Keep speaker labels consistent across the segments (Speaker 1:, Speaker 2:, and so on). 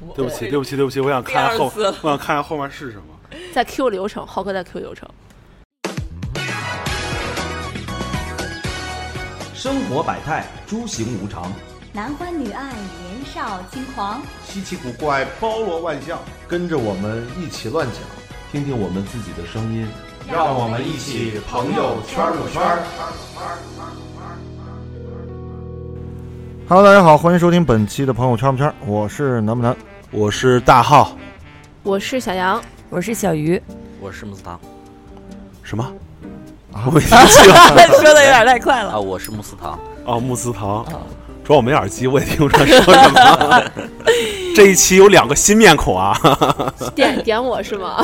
Speaker 1: 服。
Speaker 2: 对不起，对不起，对不起，我想看下后，
Speaker 3: 第二次
Speaker 2: 我想看下后面是什么。
Speaker 1: 在 Q 流程，浩哥在 Q 流程。
Speaker 4: 生活百态，诸行无常，
Speaker 5: 男欢女爱，年少轻狂。
Speaker 6: 稀奇古怪，包罗万象，
Speaker 7: 跟着我们一起乱讲。
Speaker 4: 听听我们自己的声音。
Speaker 6: 让我们一起朋友圈儿圈儿。
Speaker 7: Hello，大家好，欢迎收听本期的朋友圈不圈儿，我是南不南。
Speaker 2: 我是大浩，
Speaker 1: 我是小 杨，
Speaker 8: 我是小鱼，
Speaker 9: 我是慕斯堂
Speaker 2: 什么？
Speaker 7: 啊
Speaker 2: 我没听清
Speaker 8: 说的有点太快
Speaker 9: 啊，
Speaker 8: 了。
Speaker 9: 我是慕斯堂，
Speaker 2: 哦，慕斯堂。主要我没耳机，我也听不出来说什么。这一期有两个新面孔啊，
Speaker 1: 点点我是 吗？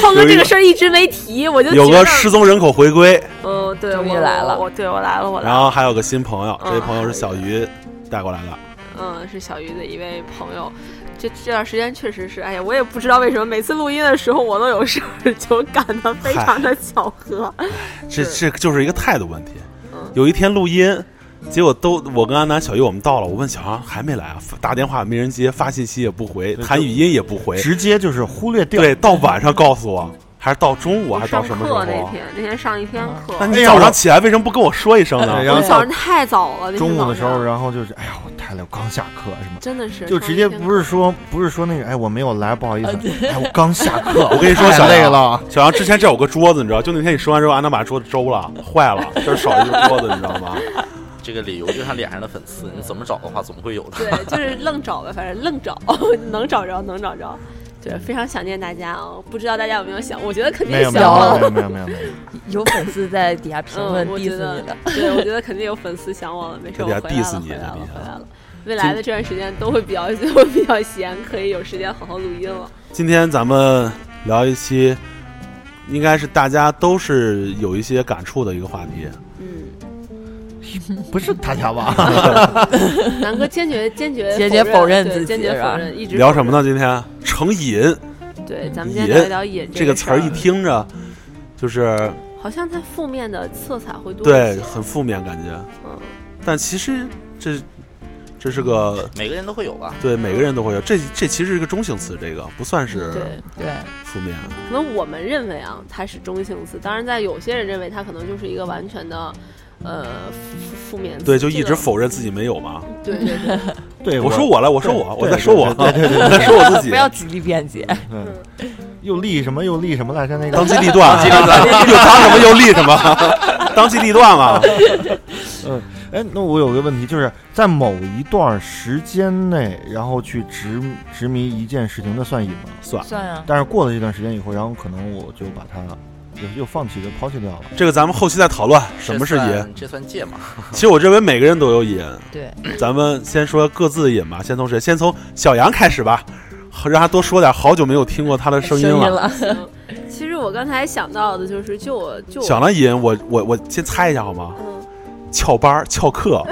Speaker 1: 浩哥这个事儿一直没提，我就
Speaker 2: 有
Speaker 1: 觉
Speaker 2: 个
Speaker 1: 得
Speaker 2: 失踪人口回归，
Speaker 1: 嗯，对，
Speaker 8: 终于
Speaker 1: 我
Speaker 8: 来了
Speaker 1: 我对我来了，我来
Speaker 2: 然
Speaker 1: 了，
Speaker 2: 后还有个新朋友，这位
Speaker 1: 嗯
Speaker 2: 朋友是小鱼带过来的。
Speaker 1: 嗯，是小鱼的一位朋友。这这段时间确实是，哎呀，我也不知道为什么，每次录音的时候我都有事儿， 就感到非常的巧合。
Speaker 2: 这
Speaker 1: 是
Speaker 2: 这就是一个态度问题
Speaker 1: 嗯。
Speaker 2: 有一天录音，结果都我跟安南、小鱼我们到了，我问小杨还没来啊，发打电话没人接，发信息也不回，
Speaker 7: 对
Speaker 2: 弹语音也不回，
Speaker 7: 直接就是忽略掉。
Speaker 2: 哎对，到晚上告诉我，还是到中午，还是到
Speaker 1: 上
Speaker 2: 什么时候
Speaker 1: 课
Speaker 2: 啊？
Speaker 1: 那天，那天上一天课，
Speaker 2: 那
Speaker 7: 哎
Speaker 2: 你
Speaker 7: 呀
Speaker 2: 早
Speaker 7: 我
Speaker 2: 上哎起来为什么不跟我说一声呢？
Speaker 7: 然
Speaker 1: 我
Speaker 7: 后
Speaker 1: 早上太早了，那天
Speaker 7: 中午
Speaker 1: 早
Speaker 7: 的时候，
Speaker 1: 上
Speaker 7: 然后就是，哎呀，我太累，我刚下课啊什么，
Speaker 1: 真的是
Speaker 7: 就直接不
Speaker 1: 是
Speaker 7: 是说不是说那个，哎，我没有来，不好意思，哎，我刚下 课，
Speaker 2: 我跟你说
Speaker 7: 太
Speaker 2: 小
Speaker 7: 累
Speaker 2: 杨
Speaker 7: 了，
Speaker 2: 小杨之前这有个桌子，你知道，就那天你说完之后，安娜把桌子周了，坏了，就是少一个桌子，你知道吗？
Speaker 9: 这个理由就像脸上的粉刺，你怎么找的话总会有的。
Speaker 1: 对，就是愣找吧，反正愣找， 能找着能找着。对，非常想念大家啊、不知道大家有没有想？我觉得肯定
Speaker 7: 没有没
Speaker 1: 想
Speaker 7: 有
Speaker 1: 我
Speaker 7: 没有没有没有没有，
Speaker 8: 有粉丝在底下评论
Speaker 1: 嗯，我
Speaker 8: diss
Speaker 1: 觉
Speaker 8: 你
Speaker 1: 得
Speaker 8: 的，，
Speaker 1: 对，我觉得肯定有粉丝想我了。没事，我
Speaker 2: 他
Speaker 1: 回来
Speaker 2: 底下 diss
Speaker 1: 了，回
Speaker 2: 你
Speaker 1: 来了，
Speaker 2: 他底下
Speaker 1: 回来了。未来的这段时间都会比较， 会比较闲，可以有时间好好录音了。
Speaker 2: 今天咱们聊一期，应该是大家都是有一些感触的一个话题。
Speaker 1: 嗯，
Speaker 7: 不是大 家吧？
Speaker 1: 南哥坚决坚决
Speaker 8: 坚决
Speaker 1: 否
Speaker 8: 否认
Speaker 1: 对
Speaker 8: 自己
Speaker 1: 坚决
Speaker 8: 是
Speaker 1: 否
Speaker 8: 吧
Speaker 1: 认，一直
Speaker 2: 聊
Speaker 1: 否
Speaker 2: 什么
Speaker 1: 认？
Speaker 2: 呢？今天成瘾
Speaker 1: 对，咱们今天
Speaker 2: 瘾
Speaker 1: 聊一聊瘾
Speaker 2: 这
Speaker 1: 个
Speaker 2: 个词儿一
Speaker 1: 事
Speaker 2: 听着，就是
Speaker 1: 好像它负面的色彩会多一
Speaker 2: 对
Speaker 1: 些。
Speaker 2: 很负面感觉，
Speaker 1: 嗯，
Speaker 2: 但其实这这是个
Speaker 9: 每个人都会有吧？
Speaker 2: 对每个人都会有，这这其实是一个中性词，这个不算是
Speaker 1: 对。
Speaker 8: 对，
Speaker 2: 负面。
Speaker 1: 可能我们认为啊，它是中性词，当然在有些人认为它可能就是一个完全的，呃，负负面词。
Speaker 2: 对，就一
Speaker 1: 这
Speaker 2: 直
Speaker 1: 个。
Speaker 2: 否认自己没有嘛。
Speaker 1: 对对对，
Speaker 7: 对，
Speaker 2: 我说我了，我说我，我在说我，
Speaker 7: 对对 对
Speaker 2: 我在说我自己
Speaker 8: 不，要极力辩解，
Speaker 7: 嗯，又立什么又立什么来着？那个
Speaker 2: 当机立断， 又当什么又立什么，当机立断嘛。
Speaker 7: 哎，那我有个问题，就是在某一段时间内，然后去执执迷一件事情，那算瘾吗？
Speaker 2: 算，
Speaker 8: 算啊，
Speaker 7: 但是过了这段时间以后，然后可能我就把它又又放弃，就抛弃掉了。
Speaker 2: 这个咱们后期再讨论什么是
Speaker 9: 这
Speaker 2: 瘾。
Speaker 9: 算？这算戒嘛？
Speaker 2: 其实我认为每个人都有瘾，
Speaker 8: 对，
Speaker 2: 咱们先说各自的瘾吧。先从谁？先从小杨开始吧，让他多说点。好久没有听过他的声音
Speaker 8: 音
Speaker 2: 了。
Speaker 8: 了，
Speaker 1: 行其实我刚才想到的就是，就我就我
Speaker 2: 想了瘾，我我我先猜一下好吗？
Speaker 1: 嗯，
Speaker 2: 翘班儿、翘课、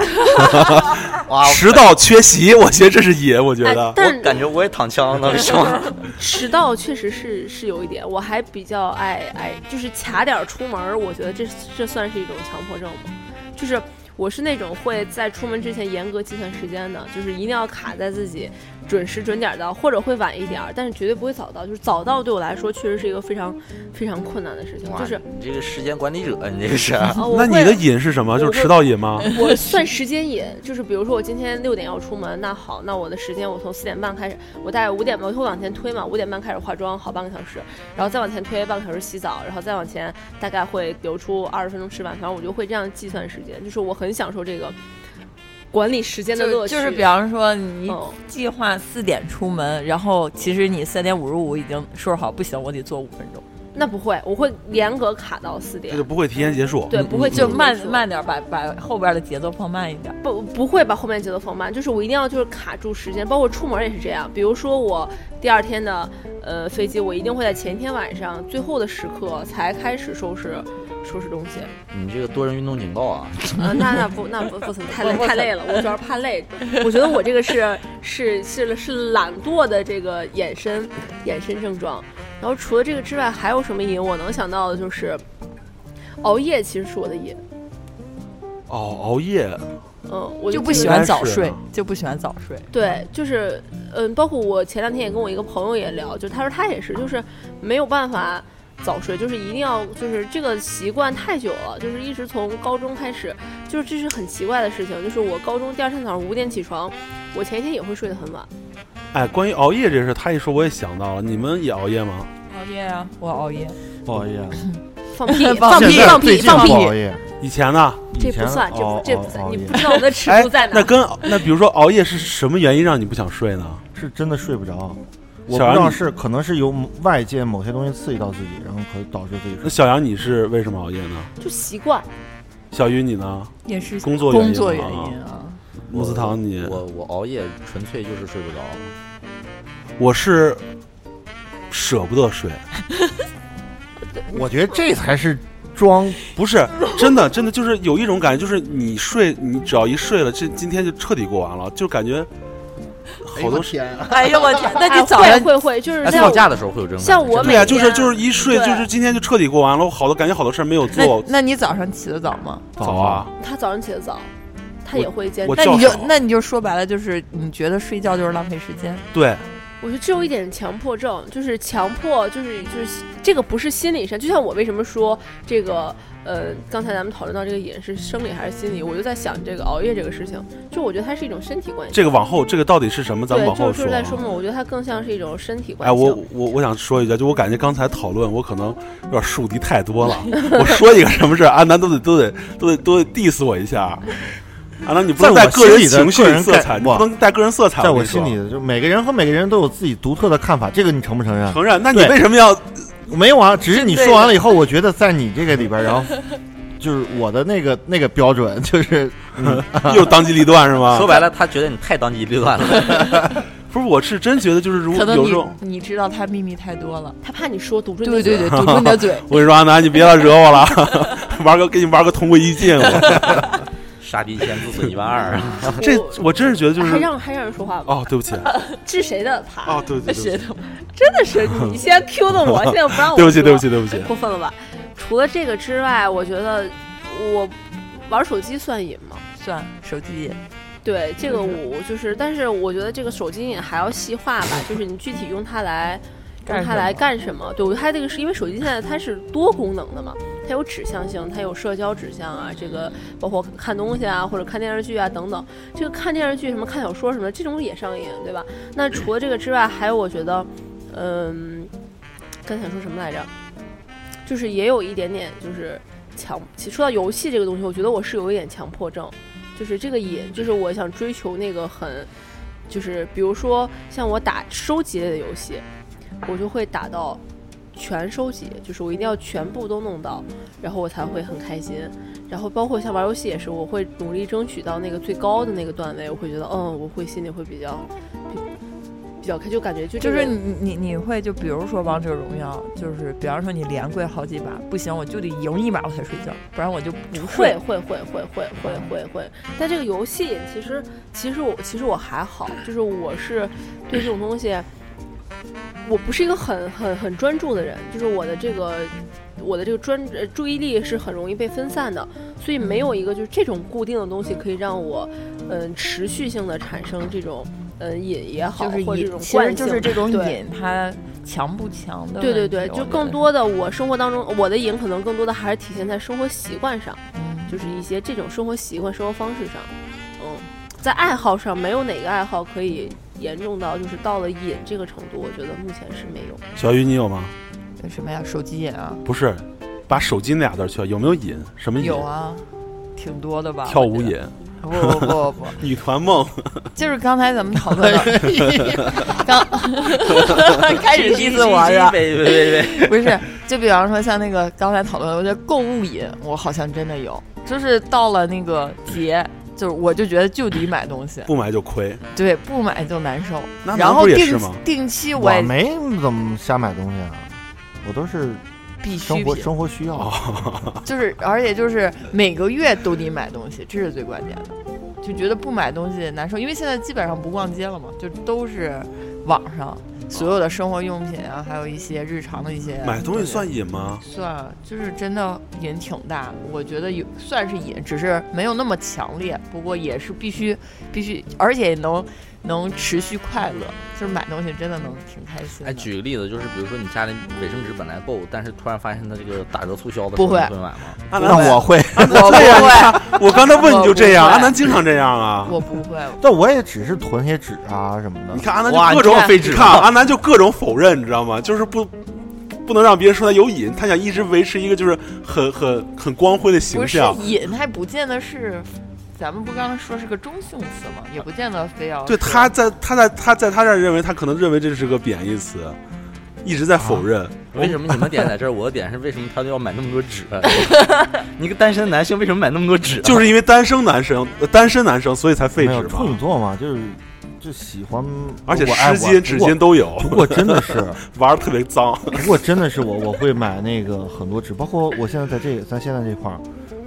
Speaker 9: 哇，
Speaker 2: 迟到、缺席，我觉得这是瘾。我觉
Speaker 1: 哎
Speaker 2: 得，
Speaker 1: 但
Speaker 9: 我感觉我也躺枪了，为什么？
Speaker 1: 迟到确实是是有一点，我还比较爱爱，就是卡点儿出门儿，我觉得这这算是一种强迫症吗？就是我是那种会在出门之前严格计算时间的，就是一定要卡在自己准时准点儿到，或者会晚一点儿，但是绝对不会早到。就是早到对我来说确实是一个非常非常困难的事情，
Speaker 9: 哇
Speaker 1: 就是
Speaker 9: 你这个时间管理者，你这个是。
Speaker 1: 啊，我
Speaker 2: 那
Speaker 1: 会
Speaker 2: 你的瘾是什么？
Speaker 1: 我
Speaker 2: 就是
Speaker 1: 会
Speaker 2: 迟到瘾 吗？
Speaker 1: 我 算时间也，就是比如说我今天六点要出门，那好，那我的时间我从四点半开始，我大概五点半我会往前推嘛，五点半开始化妆，好半个小时，然后再往前推半个小时洗澡，然后再往前大概会留出二十分钟吃饭，反正我就会这样计算时间，就是我很享受这个管理时间的乐
Speaker 8: 就
Speaker 1: 趣。
Speaker 8: 就是比方说你
Speaker 1: 嗯，
Speaker 8: 计划四点出门，然后其实你三点五十五已经说好不行，我得做五分钟，
Speaker 1: 那不会，我会严格卡到四
Speaker 2: 这
Speaker 1: 点
Speaker 2: 就。不会提前结束。
Speaker 1: 对，不会
Speaker 8: 就慢
Speaker 1: 结束
Speaker 8: 慢点儿把把后边的节奏放慢一点。
Speaker 1: 不不会把后面节奏放慢，就是我一定要就是卡住时间，包括出门也是这样。比如说我第二天的呃飞机，我一定会在前一天晚上最后的时刻才开始收拾收拾东西。
Speaker 9: 你这个多人运动警告啊！
Speaker 1: 啊，那那不那不不怎么太累
Speaker 8: 我我
Speaker 1: 太累了，我主要是怕累。我觉得我这个是是是是懒惰的这个衍生衍生症状。然后除了这个之外，还有什么瘾？我能想到的就是熬夜，其实是我的瘾。
Speaker 2: 哦，熬夜，
Speaker 1: 嗯，我记
Speaker 8: 就不
Speaker 1: 得
Speaker 8: 喜欢
Speaker 2: 应该
Speaker 8: 早
Speaker 2: 是
Speaker 8: 睡
Speaker 2: 啊，
Speaker 8: 就不喜欢早睡。
Speaker 1: 对，就是嗯，包括我前两天也跟我一个朋友也聊，就他说他也是，就是没有办法早睡，就是一定要就是这个习惯太久了，就是一直从高中开始，就是这是很奇怪的事情。就是我高中第二天早上五点起床，我前一天也会睡得很晚。
Speaker 2: 哎，关于熬夜这事，他一说我也想到了，你们也熬夜吗？
Speaker 8: 熬夜啊，我熬夜。！
Speaker 7: 不熬夜，
Speaker 1: 放 屁
Speaker 8: 放
Speaker 1: 放屁！
Speaker 8: 屁
Speaker 1: 放
Speaker 7: 最
Speaker 1: 屁！
Speaker 7: 近不
Speaker 1: 放
Speaker 7: 熬
Speaker 1: 屁！
Speaker 7: 夜，
Speaker 2: 以前呢？
Speaker 1: 这
Speaker 7: 以前哦
Speaker 1: 不算，这
Speaker 7: 熬
Speaker 1: 不这不
Speaker 7: 熬
Speaker 1: 算，
Speaker 7: 熬
Speaker 1: 你不
Speaker 7: 夜
Speaker 1: 知道我的尺
Speaker 2: 哎
Speaker 1: 度在，哪
Speaker 2: 那。跟那比如说熬夜是什么原因让你不想睡呢？
Speaker 7: 是真的睡不着。我
Speaker 2: 小
Speaker 7: 不
Speaker 2: 杨
Speaker 7: 知道
Speaker 2: 你，
Speaker 7: 是可能是由外界某些东西刺激到自己，然后可能导致自己
Speaker 2: 那
Speaker 7: 睡。
Speaker 2: 小杨你是为什么熬夜呢？
Speaker 1: 就习惯，
Speaker 2: 小鱼你呢？
Speaker 8: 也是
Speaker 2: 工作原因
Speaker 8: 工作
Speaker 2: 吗
Speaker 8: 原因啊，
Speaker 2: 穆斯堂你
Speaker 9: 我我熬夜纯粹就是睡不着，
Speaker 2: 我是舍不得睡，
Speaker 7: 我觉得这才是装
Speaker 2: 不是真的，真的就是有一种感觉，就是你睡，你只要一睡了，这今天就彻底过完了，就感觉好多事。
Speaker 6: 天啊！
Speaker 8: 哎呦我天！那
Speaker 1: 哎
Speaker 8: 你早 上
Speaker 1: 会会会，就是
Speaker 9: 哎，
Speaker 1: 在
Speaker 9: 放
Speaker 1: 我
Speaker 9: 假的时候会有这种
Speaker 1: 像
Speaker 9: 感觉
Speaker 1: 我
Speaker 9: 真的
Speaker 2: 对啊呀、
Speaker 1: 每
Speaker 2: 就是
Speaker 1: 天
Speaker 2: 就是一睡，
Speaker 1: 对
Speaker 2: 就是今天就彻底过完了。我好多感觉好多事儿没有
Speaker 8: 那
Speaker 2: 做。
Speaker 8: 那你早上起得早吗？
Speaker 2: 早啊，
Speaker 1: 他早上起得早，他也会坚持
Speaker 2: 我。
Speaker 8: 那
Speaker 2: 较
Speaker 8: 你就
Speaker 2: 少
Speaker 8: 那你就说白了，就是你觉得睡觉就是浪费时间。
Speaker 2: 对，
Speaker 1: 我觉得只有一点强迫症，就是强迫，就是就是这个不是心理上，就像我为什么说这个，呃，刚才咱们讨论到这个瘾是生理还是心理，我就在想这个熬夜这个事情，就我觉得它是一种身体惯性。
Speaker 2: 这个往后这个到底是什么，咱们
Speaker 1: 对，
Speaker 2: 往后
Speaker 1: 就是
Speaker 2: 说
Speaker 1: 就是
Speaker 2: 啊。
Speaker 1: 在说嘛，我觉得它更像是一种身体惯
Speaker 2: 哎，
Speaker 1: 性。
Speaker 2: 我我我想说一下，就我感觉刚才讨论，我可能有点树敌太多了。我说一个什么事儿，阿南都得都得都得都得 diss 我一下。啊阿南，你不能
Speaker 7: 在我
Speaker 2: 带个人
Speaker 7: 心里的
Speaker 2: 情绪
Speaker 7: 个人
Speaker 2: 色
Speaker 7: 概
Speaker 2: 彩，你
Speaker 7: 不
Speaker 2: 不能带个人色彩。
Speaker 7: 在
Speaker 2: 我
Speaker 7: 我
Speaker 2: 跟你说
Speaker 7: 心里的，就是每个人和每个人都有自己独特的看法，这个你承不承认？
Speaker 2: 承认，那你
Speaker 7: 对
Speaker 2: 为什么要
Speaker 7: 没有啊，只是你
Speaker 8: 对
Speaker 7: 说完了以后，我觉得在你这个里边儿，然后就是我的那个那个标准，就是
Speaker 2: 又当机立断是吗？
Speaker 9: 说白了，他觉得你太当机立断了。
Speaker 2: 不是，我是真觉得就是如
Speaker 8: 可
Speaker 2: 果
Speaker 8: 能
Speaker 2: 有
Speaker 8: 你
Speaker 2: 这种，
Speaker 8: 你知道他秘密太多了。
Speaker 1: 他怕你说堵住你
Speaker 8: 对
Speaker 1: 的嘴
Speaker 8: 对对，堵住你 的嘴。
Speaker 2: 我跟你说，阿南，你别来惹我了， 玩个给你玩个同归于尽了。
Speaker 9: 杀敌一千，自损一万二啊！
Speaker 2: 这我真是觉得就
Speaker 1: 还
Speaker 2: 是。
Speaker 1: 让还让人说话吗？
Speaker 2: 哦，对不起，
Speaker 1: 这是谁的牌？
Speaker 2: 哦，对对 对
Speaker 8: 谁的？
Speaker 1: 真的是你先 Q 的我，现在不让我。
Speaker 2: 对不起，对不起，对不起，对不起，
Speaker 1: 过分了吧？除了这个之外，我觉得我玩手机算瘾吗？
Speaker 8: 算手机瘾，
Speaker 1: 对这个
Speaker 8: 嗯
Speaker 1: 我就是，但是我觉得这个手机瘾还要细化吧，就是你具体用它来用
Speaker 8: 干
Speaker 1: 它
Speaker 8: 什
Speaker 1: 来
Speaker 8: 么
Speaker 1: 干什么？对，我觉得它这个是因为手机现在它是多功能的嘛，它有指向性，它有社交指向啊，这个包括看东西啊，或者看电视剧啊等等。这个看电视剧什么看小说什么，这种也上瘾，对吧？那除了这个之外，还有我觉得，嗯，刚才想说什么来着？就是也有一点点就是强。其实说到游戏这个东西，我觉得我是有一点强迫症，就是这个瘾，就是我想追求那个很，就是比如说像我打收集类的游戏，我就会打到全收集，就是我一定要全部都弄到，然后我才会很开心。然后包括像玩游戏也是，我会努力争取到那个最高的那个段位，我会觉得嗯，我会心里会比较比比较开，就感觉就这
Speaker 8: 就
Speaker 1: 个
Speaker 8: 是你你你会就比如说王者荣耀，就是比方说你连跪好几把，不行我就得赢一把我才睡觉，不然我就不
Speaker 1: 会会
Speaker 8: 睡。
Speaker 1: 会会会会会会，但这个游戏其实其实我其实我还好，就是我是对这种东西，我不是一个很很很专注的人，就是我的这个我的这个专呃注意力是很容易被分散的，所以没有一个就是这种固定的东西可以让我嗯、持续性的产生这种嗯、瘾也好，
Speaker 8: 就是
Speaker 1: 或者这
Speaker 8: 瘾，
Speaker 1: 种
Speaker 8: 其实
Speaker 1: 惯
Speaker 8: 就是
Speaker 1: 性
Speaker 8: 这种
Speaker 1: 对
Speaker 8: 瘾，它强不强的问题？
Speaker 1: 对对对，
Speaker 8: 我
Speaker 1: 就
Speaker 8: 觉
Speaker 1: 更
Speaker 8: 得
Speaker 1: 多的我生活当中我的瘾可能更多的还是体现在生活习惯上。
Speaker 8: 嗯
Speaker 1: 就是一些这种生活习惯、生活方式上，嗯，在爱好上没有哪个爱好可以严重到就是到了瘾这个程度，我觉得目前是没有。
Speaker 2: 小鱼，你有吗？
Speaker 8: 什么呀？手机瘾啊？
Speaker 2: 不是，把手机那俩字儿去了，有没有瘾？什么瘾
Speaker 8: 有？啊，挺多的吧？
Speaker 2: 跳
Speaker 8: 我
Speaker 2: 舞
Speaker 8: 觉
Speaker 2: 瘾、
Speaker 8: 得不不不不，
Speaker 2: 女团梦，
Speaker 8: 就是刚才咱们讨论的，刚开始 diss 我是吧？
Speaker 9: 别别别别！
Speaker 8: 不是，就比方说像那个刚才讨论的，我觉得购物瘾，我好像真的有，就是到了那个节，就是我就觉得就得买东西，
Speaker 2: 不买就亏。
Speaker 8: 对，不买就难受。
Speaker 2: 那
Speaker 8: 然
Speaker 2: 咱
Speaker 8: 后
Speaker 2: 不是也
Speaker 8: 定
Speaker 2: 是吗？
Speaker 8: 定期
Speaker 7: 我
Speaker 8: 也
Speaker 7: 没怎么瞎买东西啊，我都是
Speaker 8: 必需
Speaker 7: 生活
Speaker 8: 品，
Speaker 7: 生活需
Speaker 2: 哦
Speaker 7: 要。
Speaker 8: 就是而且就是每个月都得买东西，这是最关键的。就觉得不买东西难受，因为现在基本上不逛街了嘛，就都是网上。所有的生活用品啊，还有一些日常的一些
Speaker 2: 买东西
Speaker 8: 对
Speaker 2: 算瘾吗？
Speaker 8: 算，就是真的瘾挺大，我觉得有算是瘾，只是没有那么强烈，不过也是必须必须，而且也能能持续快乐，就是买东西真的能挺开心的。
Speaker 9: 哎，举个例子，就是比如说你家里卫生纸本来够，但是突然发现它这个打折促销的时
Speaker 8: 不
Speaker 9: 候，
Speaker 8: 会
Speaker 9: 你会买吗？
Speaker 2: 阿
Speaker 7: 那
Speaker 2: 南，
Speaker 7: 我会，
Speaker 8: 我不
Speaker 9: 啊
Speaker 8: 会，
Speaker 2: 我刚才问你就这样，
Speaker 8: 我不会
Speaker 2: 阿南经常这样啊。
Speaker 8: 我不会，
Speaker 7: 但我也只是囤些纸啊什么的
Speaker 2: 你。看阿南
Speaker 9: 哇
Speaker 2: 就各种
Speaker 9: 你看
Speaker 2: 非你看啊阿南就各种否认，你知道吗？就是不不能让别人说他有瘾，他想一直维持一个就是很很很光辉的
Speaker 8: 不
Speaker 2: 形
Speaker 8: 是
Speaker 2: 象。
Speaker 8: 瘾，它也不见得是，咱们不刚才说是个中性词吗？也不见得非要
Speaker 2: 对，
Speaker 8: 是
Speaker 2: 他在他在他在他这儿认为他可能认为这是个贬义词，一直在否
Speaker 7: 啊
Speaker 2: 认。
Speaker 9: 为什么你们点在这儿，我的点是为什么他要买那么多纸？啊你一个单身男性为什么买那么多纸？啊
Speaker 2: 就是因为单身男生，呃单身男生，所以才废
Speaker 7: 没
Speaker 2: 纸
Speaker 7: 有
Speaker 2: 嘛。
Speaker 7: 创作嘛，就是就喜欢，
Speaker 2: 而且
Speaker 7: 我
Speaker 2: 湿
Speaker 7: 爱我
Speaker 2: 巾、纸。巾
Speaker 7: 不过
Speaker 2: 都有，
Speaker 7: 不过真的是，
Speaker 2: 玩的特别脏。
Speaker 7: 不过真的是我我会买那个很多纸，包括我现在在这咱现在这块儿，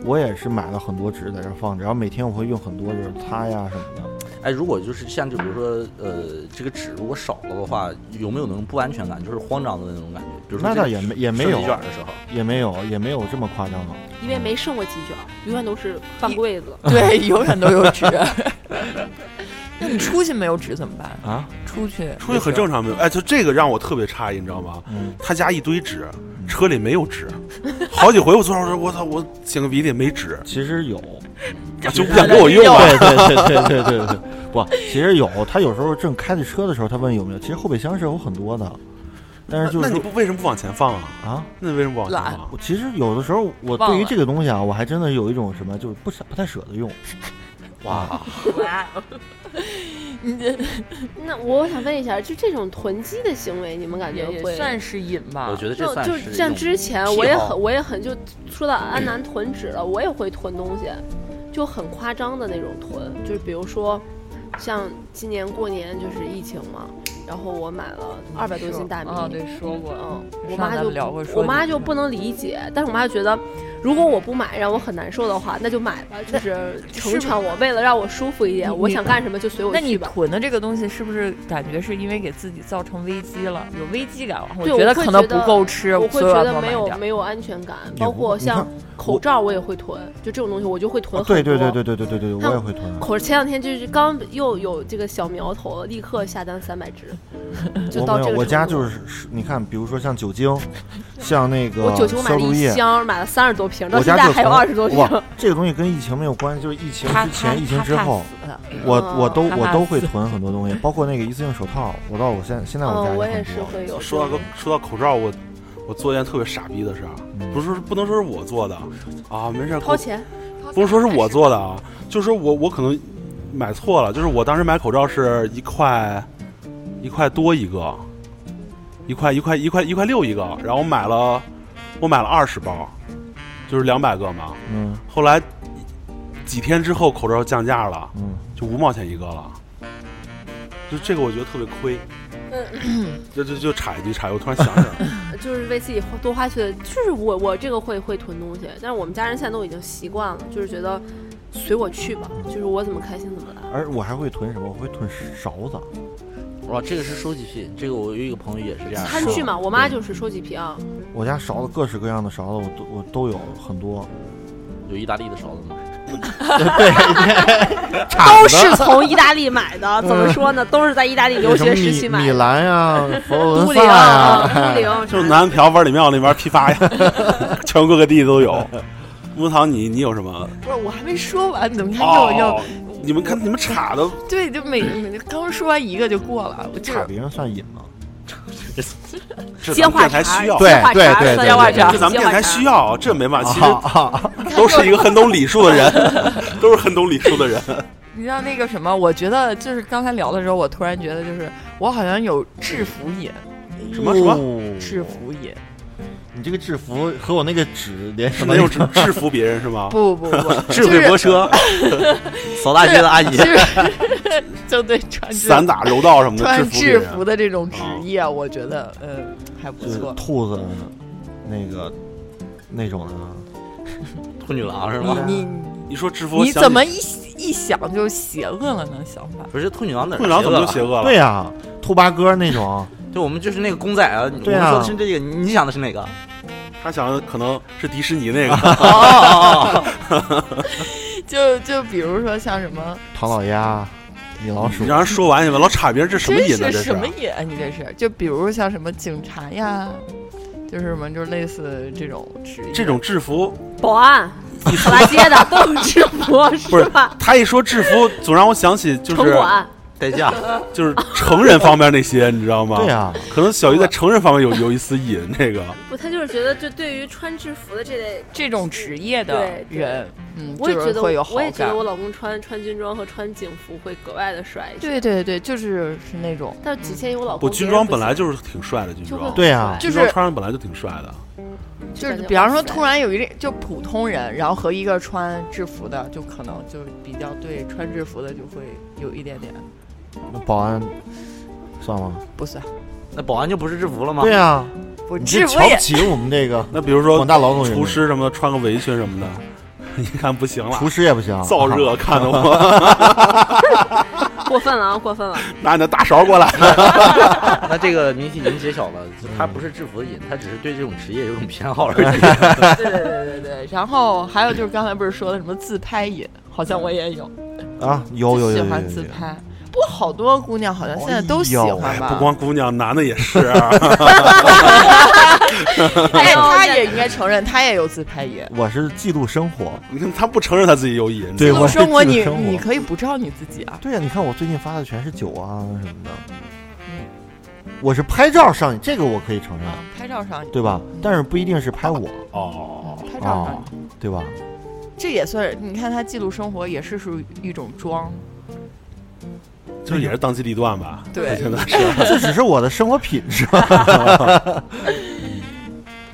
Speaker 7: 我也是买了很多纸在这儿放着，然后每天我会用很多，就是擦呀什么的。
Speaker 9: 哎，如果就是像就比如说呃，这个纸如果少了的话，有没有那种不安全感，就是慌张的那种感觉？比如说
Speaker 7: 那
Speaker 9: 这
Speaker 7: 倒也没也没有
Speaker 9: 收集卷的时候，
Speaker 7: 也没有也没有这么夸张的。
Speaker 1: 因为没剩过几卷，永远都是半柜子。
Speaker 8: 对，永远都有纸。 那你出去没有纸怎么办？
Speaker 7: 啊，
Speaker 8: 出去
Speaker 2: 出去很正常没有？哎，就这个让我特别诧异，你知道吗？
Speaker 7: 嗯，
Speaker 2: 他家一堆纸，车里没有纸，好几回我坐上我说我操，我擤个鼻涕没纸，
Speaker 7: 其实有，
Speaker 2: 啊就不想给我用啊。
Speaker 7: 对对对对对对对，不，其实有。他有时候正开着车的时候，他问有没有，其实后备箱是有很多的，但是就
Speaker 2: 那
Speaker 7: 是
Speaker 2: 你
Speaker 7: 说
Speaker 2: 不为什么不往前放啊？
Speaker 7: 啊，
Speaker 2: 那为什么不往前放啊？
Speaker 7: 我其实有的时候我
Speaker 8: 忘
Speaker 7: 对于
Speaker 8: 了
Speaker 7: 这个东西啊，我还真的有一种什么，就是不舍不太舍得用。
Speaker 9: 哇，
Speaker 1: 那我想问一下，就这种囤积的行为，你们感觉
Speaker 8: 也
Speaker 1: 会？
Speaker 8: 算是瘾吧。
Speaker 9: 我觉得这
Speaker 1: 就
Speaker 9: 算
Speaker 1: 就是
Speaker 9: 一
Speaker 1: 像
Speaker 9: 种
Speaker 1: 之前
Speaker 9: 癖
Speaker 1: 我也
Speaker 9: 好
Speaker 1: 很我也很就说到安南囤纸了，我也会囤东西，就很夸张的那种囤，就是比如说像今年过年就是疫情嘛，然后我买了二百多斤大米，
Speaker 8: 啊，
Speaker 9: 哦
Speaker 8: 对，说过，
Speaker 1: 嗯，我
Speaker 8: 上
Speaker 1: 妈
Speaker 8: 咱
Speaker 1: 就
Speaker 8: 们聊过说
Speaker 1: 我妈
Speaker 8: 你
Speaker 1: 就不能理解，但是我妈就觉得，如果我不买让我很难受的话，那就买吧，就是成全我，为了让我舒服一
Speaker 8: 你
Speaker 1: 点，我
Speaker 8: 你
Speaker 1: 想干什么就随我
Speaker 8: 那
Speaker 1: 去
Speaker 8: 你
Speaker 1: 吧。
Speaker 8: 囤的这个东西是不是感觉是因为给自己造成危机了，有危机感了？我
Speaker 1: 对，我
Speaker 8: 觉得
Speaker 1: 会
Speaker 8: 可能
Speaker 1: 觉
Speaker 8: 不够吃，
Speaker 1: 我会
Speaker 8: 所以
Speaker 1: 觉
Speaker 8: 要
Speaker 1: 得
Speaker 8: 多
Speaker 1: 没
Speaker 8: 买
Speaker 1: 有
Speaker 8: 点儿。
Speaker 1: 没有安全感，
Speaker 7: 也
Speaker 1: 包
Speaker 7: 不
Speaker 1: 括
Speaker 7: 你
Speaker 1: 像
Speaker 7: 看
Speaker 1: 口罩我也会囤，就这种东西我就会囤
Speaker 7: 啊
Speaker 1: 很多。
Speaker 7: 对对对对对对对对，我也会囤。
Speaker 1: 口前两天就是刚又有这个小苗头，立刻下单三百 只，就
Speaker 7: 我
Speaker 1: 到
Speaker 7: 没
Speaker 1: 这
Speaker 7: 有，
Speaker 1: 个
Speaker 7: 我
Speaker 1: 程
Speaker 7: 家
Speaker 1: 度
Speaker 7: 就
Speaker 1: 了
Speaker 7: 是是你看，比如说像酒精，像那个
Speaker 1: 我九球买
Speaker 7: 消
Speaker 1: 了
Speaker 7: 毒
Speaker 1: 一
Speaker 7: 液，
Speaker 1: 箱，买了三十多瓶，到
Speaker 7: 我
Speaker 1: 现
Speaker 7: 家
Speaker 1: 在
Speaker 7: 就
Speaker 1: 还有
Speaker 7: 从
Speaker 1: 二十多瓶。
Speaker 7: 哇，这个东西跟疫情没有关系，就是疫情
Speaker 8: 他
Speaker 7: 之前、疫情之后，，我
Speaker 1: 嗯
Speaker 7: 我都
Speaker 8: 他
Speaker 7: 我
Speaker 8: 怕
Speaker 7: 都会
Speaker 8: 死
Speaker 7: 囤很多东西，包括那个一次性手套，我到我现在现在我家
Speaker 1: 嗯，我也
Speaker 7: 很
Speaker 1: 是
Speaker 7: 多。
Speaker 1: 会有。
Speaker 2: 说到个说到口罩，我我做一件特别傻逼的事儿，啊
Speaker 7: 嗯
Speaker 2: 不是不能说是我做的啊，没事儿，
Speaker 1: 掏钱，
Speaker 2: 不是说是我做的啊，就是我我可能买错了，就是我当时买口罩是一块一块多一个，一块一块一块一块六一个，然后我买了我买了二十包，就是两百个嘛，
Speaker 7: 嗯
Speaker 2: 后来几天之后口罩降价了，
Speaker 7: 嗯，
Speaker 2: 就五毛钱一个了。就这个我觉得特别亏，就就就插一句插一句，我突然想起来了，
Speaker 1: 就是为自己花多花去，就是我我这个会会囤东西，但是我们家人现在都已经习惯了，就是觉得随我去吧，就是我怎么开心怎么来。
Speaker 7: 而我还会囤什么？我会囤勺子，
Speaker 9: 哇，这个是收集癖，这个我有一个朋友也是这样
Speaker 1: 餐
Speaker 9: 说
Speaker 1: 具嘛，我妈就是收集啊瓶，
Speaker 2: 嗯
Speaker 7: 我家勺子各式各样的勺子，我都我都有很多。
Speaker 9: 有意大利的勺子吗？
Speaker 1: 都是从意大利买的。怎么
Speaker 2: 嗯
Speaker 1: 说呢？都是在意大利留
Speaker 7: 有什么
Speaker 1: 学时期
Speaker 7: 米
Speaker 1: 买
Speaker 7: 米
Speaker 1: 的。啊
Speaker 7: 兰呀、佛罗
Speaker 1: 都
Speaker 7: 伦萨啊
Speaker 1: 灵，
Speaker 7: 呀，
Speaker 1: 都灵，
Speaker 2: 啊就是南瓢湾里庙那边批发呀， 全国各地都有。木堂你，你有什么？
Speaker 8: 不是我还没说完，怎么看又
Speaker 2: 哦
Speaker 8: 又，
Speaker 2: 你们看你们插的，
Speaker 8: 对，就每每刚说完一个就过了，我就
Speaker 7: 差别人算瘾吗？
Speaker 2: 这
Speaker 1: 接
Speaker 2: 咱们电
Speaker 1: 话茬
Speaker 2: 台
Speaker 1: 儿，
Speaker 2: 需要，
Speaker 7: 对
Speaker 1: 接话茬儿
Speaker 7: 对对
Speaker 1: 算
Speaker 7: 对
Speaker 1: 话
Speaker 7: 对
Speaker 1: 茬儿，
Speaker 2: 这咱们电台需要，这没办法。其实
Speaker 7: 啊，
Speaker 2: 都是一个很懂礼数的人，都是很懂礼数的人。
Speaker 8: 你知道那个什么？我觉得就是刚才聊的时候，我突然觉得就是我好像有制服瘾，
Speaker 2: 什么什么？
Speaker 8: 制服瘾。
Speaker 7: 你这个制服和我那个纸连
Speaker 2: 是
Speaker 7: 什么
Speaker 2: 能？用制制服别人是吗？
Speaker 8: 不不不，
Speaker 9: 智慧泊车，扫大街的 阿姨，
Speaker 8: 就是就对穿制
Speaker 2: 散打柔道什么的，制
Speaker 8: 穿
Speaker 2: 服别啊
Speaker 8: 制
Speaker 2: 人。
Speaker 8: 服的这种职业，我觉得嗯还不
Speaker 7: 就是
Speaker 8: 错。
Speaker 7: 兔子那个那种的啊呢，
Speaker 9: 兔女郎是吗？
Speaker 8: 你你
Speaker 2: 你说制服，
Speaker 8: 你怎么？一一想就邪恶了呢？想法
Speaker 9: 不是兔女郎哪儿
Speaker 2: 兔女郎怎么就
Speaker 9: 邪
Speaker 2: 邪
Speaker 9: 恶了？
Speaker 2: 恶了？
Speaker 7: 对呀、兔八哥那种，
Speaker 9: 对，我们就是那个公仔啊，我们
Speaker 7: 对啊
Speaker 9: 说的是这个，你你想的是哪个？
Speaker 2: 他想的可能是迪士尼那个，
Speaker 8: 就就比如说像什么，
Speaker 7: 唐老鸭、米老鼠
Speaker 2: 你，让人说完你们老岔别人，这什么
Speaker 8: 真
Speaker 2: 瘾呢？
Speaker 8: 是
Speaker 2: 这
Speaker 8: 什么瘾啊？你这是就比如像什么警察呀，就是什么就是类似这种职业，
Speaker 2: 这种制服，
Speaker 1: 保安、扫大街的都有制服，
Speaker 2: 不是
Speaker 1: 吧？
Speaker 2: 他一说制服，总让我想起就
Speaker 1: 城
Speaker 2: 是
Speaker 1: 管
Speaker 9: 代驾，
Speaker 2: 就是成人方面那些，你知道吗？
Speaker 7: 对啊呀、
Speaker 2: 可能小鱼在成人方面有有一丝瘾，这个
Speaker 1: 不，他就是觉得，就对于穿制服的这类，
Speaker 8: 这种职业的
Speaker 1: 对对
Speaker 8: 人，嗯，
Speaker 1: 我也
Speaker 8: 就
Speaker 1: 觉
Speaker 8: 是
Speaker 1: 得
Speaker 8: 会有
Speaker 1: 我，
Speaker 8: 好
Speaker 1: 我也觉
Speaker 8: 感
Speaker 1: 得我老公穿穿军装和穿警服会格外的帅一些。
Speaker 8: 对对对，就是是那种，
Speaker 1: 但是仅限于我老公。
Speaker 2: 我军装
Speaker 1: 别人
Speaker 2: 本
Speaker 1: 不
Speaker 2: 来
Speaker 1: 行
Speaker 2: 就是挺帅的，军
Speaker 1: 就
Speaker 2: 装
Speaker 1: 会
Speaker 7: 对啊
Speaker 1: 很帅
Speaker 8: 就
Speaker 2: 军装
Speaker 8: 是
Speaker 2: 穿上本来就挺帅的，
Speaker 8: 就
Speaker 1: 感
Speaker 8: 是
Speaker 1: 觉
Speaker 8: 比方说
Speaker 1: 哇塞
Speaker 8: 突然有一个就普通人，然后和一个穿制服的，就可能就比较对穿制服的就会有一点点
Speaker 7: 那保安算吗？
Speaker 8: 不算，
Speaker 9: 那保安就不是制服了吗？
Speaker 7: 对呀、
Speaker 8: 不
Speaker 7: 你
Speaker 8: 制
Speaker 7: 这
Speaker 8: 服
Speaker 7: 瞧
Speaker 8: 也
Speaker 7: 不起我们这个
Speaker 2: 那比如说
Speaker 7: 广大劳动人
Speaker 2: 厨
Speaker 7: 民，
Speaker 2: 师什么的，穿个围裙什么的， 一看不行了
Speaker 7: 厨，师也啊不行，
Speaker 2: 燥热，看得我
Speaker 1: 过分了啊，过分了！
Speaker 2: 拿你的大勺过来。
Speaker 9: 那这个谜题已经揭晓了，他不是制服的瘾，他只是对这种职业有种偏好而已。
Speaker 8: 对对对对对。然后还有就是刚才不是说的什么自拍瘾，好像我也有，
Speaker 7: 啊，有有有
Speaker 8: 就
Speaker 7: 有
Speaker 8: 喜
Speaker 7: 有
Speaker 8: 欢
Speaker 7: 有
Speaker 8: 自拍。不过好多姑娘好像现在都喜
Speaker 7: 哎
Speaker 8: 欢吧？
Speaker 2: 不光姑娘，男的也是。啊
Speaker 8: 哎，她也应该承认，她也有自拍瘾。
Speaker 7: 我是记录生活，
Speaker 2: 你 看他不承认他自己有瘾，
Speaker 7: 对
Speaker 8: 记录
Speaker 7: 我是
Speaker 8: 生活，
Speaker 7: 记录
Speaker 8: 你
Speaker 7: 生活
Speaker 8: 你可以不照你自己啊。
Speaker 7: 对呀、你看我最近发的全是酒啊什么的，
Speaker 8: 嗯
Speaker 7: 我是拍照上瘾，这个我可以承认，
Speaker 8: 拍照上瘾，嗯
Speaker 7: 对吧？但是不一定是拍我
Speaker 2: 哦，
Speaker 8: 拍照上
Speaker 7: 啊
Speaker 8: 瘾，，
Speaker 7: 对吧？
Speaker 8: 这也算是你看她记录生活，也是属于一种装。
Speaker 2: 这也是当机立断吧？
Speaker 8: 对
Speaker 2: 现 在是
Speaker 7: 这只是我的生活品质。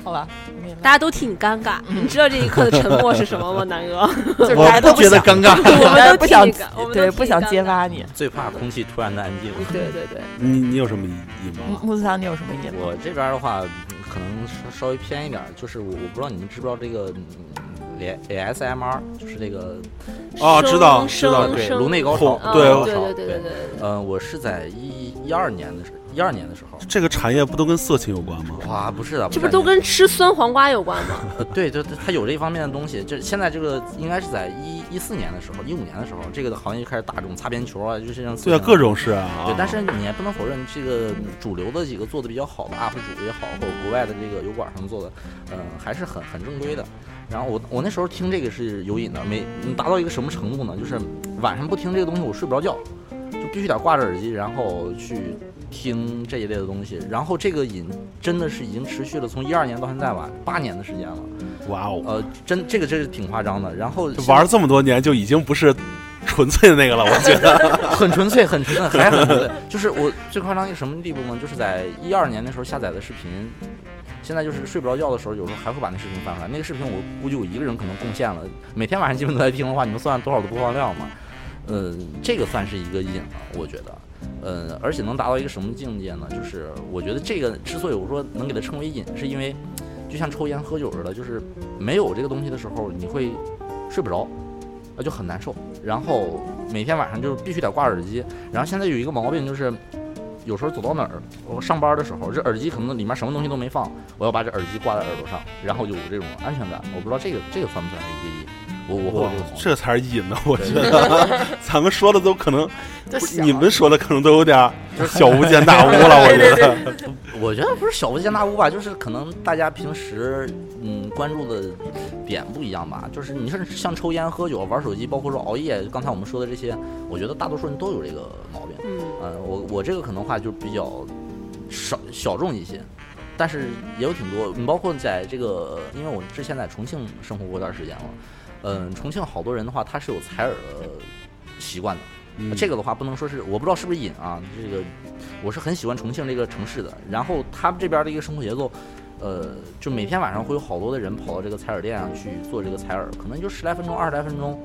Speaker 8: 好吧，
Speaker 1: 大家都替你尴尬，你知道这一刻的沉默是什么吗，南哥？
Speaker 8: 就是
Speaker 7: 我
Speaker 8: 大家都
Speaker 7: 不觉得
Speaker 8: 想
Speaker 7: 尴尬
Speaker 8: 我们都
Speaker 1: 不
Speaker 8: 不
Speaker 1: 想
Speaker 8: 想
Speaker 1: 我们都
Speaker 8: 对
Speaker 1: 替
Speaker 8: 不
Speaker 1: 你
Speaker 8: 想
Speaker 1: 尴
Speaker 8: 揭
Speaker 1: 尬
Speaker 8: 发你。
Speaker 9: 最怕空气突然的安静了。
Speaker 1: 对对对，
Speaker 2: 你你有什么瘾
Speaker 1: 嗯
Speaker 2: 吗？
Speaker 8: 木子桑，你有什么瘾吗？
Speaker 9: 我这边的话，嗯可能稍稍微偏一点儿，就是我我不知道你们知不知道这个嗯 A S M R，就是这个
Speaker 2: 哦，知道
Speaker 1: 生
Speaker 2: 知道，
Speaker 1: 生
Speaker 9: 对
Speaker 1: 生
Speaker 9: 颅内高潮
Speaker 2: 恐，
Speaker 1: 嗯
Speaker 2: 对
Speaker 9: 颅内
Speaker 1: 啊对
Speaker 9: 高
Speaker 1: 对
Speaker 9: 潮
Speaker 1: 对对对。对，
Speaker 9: 呃，我是在一一二年的时一二年的时候，
Speaker 2: 这个产业不都跟色情有关吗？
Speaker 9: 哇，不是的，
Speaker 1: 这
Speaker 9: 不
Speaker 1: 不
Speaker 9: 是
Speaker 1: 都
Speaker 9: 的
Speaker 1: 跟吃酸黄瓜有关吗？
Speaker 9: 对对对，它有这方面的东西。这现在这个应该是在一一四年的时候，一五年的时候，这个行业就开始打这种擦边球啊，就是像
Speaker 2: 对啊，各。种是啊。
Speaker 9: 对，但是你也不能否认，这个主流的几个做的比较好的 UP 主也好，或者国外的这个油管上做的，嗯、还是很很正规的。然后我我那时候听这个是有瘾的，每嗯达到一个什么程度呢？就是晚上不听这个东西我睡不着觉，就必须得挂着耳机，然后去听这一类的东西。然后这个瘾真的是已经持续了从一二年到现在吧，八年的时间了。
Speaker 2: 哇哦，
Speaker 9: 呃，真这个真是挺夸张的。然后
Speaker 2: 这玩儿这么多年就已经不是纯粹的那个了，我觉得。
Speaker 9: 很纯粹，很纯粹，还很纯粹。就是我最夸张一个什么地步呢？就是在一二年那时候下载的视频，现在就是睡不着觉的时候，有时候还会把那视频翻出来。那个视频我估计我一个人可能贡献了，每天晚上基本都在听的话，你们算多少的播放量嘛？呃，这个算是一个瘾了，我觉得。呃，而且能达到一个什么境界呢？就是我觉得这个之所以我说能给它称为瘾，是因为就像抽烟喝酒似的，就是没有这个东西的时候，你会睡不着，那就很难受。然后每天晚上就是必须得挂耳机。然后现在有一个毛病就是，有时候走到哪儿，我上班的时候，这耳机可能里面什么东西都没放，我要把这耳机挂在耳朵上，然后有这种安全感。我不知道这个这个算不算是一个瘾？我 我会有
Speaker 2: 哇
Speaker 9: 这个毛，病
Speaker 2: 这才是瘾呢，我觉得。 咱们说的都可能，
Speaker 8: 就
Speaker 2: 不是
Speaker 8: 想
Speaker 2: 你们说的可能都有点儿小巫见大巫了， 我觉得。
Speaker 9: 我觉得不是小巫见大巫吧，就是可能大家平时嗯关注的点不一样吧。就是你说像抽烟、喝酒、玩手机，包括说熬夜，刚才我们说的这些，我觉得大多数人都有这个毛病。
Speaker 1: 嗯，
Speaker 9: 嗯，我我这个可能话就比较少小众一些，但是也有挺多。你包括在这个，因为我之前在重庆生活过一段时间了，嗯，重庆好多人的话，他是有采耳的习惯的。
Speaker 2: 嗯
Speaker 9: 这个的话不能说是我不知道是不是瘾啊，这个我是很喜欢重庆这个城市的。然后他们这边的一个生活节奏，呃，就啊每天晚上会有好多的人跑到这个采耳店上去做这个采耳，可能就十来分钟、二十来分钟，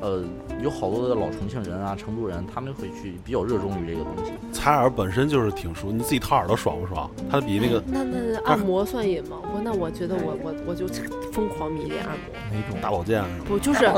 Speaker 9: 呃，有好多的老重庆人啊、成都人，他们会去比较热衷于这个东西。
Speaker 2: 采耳本身就是挺舒，你自己掏耳朵爽不爽？它比
Speaker 9: 嗯
Speaker 2: 那个
Speaker 1: 那那那按摩算瘾吗？我那我觉得我我我就疯狂迷恋按摩，
Speaker 7: 哪种？
Speaker 2: 大保健啊是吧
Speaker 1: 不就是啊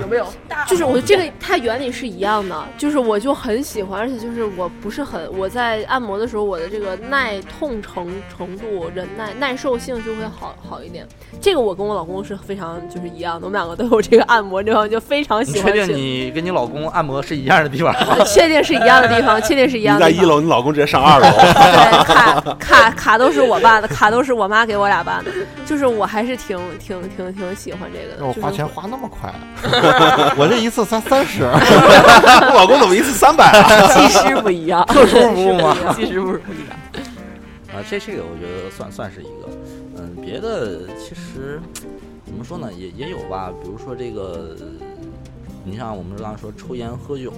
Speaker 8: 有没有？
Speaker 1: 就是我这个它原理是一样的，就是我就很喜欢，而且就是我不是很我在按摩的时候，我的这个耐痛程程度、忍耐耐受性就会好好一点。这个我跟我老公是非常就是一样的，我们两个都有这个按摩这方面就非常
Speaker 9: 你
Speaker 1: 喜
Speaker 9: 确
Speaker 1: 欢去。呃
Speaker 9: 定你跟你老公按摩是一样的地方 吗？
Speaker 1: 确定是一样的地方，确定是一
Speaker 2: 你
Speaker 1: 样的
Speaker 2: 在
Speaker 1: 地
Speaker 2: 一
Speaker 1: 方。
Speaker 2: 楼，你啊老公直接上 二楼。
Speaker 1: 对，卡卡卡都是我办的，卡都是我妈给我俩办的，就是我还是挺挺挺挺喜欢这个
Speaker 2: 哦
Speaker 1: 的。
Speaker 7: 让我
Speaker 1: 就是
Speaker 7: 花钱花那么快， 我这一次才三十，
Speaker 2: 我老公怎么一次三百啊？
Speaker 8: 技师不一样，
Speaker 9: 特殊服务吗？
Speaker 8: 技师不是不一样。
Speaker 9: 啊，这这个我觉得算算是一个，嗯，别的其实怎么说呢，也也有吧，比如说这个，你像我们刚刚说抽烟喝酒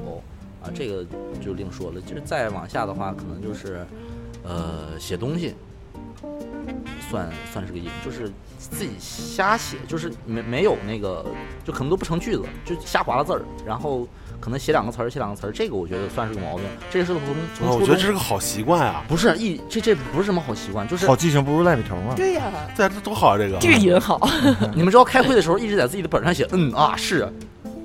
Speaker 9: 啊，这个就另说了，就是再往下的话，可能就是呃写东西，算算是个瘾，就是自己瞎写，就是没没有那个，就可能都不成句子，就瞎划拉字儿，然后可能写两个词儿，写两个词儿，这个我觉得算是个毛病，这是从从
Speaker 2: 啊我
Speaker 9: 初
Speaker 2: 觉得
Speaker 9: 中
Speaker 2: 这是个好习惯啊！
Speaker 9: 不是一这这不是什么好习惯，就是
Speaker 7: 好记性不如赖笔头嘛。
Speaker 8: 对呀、
Speaker 2: 对啊，这多好啊！这个
Speaker 8: 这个瘾好，
Speaker 9: 你们知道开会的时候一直在自己的本上写嗯啊是，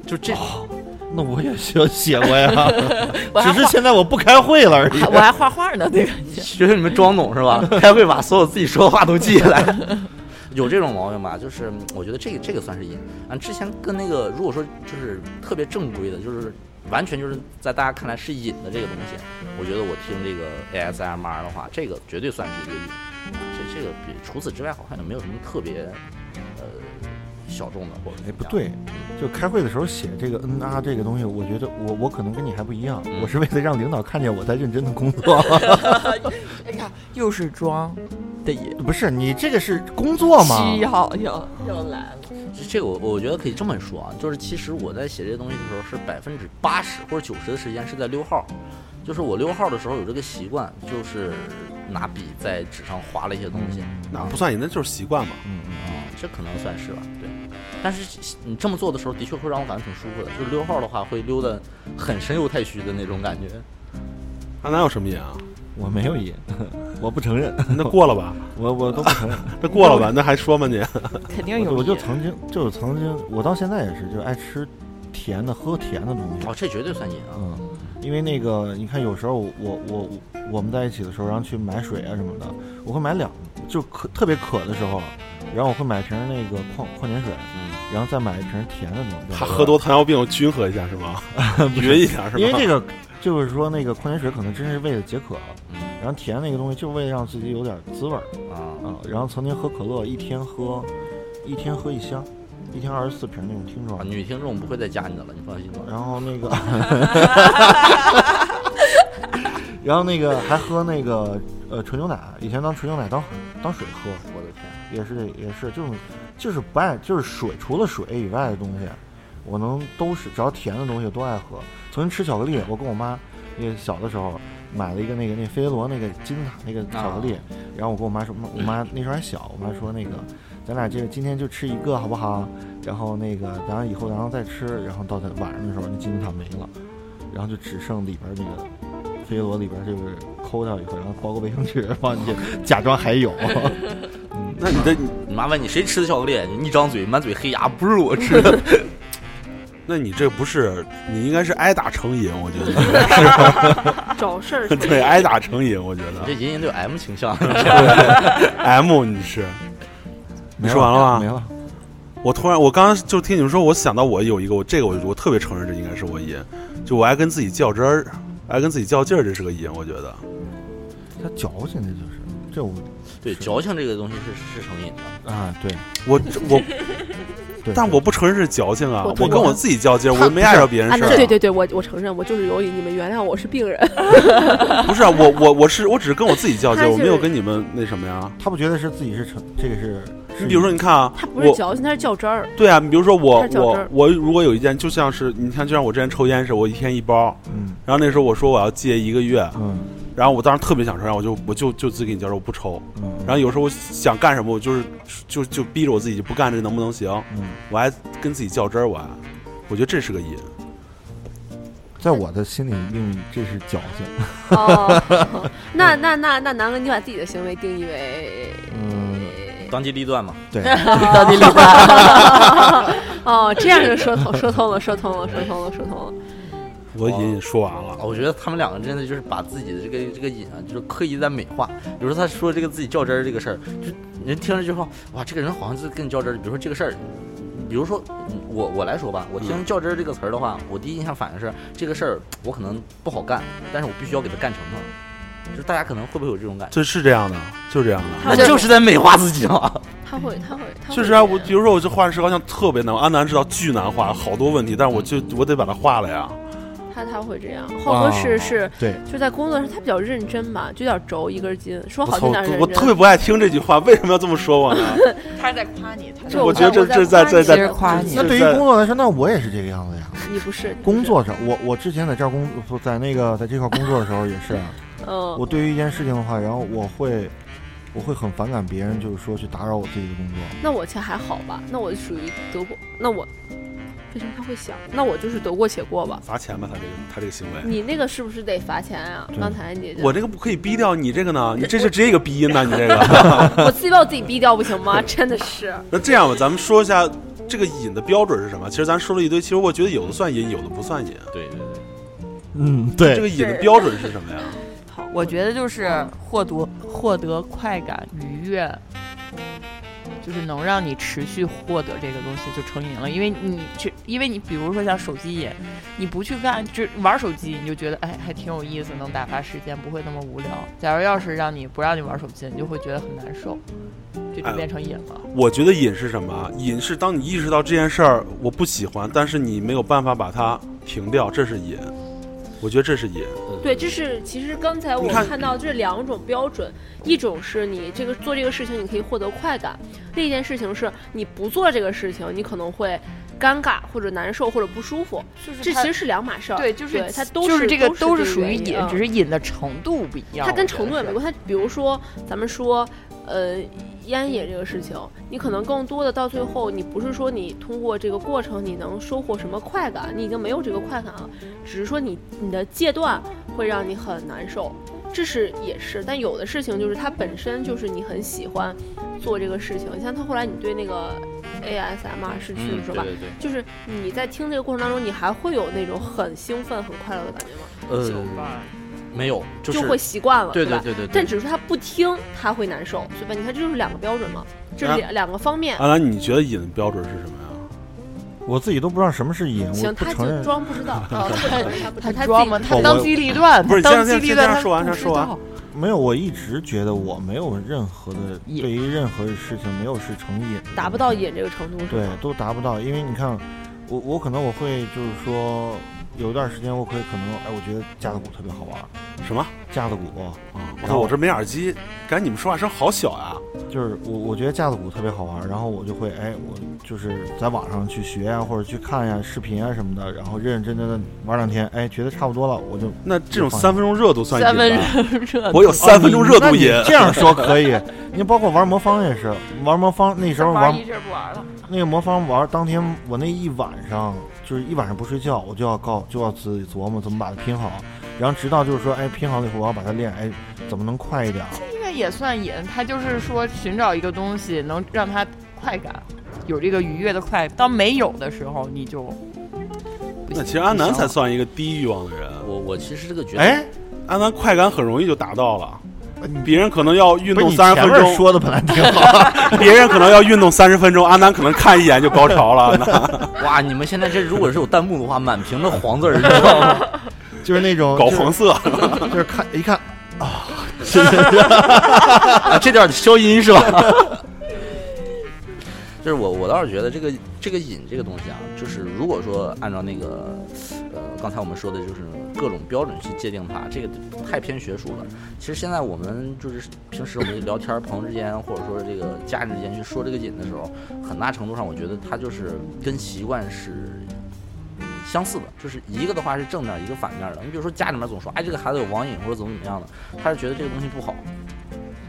Speaker 9: 就 这
Speaker 7: 哦那我也写写过呀，
Speaker 8: 我还
Speaker 7: 只是
Speaker 8: 画
Speaker 7: 现在我不开会了而已。
Speaker 8: 我还画画呢， 那个
Speaker 9: 学学你们装懂是吧？开会把所有自己说的话都记下来， 有这种毛病吧？就是嗯我觉得这个这个算是瘾。啊，之前跟那个如果说就是特别正规的，就是完全就是在大家看来是瘾的这个东西，我觉得我听这个 ASMR 的话，这个绝对算是一个瘾。啊这这个比除此之外好像也没有什么特别呃小众的或者
Speaker 7: 哎，不对，就开会的时候写这个 N R 这个东西，我觉得我我可能跟你还不一样，
Speaker 9: 嗯
Speaker 7: 我是为了让领导看见我在认真的工作。
Speaker 8: 哎呀，又是装的瘾，
Speaker 7: 不是你这个是工作嘛？嗯
Speaker 8: 需要又又来了。
Speaker 9: 这这个我我觉得可以这么说啊，就是其实我在写这些东西的时候是百分之八十或者九十的时间是在溜号，就是我溜号的时候有这个习惯，就是拿笔在纸上划了一些东西，
Speaker 2: 那啊不算瘾，那就是习惯嘛。
Speaker 7: 嗯嗯，
Speaker 9: 啊、这可能算是吧，对。但是你这么做的时候，的确会让我感觉挺舒服的，就是溜号的话会溜得很深又太虚的那种感觉。
Speaker 2: 那哪有什么瘾啊？
Speaker 7: 我没有瘾， 我不承认，
Speaker 2: 那过了吧，
Speaker 7: 我我都不承认。
Speaker 2: 那过了 吧，那还说吗你？
Speaker 8: 肯定
Speaker 7: 我
Speaker 8: 有
Speaker 7: 就我就
Speaker 8: 瘾
Speaker 7: 曾经就是曾经，我到现在也是，就爱吃甜的，喝甜的东西
Speaker 9: 哦，。这绝对算瘾啊！
Speaker 7: 嗯，因为那个你看，有时候我我我我们在一起的时候，然后去买水啊什么的，我会买两，就渴特别渴的时候，然后我会买一瓶那个矿矿泉水，
Speaker 9: 嗯，
Speaker 7: 然后再买一瓶甜的东西。
Speaker 2: 他喝多糖尿病均衡一下是 吗？匀一下是吗？
Speaker 7: 因为这个就是说那个矿泉水可能真是为了解渴，
Speaker 9: 嗯
Speaker 7: 然后甜那个东西就为了让自己有点滋味儿
Speaker 9: 啊，
Speaker 7: 啊。然后曾经喝可乐，一天喝一天喝一箱，一天二十四瓶那种听
Speaker 9: 啊
Speaker 7: 装。
Speaker 9: 女听众不会再加你的了，你放心吧。
Speaker 7: 然后那个， 然后那个还喝那个呃纯牛奶，以前当纯牛奶当当水喝，
Speaker 9: 我的天，
Speaker 7: 也是也是就是就是不爱就是水除了水以外的东西，我能都是只要甜的东西都爱喝。曾经吃巧克力，我跟我妈那个小的时候买了一个那个那飞罗那个金字塔那个巧克力，然后我跟我妈说，妈我妈那时候还小，我妈说那个咱俩这今天就吃一个好不好？然后那个咱俩以后然后再吃，然后到晚上的时候那金字塔没了，然后就只剩里边那个。飞罗里边就是抠掉以后，然后包个卫生纸 放进去，假装还有。
Speaker 2: 那你的
Speaker 9: 你妈问你谁吃的巧克力，你一张嘴满嘴黑牙，不是我吃的。
Speaker 2: 那你这不是你应该是挨打成瘾，我觉 得
Speaker 1: 找事 儿
Speaker 2: 对挨打成瘾，我觉
Speaker 9: 你
Speaker 2: 得
Speaker 9: 这隐隐都有 M 倾 向。
Speaker 2: M 你是你说完了吗
Speaker 7: 没了。
Speaker 2: 我突然我刚刚就听你们说，我想到我有一个我这个我我特别承认这应该是我瘾，就我爱跟自己较真儿，爱跟自己较劲儿，这是个瘾，我觉得
Speaker 7: 他矫情，这就是这我
Speaker 9: 对，矫情这个东西是是成瘾的。
Speaker 7: 啊，对
Speaker 2: 我我
Speaker 7: 对。
Speaker 2: 但我不承认是矫情啊，
Speaker 1: 我
Speaker 2: 我跟我自己较劲儿，我没碍着别人
Speaker 1: 啊，
Speaker 2: 事儿
Speaker 1: 那
Speaker 2: 啊，
Speaker 1: 对对对，我我承认我就是有瘾，你们原谅我是病人。
Speaker 2: 不是啊，我我我是我只是跟我自己较劲儿，
Speaker 1: 他是嗯
Speaker 2: 我没有跟你们那什么呀。
Speaker 7: 他不觉得是自己是成，这个是，
Speaker 2: 你比如说，你看啊，
Speaker 1: 他不是
Speaker 2: 我
Speaker 1: 矫情，他是较 真儿。
Speaker 2: 对啊，你比如说我
Speaker 1: 他是较真
Speaker 2: 我
Speaker 1: 儿
Speaker 2: 我如果有一件，就像是你看，就像我之前抽烟似的，我一天一包，
Speaker 7: 嗯
Speaker 2: 然后那时候我说我要戒一个月，
Speaker 7: 嗯
Speaker 2: 然后我当时特别想抽，然后我就我就就自己跟你较劲儿，我不抽。
Speaker 7: 嗯，
Speaker 2: 然后有时候我想干什么，我就是就就逼着我自己就不干，这能不能行？
Speaker 7: 嗯，
Speaker 2: 我还跟自己较真儿，我还我觉得这是个瘾。
Speaker 7: 在我的心里定义这是矫情。
Speaker 1: 哦，那那那那南哥，你把自己的行为定义 为
Speaker 7: 嗯，
Speaker 9: 当机立断嘛。
Speaker 7: 对，
Speaker 8: 到底里边
Speaker 1: 哦，这样就说通说通了，说通了，说通了，说通了。
Speaker 2: 我的瘾说完了，
Speaker 9: 我觉得他们两个真的就是把自己的这个这个瘾啊，就是刻意在美化。比如说他说这个自己较真儿这个事儿，就人听着就说哇，这个人好像是跟你较真儿。比如说这个事儿，比如说嗯我我来说吧，我听“较真儿”这个词儿的话，我第一印象反应是这个事儿我可能不好干，但是我必须要给他干成它。就是大家可能会不会有这种感觉？
Speaker 2: 这是这样的，就是这样的。
Speaker 1: 他
Speaker 9: 那
Speaker 1: 会
Speaker 9: 就是在美化自己嘛。
Speaker 1: 他会他会他会
Speaker 2: 确实啊，我比如说我这画石膏像特别难，安南知道巨难画，好多问题，但是我就我得把它画了呀。
Speaker 1: 哦他他会这样。浩哥
Speaker 2: 哦
Speaker 1: 是是
Speaker 7: 对，
Speaker 1: 就在工作上他比较认真吧，就有点轴一根筋，说
Speaker 2: 我
Speaker 1: 好
Speaker 2: 操，
Speaker 1: 听点
Speaker 2: 我
Speaker 1: 认
Speaker 2: 我
Speaker 1: 真。
Speaker 2: 特别不爱听这句话，为什么要这么说我呢？
Speaker 8: 他是在夸你，他
Speaker 1: 就
Speaker 2: 我觉得这
Speaker 1: 我
Speaker 2: 这在这
Speaker 8: 其
Speaker 1: 在
Speaker 8: 实
Speaker 2: 在
Speaker 8: 夸你
Speaker 7: 那
Speaker 2: 这。
Speaker 7: 对于
Speaker 2: 在
Speaker 7: 工作来说，那我也是这个样子呀。
Speaker 1: 你不是
Speaker 7: 工，作上，我我之前在这儿工不在那个在这块儿工作的时候也是啊，
Speaker 1: 你不是嗯，
Speaker 7: 我对于一件事情的话，然后我会我会很反感别人就是说去打扰我自己的工作。
Speaker 1: 那我却还好吧，那我属于得过，那我为什么他会想？那我就是得过且过吧。
Speaker 2: 罚钱吧，他这个他这个行为。
Speaker 1: 你那个是不是得罚钱啊？
Speaker 7: 对
Speaker 1: 刚才你
Speaker 2: 我这个不可以逼掉你这个呢，你 这是直接一个逼音呢，你这个。
Speaker 1: 我自己把我自己逼掉不行吗？真的是，
Speaker 2: 那这样吧，咱们说一下这个瘾的标准是什么？其实咱说了一堆，其实我觉得有的算瘾，有的不算瘾。
Speaker 9: 对对对，
Speaker 7: 嗯，
Speaker 2: 这
Speaker 7: 对，
Speaker 2: 个瘾的标准是什么呀？
Speaker 1: 好，
Speaker 8: 我觉得就是获得获得快感、愉悦，就是能让你持续获得这个东西就成瘾了。因为你去，因为你比如说像手机瘾，你不去干，只玩手机，你就觉得哎还挺有意思，能打发时间，不会那么无聊。假如要是让你不让你玩手机，你就会觉得很难受，这
Speaker 2: 哎
Speaker 8: 就变成瘾了。
Speaker 2: 我觉得瘾是什么？瘾是当你意识到这件事儿我不喜欢，但是你没有办法把它停掉，这是瘾。我觉得这是瘾。
Speaker 1: 对，这是其实刚才我
Speaker 2: 你看
Speaker 1: 看到这两种标准，一种是你这个做这个事情你可以获得快感，另一件事情是你不做这个事情你可能会尴尬或者难受或者不舒服，
Speaker 8: 就是
Speaker 1: 这
Speaker 8: 它
Speaker 1: 其实是两码事儿。
Speaker 8: 对，就是
Speaker 1: 它都
Speaker 8: 就是
Speaker 1: 是
Speaker 8: 这个
Speaker 1: 都
Speaker 8: 是
Speaker 1: 这
Speaker 8: 属于
Speaker 1: 原因
Speaker 8: 瘾，
Speaker 1: 嗯
Speaker 8: 只是瘾的程度不一样。
Speaker 1: 它跟
Speaker 8: 我觉
Speaker 1: 程度
Speaker 8: 得
Speaker 1: 也没
Speaker 8: 是
Speaker 1: 关系。它比如说，咱们说，呃，烟瘾这个事情，你可能更多的到最后，你不是说你通过这个过程你能收获什么快感，你已经没有这个快感了，只是说你你的戒断会让你很难受。这是也是，但有的事情就是它本身就是你很喜欢做这个事情，像他后来你对那个 ASMR 失去啊了是吧？
Speaker 9: 嗯对对。
Speaker 1: 就是你在听这个过程当中，你还会有那种很兴奋、很快乐的感觉吗？
Speaker 8: 酒
Speaker 9: 呃，
Speaker 8: 吧
Speaker 9: 没有，就
Speaker 1: 就是会习惯了，
Speaker 9: 对
Speaker 1: 吧
Speaker 9: 对？对对对
Speaker 1: 但。只是他不听，他会难受，对吧？你看，这就是两个标准嘛，这是
Speaker 2: 啊
Speaker 1: 两两个方 面。
Speaker 2: 安南，你觉得瘾的标准是什么呀？
Speaker 7: 我自己都不知道什么是瘾，我
Speaker 1: 行，
Speaker 7: 不
Speaker 1: 他
Speaker 7: 承
Speaker 1: 就
Speaker 7: 认。
Speaker 1: 装不 知道，他不懂他不
Speaker 8: 他
Speaker 1: 懂他
Speaker 8: 装嘛，
Speaker 1: 自己
Speaker 8: 他
Speaker 2: 我
Speaker 8: 当机立断，
Speaker 2: 不是
Speaker 8: 当
Speaker 2: 先
Speaker 8: 机
Speaker 2: 先
Speaker 8: 立
Speaker 2: 先
Speaker 8: 断。
Speaker 2: 让
Speaker 8: 他
Speaker 2: 说完
Speaker 8: 不
Speaker 2: 先
Speaker 8: 知
Speaker 2: 说完啊
Speaker 8: 道
Speaker 7: 没有，我一直觉得我没有任何的
Speaker 8: 瘾
Speaker 7: 对于任何的事情没有是成瘾的，
Speaker 1: 达不到，瘾这个程度，是
Speaker 7: 对
Speaker 1: 吗？，
Speaker 7: 都达不到。因为你看，我我可能我会就是说，有一段时间我会可能哎，我觉得架子鼓特别好玩，
Speaker 2: 什么？
Speaker 7: 架子鼓
Speaker 2: 啊！我
Speaker 7: 然
Speaker 2: 操，
Speaker 7: 后
Speaker 2: 我这没耳机，感觉你们说话声好小啊！
Speaker 7: 就是我我觉得架子鼓特别好玩，然后我就会哎，我就是在网上去学呀、或者去看呀、视频啊什么的，然后认认真真的玩两天，哎，觉得差不多了，我就
Speaker 2: 那这种三分钟热度算
Speaker 8: 三
Speaker 2: 瘾
Speaker 8: 分
Speaker 2: 吧？
Speaker 8: 热
Speaker 2: 我有哦三分钟热
Speaker 7: 那
Speaker 2: 度
Speaker 7: 啊你
Speaker 2: 瘾。
Speaker 7: 这样说可以。你包括玩魔方也是，玩魔方那时候玩
Speaker 8: 阵不玩了，
Speaker 7: 那个魔方玩当天，我那一晚上就是一晚上不睡觉，我就要告就要自己琢磨怎么把它拼好，然后直到就是说，哎，拼好了以后我要把它练，哎，怎么能快一点儿？
Speaker 8: 应该也算瘾。他就是说寻找一个东西能让他快感，有这个愉悦的快感。当没有的时候，你就
Speaker 2: 那其实安南才算一个低欲望的 人，
Speaker 9: 我我其实这个觉得，
Speaker 7: 哎，
Speaker 2: 安南快感很容易就达到了。
Speaker 7: 你
Speaker 2: 别人可能要运
Speaker 7: 不是
Speaker 2: 动
Speaker 7: 你
Speaker 2: 三
Speaker 7: 前
Speaker 2: 十分钟，
Speaker 7: 面说的本来挺 好，
Speaker 2: 别人可能要运动三十分钟，安南可能看一眼就高潮 了。那
Speaker 9: 哇，你们现在这如果是有弹幕的话，满屏的黄 字儿，你知道吗？
Speaker 7: 就是那种
Speaker 2: 搞黄色，
Speaker 7: 就是就是看一看
Speaker 9: 啊，这点儿消音 是吧？就是我，我倒是觉得这个这个瘾这个东西啊，就是如果说按照那个，呃，刚才我们说的就是各种标准去界定它，这个太偏学术了。其实现在我们就是平时我们聊天儿，朋友之间或者说这个家人之间去说这个瘾的时候，很大程度上我觉得它就是跟习惯是相似的，就是一个的话是正面儿，一个反面儿的。你比如说家里面总说，哎，这个孩子有网瘾或者怎么怎么样的，他是觉得这个东西不好。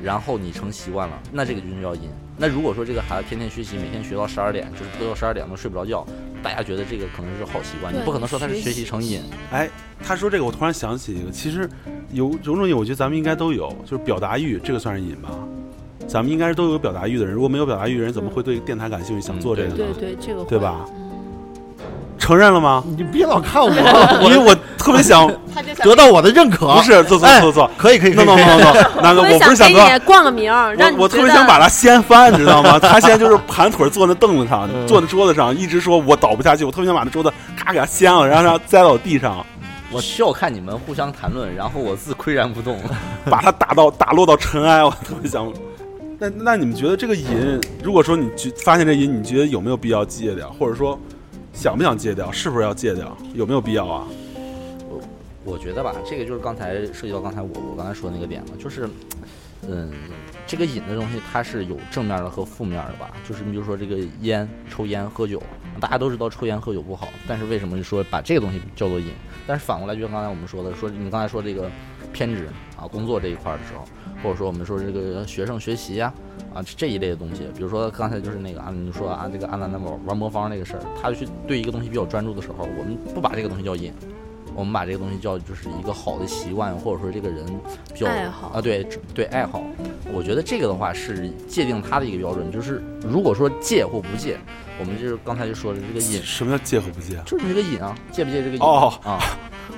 Speaker 9: 然后你成习惯了，那这个就是叫瘾。那如果说这个孩子天天学习，每天学到十二点，就是不到十二点都睡不着觉，大家觉得这个可能是好习惯，你
Speaker 1: 对
Speaker 9: 不可能说他是
Speaker 1: 学
Speaker 9: 学
Speaker 1: 习
Speaker 9: 习成瘾。
Speaker 2: 哎，他说这个，我突然想起一个，其实有种种瘾，我觉得咱们应该都有，就是表达欲，这个算是瘾吧？咱们应该是都有表达欲的人，如果没有表达欲的人，怎么会对电台感兴趣，想做这个呢？
Speaker 1: 嗯对嗯对，这个会
Speaker 2: 对？吧？承认了吗？
Speaker 7: 你别老 看我，
Speaker 2: 因为我特别 想，
Speaker 8: 他就想
Speaker 7: 得到我的认可。
Speaker 2: 不，是，坐坐
Speaker 7: 哎
Speaker 2: 坐坐
Speaker 7: 可以可以可
Speaker 2: ，no
Speaker 7: 以
Speaker 2: no
Speaker 7: 可以。
Speaker 2: no no，那个
Speaker 1: 我
Speaker 2: 我不是想得
Speaker 1: 想给
Speaker 2: 到，
Speaker 1: 你冠个名儿，让你
Speaker 2: 我我
Speaker 1: 觉
Speaker 2: 特别
Speaker 1: 得
Speaker 2: 想把他掀翻，你知 道吗？他现在就是盘腿坐那凳子上，
Speaker 7: 嗯
Speaker 2: 坐那桌子上，一直说我倒不下去，我特别想把那桌子咔给他掀了，然后让他栽到我地上，
Speaker 9: 我笑看你们互相谈论，然后我自岿然不动。
Speaker 2: 把他打到打落到尘埃，我特别想。那那你们觉得这个瘾，如果说你觉发现这瘾，你觉得有没有必要戒掉，或者说想不想戒掉，是不是要戒掉，有没有必要啊？
Speaker 9: 我觉得吧，这个就是刚才涉及到刚才我我刚才说的那个点了，就是，嗯，这个瘾的东西它是有正面的和负面的吧？就是你比如说这个烟、抽烟、喝酒，大家都知道抽烟喝酒不好，但是为什么说把这个东西叫做瘾？但是反过来，就像刚才我们说的，说你刚才说这个偏执啊，工作这一块儿的时候，或者说我们说这个学生学习呀、啊，这这一类的东西，比如说刚才就是那个啊，你说啊，这个安南那玩玩魔方那个事儿，他去对一个东西比较专注的时候，我们不把这个东西叫瘾，我们把这个东西叫就是一个好的习惯，或者说这个人比较
Speaker 1: 爱好
Speaker 9: 啊，对对爱好。我觉得这个的话是界定他的一个标准，就是如果说戒或不戒，我们就是刚才就说的这个瘾，
Speaker 2: 什么叫戒和不戒？
Speaker 9: 就是你这个瘾啊，戒不戒这个瘾
Speaker 2: 哦
Speaker 9: 啊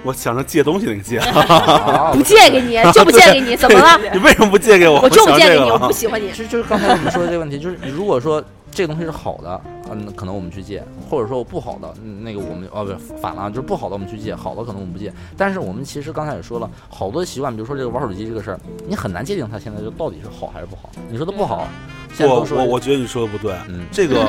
Speaker 2: 我想着戒东西那个 戒，
Speaker 9: 啊，
Speaker 3: 不借给 你，就不借给你，怎么了？
Speaker 2: 你为什么不戒给 我？
Speaker 3: 我就不
Speaker 2: 想
Speaker 3: 借
Speaker 2: 这
Speaker 3: 给
Speaker 2: 个
Speaker 3: 你，
Speaker 2: 了
Speaker 3: 我不喜欢你。
Speaker 9: 其实就是刚才我们说的这个问题，就是如果说这个东西是好的，嗯，可能我们去戒；或者说不好的，嗯那个我们哦不反了啊，就是不好的我们去戒，好的可能我们不戒。但是我们其实刚才也说了，好多习惯，比如说这个玩手机这个事儿，你很难界定它现在就到底是好还是不好。你说它不好，现在
Speaker 2: 我
Speaker 9: 都说
Speaker 2: 我我觉得你说的不对，
Speaker 9: 嗯，
Speaker 2: 这个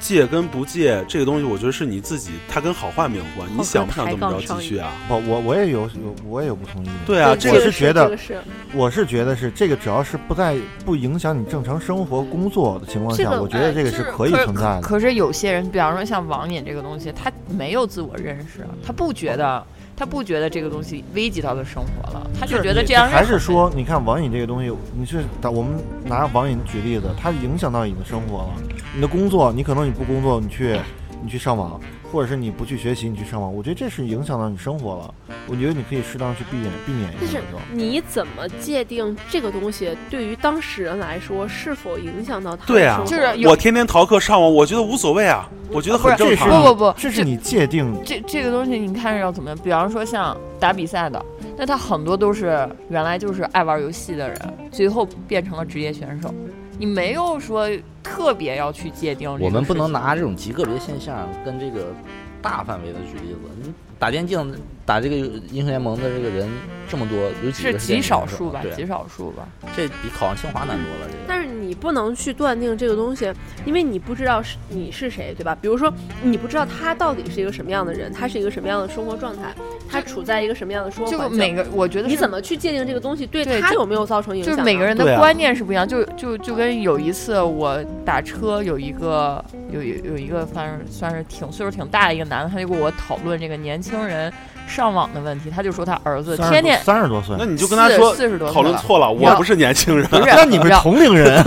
Speaker 2: 戒跟不戒这个东西，我觉得是你自己，它跟好坏没有关，你想不想这么着继续啊？
Speaker 7: 不，我我也有有我也有不同意的。
Speaker 2: 对 啊，这
Speaker 7: 我
Speaker 2: 个
Speaker 7: 是觉
Speaker 1: 这
Speaker 7: 得
Speaker 1: 个，是
Speaker 7: 我是觉得是这个，只要是不在不影响你正常生活工作的情况
Speaker 1: 这
Speaker 7: 下，
Speaker 1: 个
Speaker 7: 我觉得
Speaker 8: 哎
Speaker 7: 这个
Speaker 8: 就是
Speaker 7: 可以
Speaker 8: 可
Speaker 7: 存在的。
Speaker 8: 可是有些人，比方说像网瘾这个东西，他没有自我认识，啊他不觉得，他不觉得这个东西危及到他生活了，他就觉得这样
Speaker 7: 还
Speaker 8: 很
Speaker 7: 是说，你看网瘾这个东西，你是打我们拿网瘾举例子，它影响到你的生活了，你的工作，你可能你不工作，你去你去上网，或者是你不去学习，你去上网，我觉得这是影响到你生活了。我觉得你可以适当去避免避免一
Speaker 1: 但
Speaker 7: 下
Speaker 1: 是
Speaker 7: 这种。
Speaker 1: 你怎么界定这个东西对于当事人来说是否影响到他的
Speaker 2: 对啊
Speaker 1: 生活
Speaker 8: 就是有
Speaker 2: 我天天逃课上网，我觉得无所谓啊，我觉得很正
Speaker 7: 这是
Speaker 2: 常
Speaker 8: 不
Speaker 2: 啊。
Speaker 8: 不不，
Speaker 7: 这是你界定
Speaker 8: 这这个东西你看着要怎么样？比方说像打比赛的，那他很多都是原来就是爱玩游戏的人，最后变成了职业选手。你没有说特别要去界哦定这个
Speaker 9: 我们不能
Speaker 8: 事情
Speaker 9: 拿这种极个别现象跟这个大范围的举例子。你打电竞打这个英雄联盟的这个人这么多，有几
Speaker 8: 是
Speaker 9: 个是
Speaker 8: 极
Speaker 9: 电竞
Speaker 8: 少
Speaker 9: 选手
Speaker 8: 数吧，
Speaker 9: 对啊
Speaker 8: 极少数吧。
Speaker 9: 这比考上清华难多了。这个
Speaker 1: 但是你不能去断定这个东西，因为你不知道是你是谁，对吧？比如说，你不知道他到底是一个什么样的人，他是一个什么样的生活状态，他处在一个什么样的生活
Speaker 8: 这个
Speaker 1: 环境。
Speaker 8: 每个我觉得
Speaker 1: 你
Speaker 8: 是
Speaker 1: 怎么去界定这个东西对
Speaker 8: 对
Speaker 1: 他
Speaker 8: 就
Speaker 1: 有没有造成影
Speaker 8: 就
Speaker 1: 响
Speaker 8: 是
Speaker 1: 呢？
Speaker 8: 每个人
Speaker 2: 对
Speaker 8: 的
Speaker 2: 啊
Speaker 8: 观念是不一样，就就就跟有一次我打车，有一个有有有一个反正算是挺岁数挺大的一个男的，他就跟我讨论这个年轻人上网的问题，他就说他儿子
Speaker 7: 三十
Speaker 8: 天
Speaker 7: 多
Speaker 8: 天
Speaker 7: 三十多岁
Speaker 2: 那，你就跟他
Speaker 8: 四
Speaker 2: 说
Speaker 8: 四十多岁
Speaker 2: 讨论
Speaker 8: 了
Speaker 2: 错了，
Speaker 8: 然
Speaker 2: 我
Speaker 8: 后
Speaker 2: 不是年轻 人，
Speaker 8: 不是，
Speaker 7: 那你们
Speaker 8: 然
Speaker 7: 同龄人，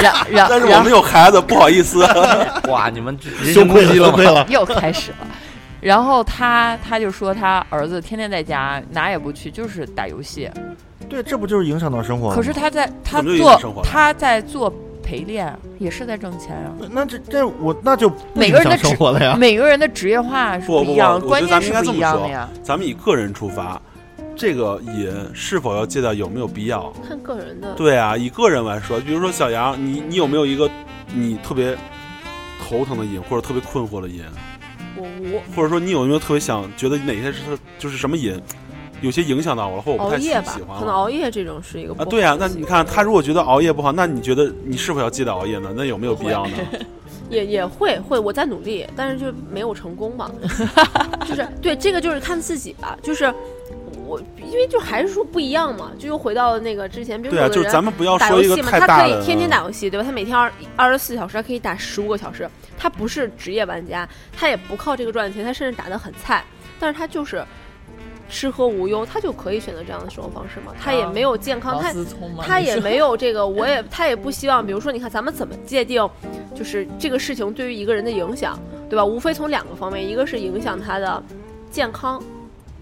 Speaker 8: 然然
Speaker 2: 但是我
Speaker 8: 然
Speaker 2: 们有孩子，不好意 思。
Speaker 9: 哇，你们这人
Speaker 7: 羞
Speaker 9: 身攻
Speaker 7: 愧了，
Speaker 9: 击
Speaker 7: 羞
Speaker 9: 了吗
Speaker 7: 愧？了。
Speaker 8: 又开始了。然后他他就说他儿子天天在家哪也不去，就是打游戏。
Speaker 7: 对，这不就是影响到生
Speaker 2: 哦
Speaker 7: 活了吗？
Speaker 8: 可是他在他
Speaker 2: 怎么就影响
Speaker 8: 做
Speaker 2: 生活了
Speaker 8: 他在做陪练，也是在挣钱啊。
Speaker 7: 那那这这我那就不
Speaker 8: 每个人的
Speaker 7: 影响生活了呀。
Speaker 8: 每个人的职业化是
Speaker 2: 不不
Speaker 8: 一
Speaker 2: 不
Speaker 8: 样，
Speaker 2: 我觉得
Speaker 8: 观
Speaker 2: 咱
Speaker 8: 念
Speaker 2: 们
Speaker 8: 是
Speaker 2: 应该这
Speaker 8: 不
Speaker 2: 么
Speaker 8: 一样
Speaker 2: 说
Speaker 8: 的呀。
Speaker 2: 咱们以个人出发，这个瘾是否要戒掉，有没有必要？
Speaker 1: 看个人的
Speaker 2: 对啊，以个人来说，比如说小杨，你你有没有一个你特别头疼的瘾，或者特别困惑的瘾？
Speaker 1: 我无
Speaker 2: 或者说你有没有特别想觉得哪些是就是什么瘾，有些影响到我了，或者我不
Speaker 1: 熬
Speaker 2: 太喜
Speaker 1: 夜吧
Speaker 2: 喜，
Speaker 8: 啊
Speaker 2: 欢
Speaker 1: 可
Speaker 2: 了
Speaker 1: 能熬夜这种是一个不
Speaker 2: 啊？
Speaker 1: 好
Speaker 2: 对啊，
Speaker 1: 的
Speaker 2: 那
Speaker 1: 习
Speaker 2: 你
Speaker 1: 惯
Speaker 2: 看他如果觉得熬夜不好，那你觉得你是否要戒掉熬夜呢？那有没有必 要呢？
Speaker 1: 也也会会，我在努力，但是就没有成功 嘛。就是对这个就是看自己吧，就是我因为就还是说不一样嘛，就又回到那个之前，比如
Speaker 2: 对
Speaker 1: 说
Speaker 2: 啊，
Speaker 1: 有的
Speaker 2: 就是
Speaker 1: 人
Speaker 2: 咱们不要
Speaker 1: 打
Speaker 2: 说
Speaker 1: 游
Speaker 2: 一个
Speaker 1: 戏嘛，
Speaker 2: 太
Speaker 1: 他
Speaker 2: 大
Speaker 1: 可
Speaker 2: 的嗯
Speaker 1: 以天天打游戏，对吧？他每天二二十四小时，他可以打十五个小时，他不是职业玩家，他也不靠这个赚钱，他甚至打得很菜，但是他就是吃喝无忧，他就可以选择这样的生活方式嘛。他也没有健康，
Speaker 8: 劳
Speaker 1: 他
Speaker 8: 资聪吗？
Speaker 1: 他
Speaker 8: 你
Speaker 1: 也
Speaker 8: 说
Speaker 1: 没有这个，我也他也不希望，比如说，你看咱们怎么界定，就是这个事情对于一个人的影响，对吧？无非从两个方面，一个是影响他的健康，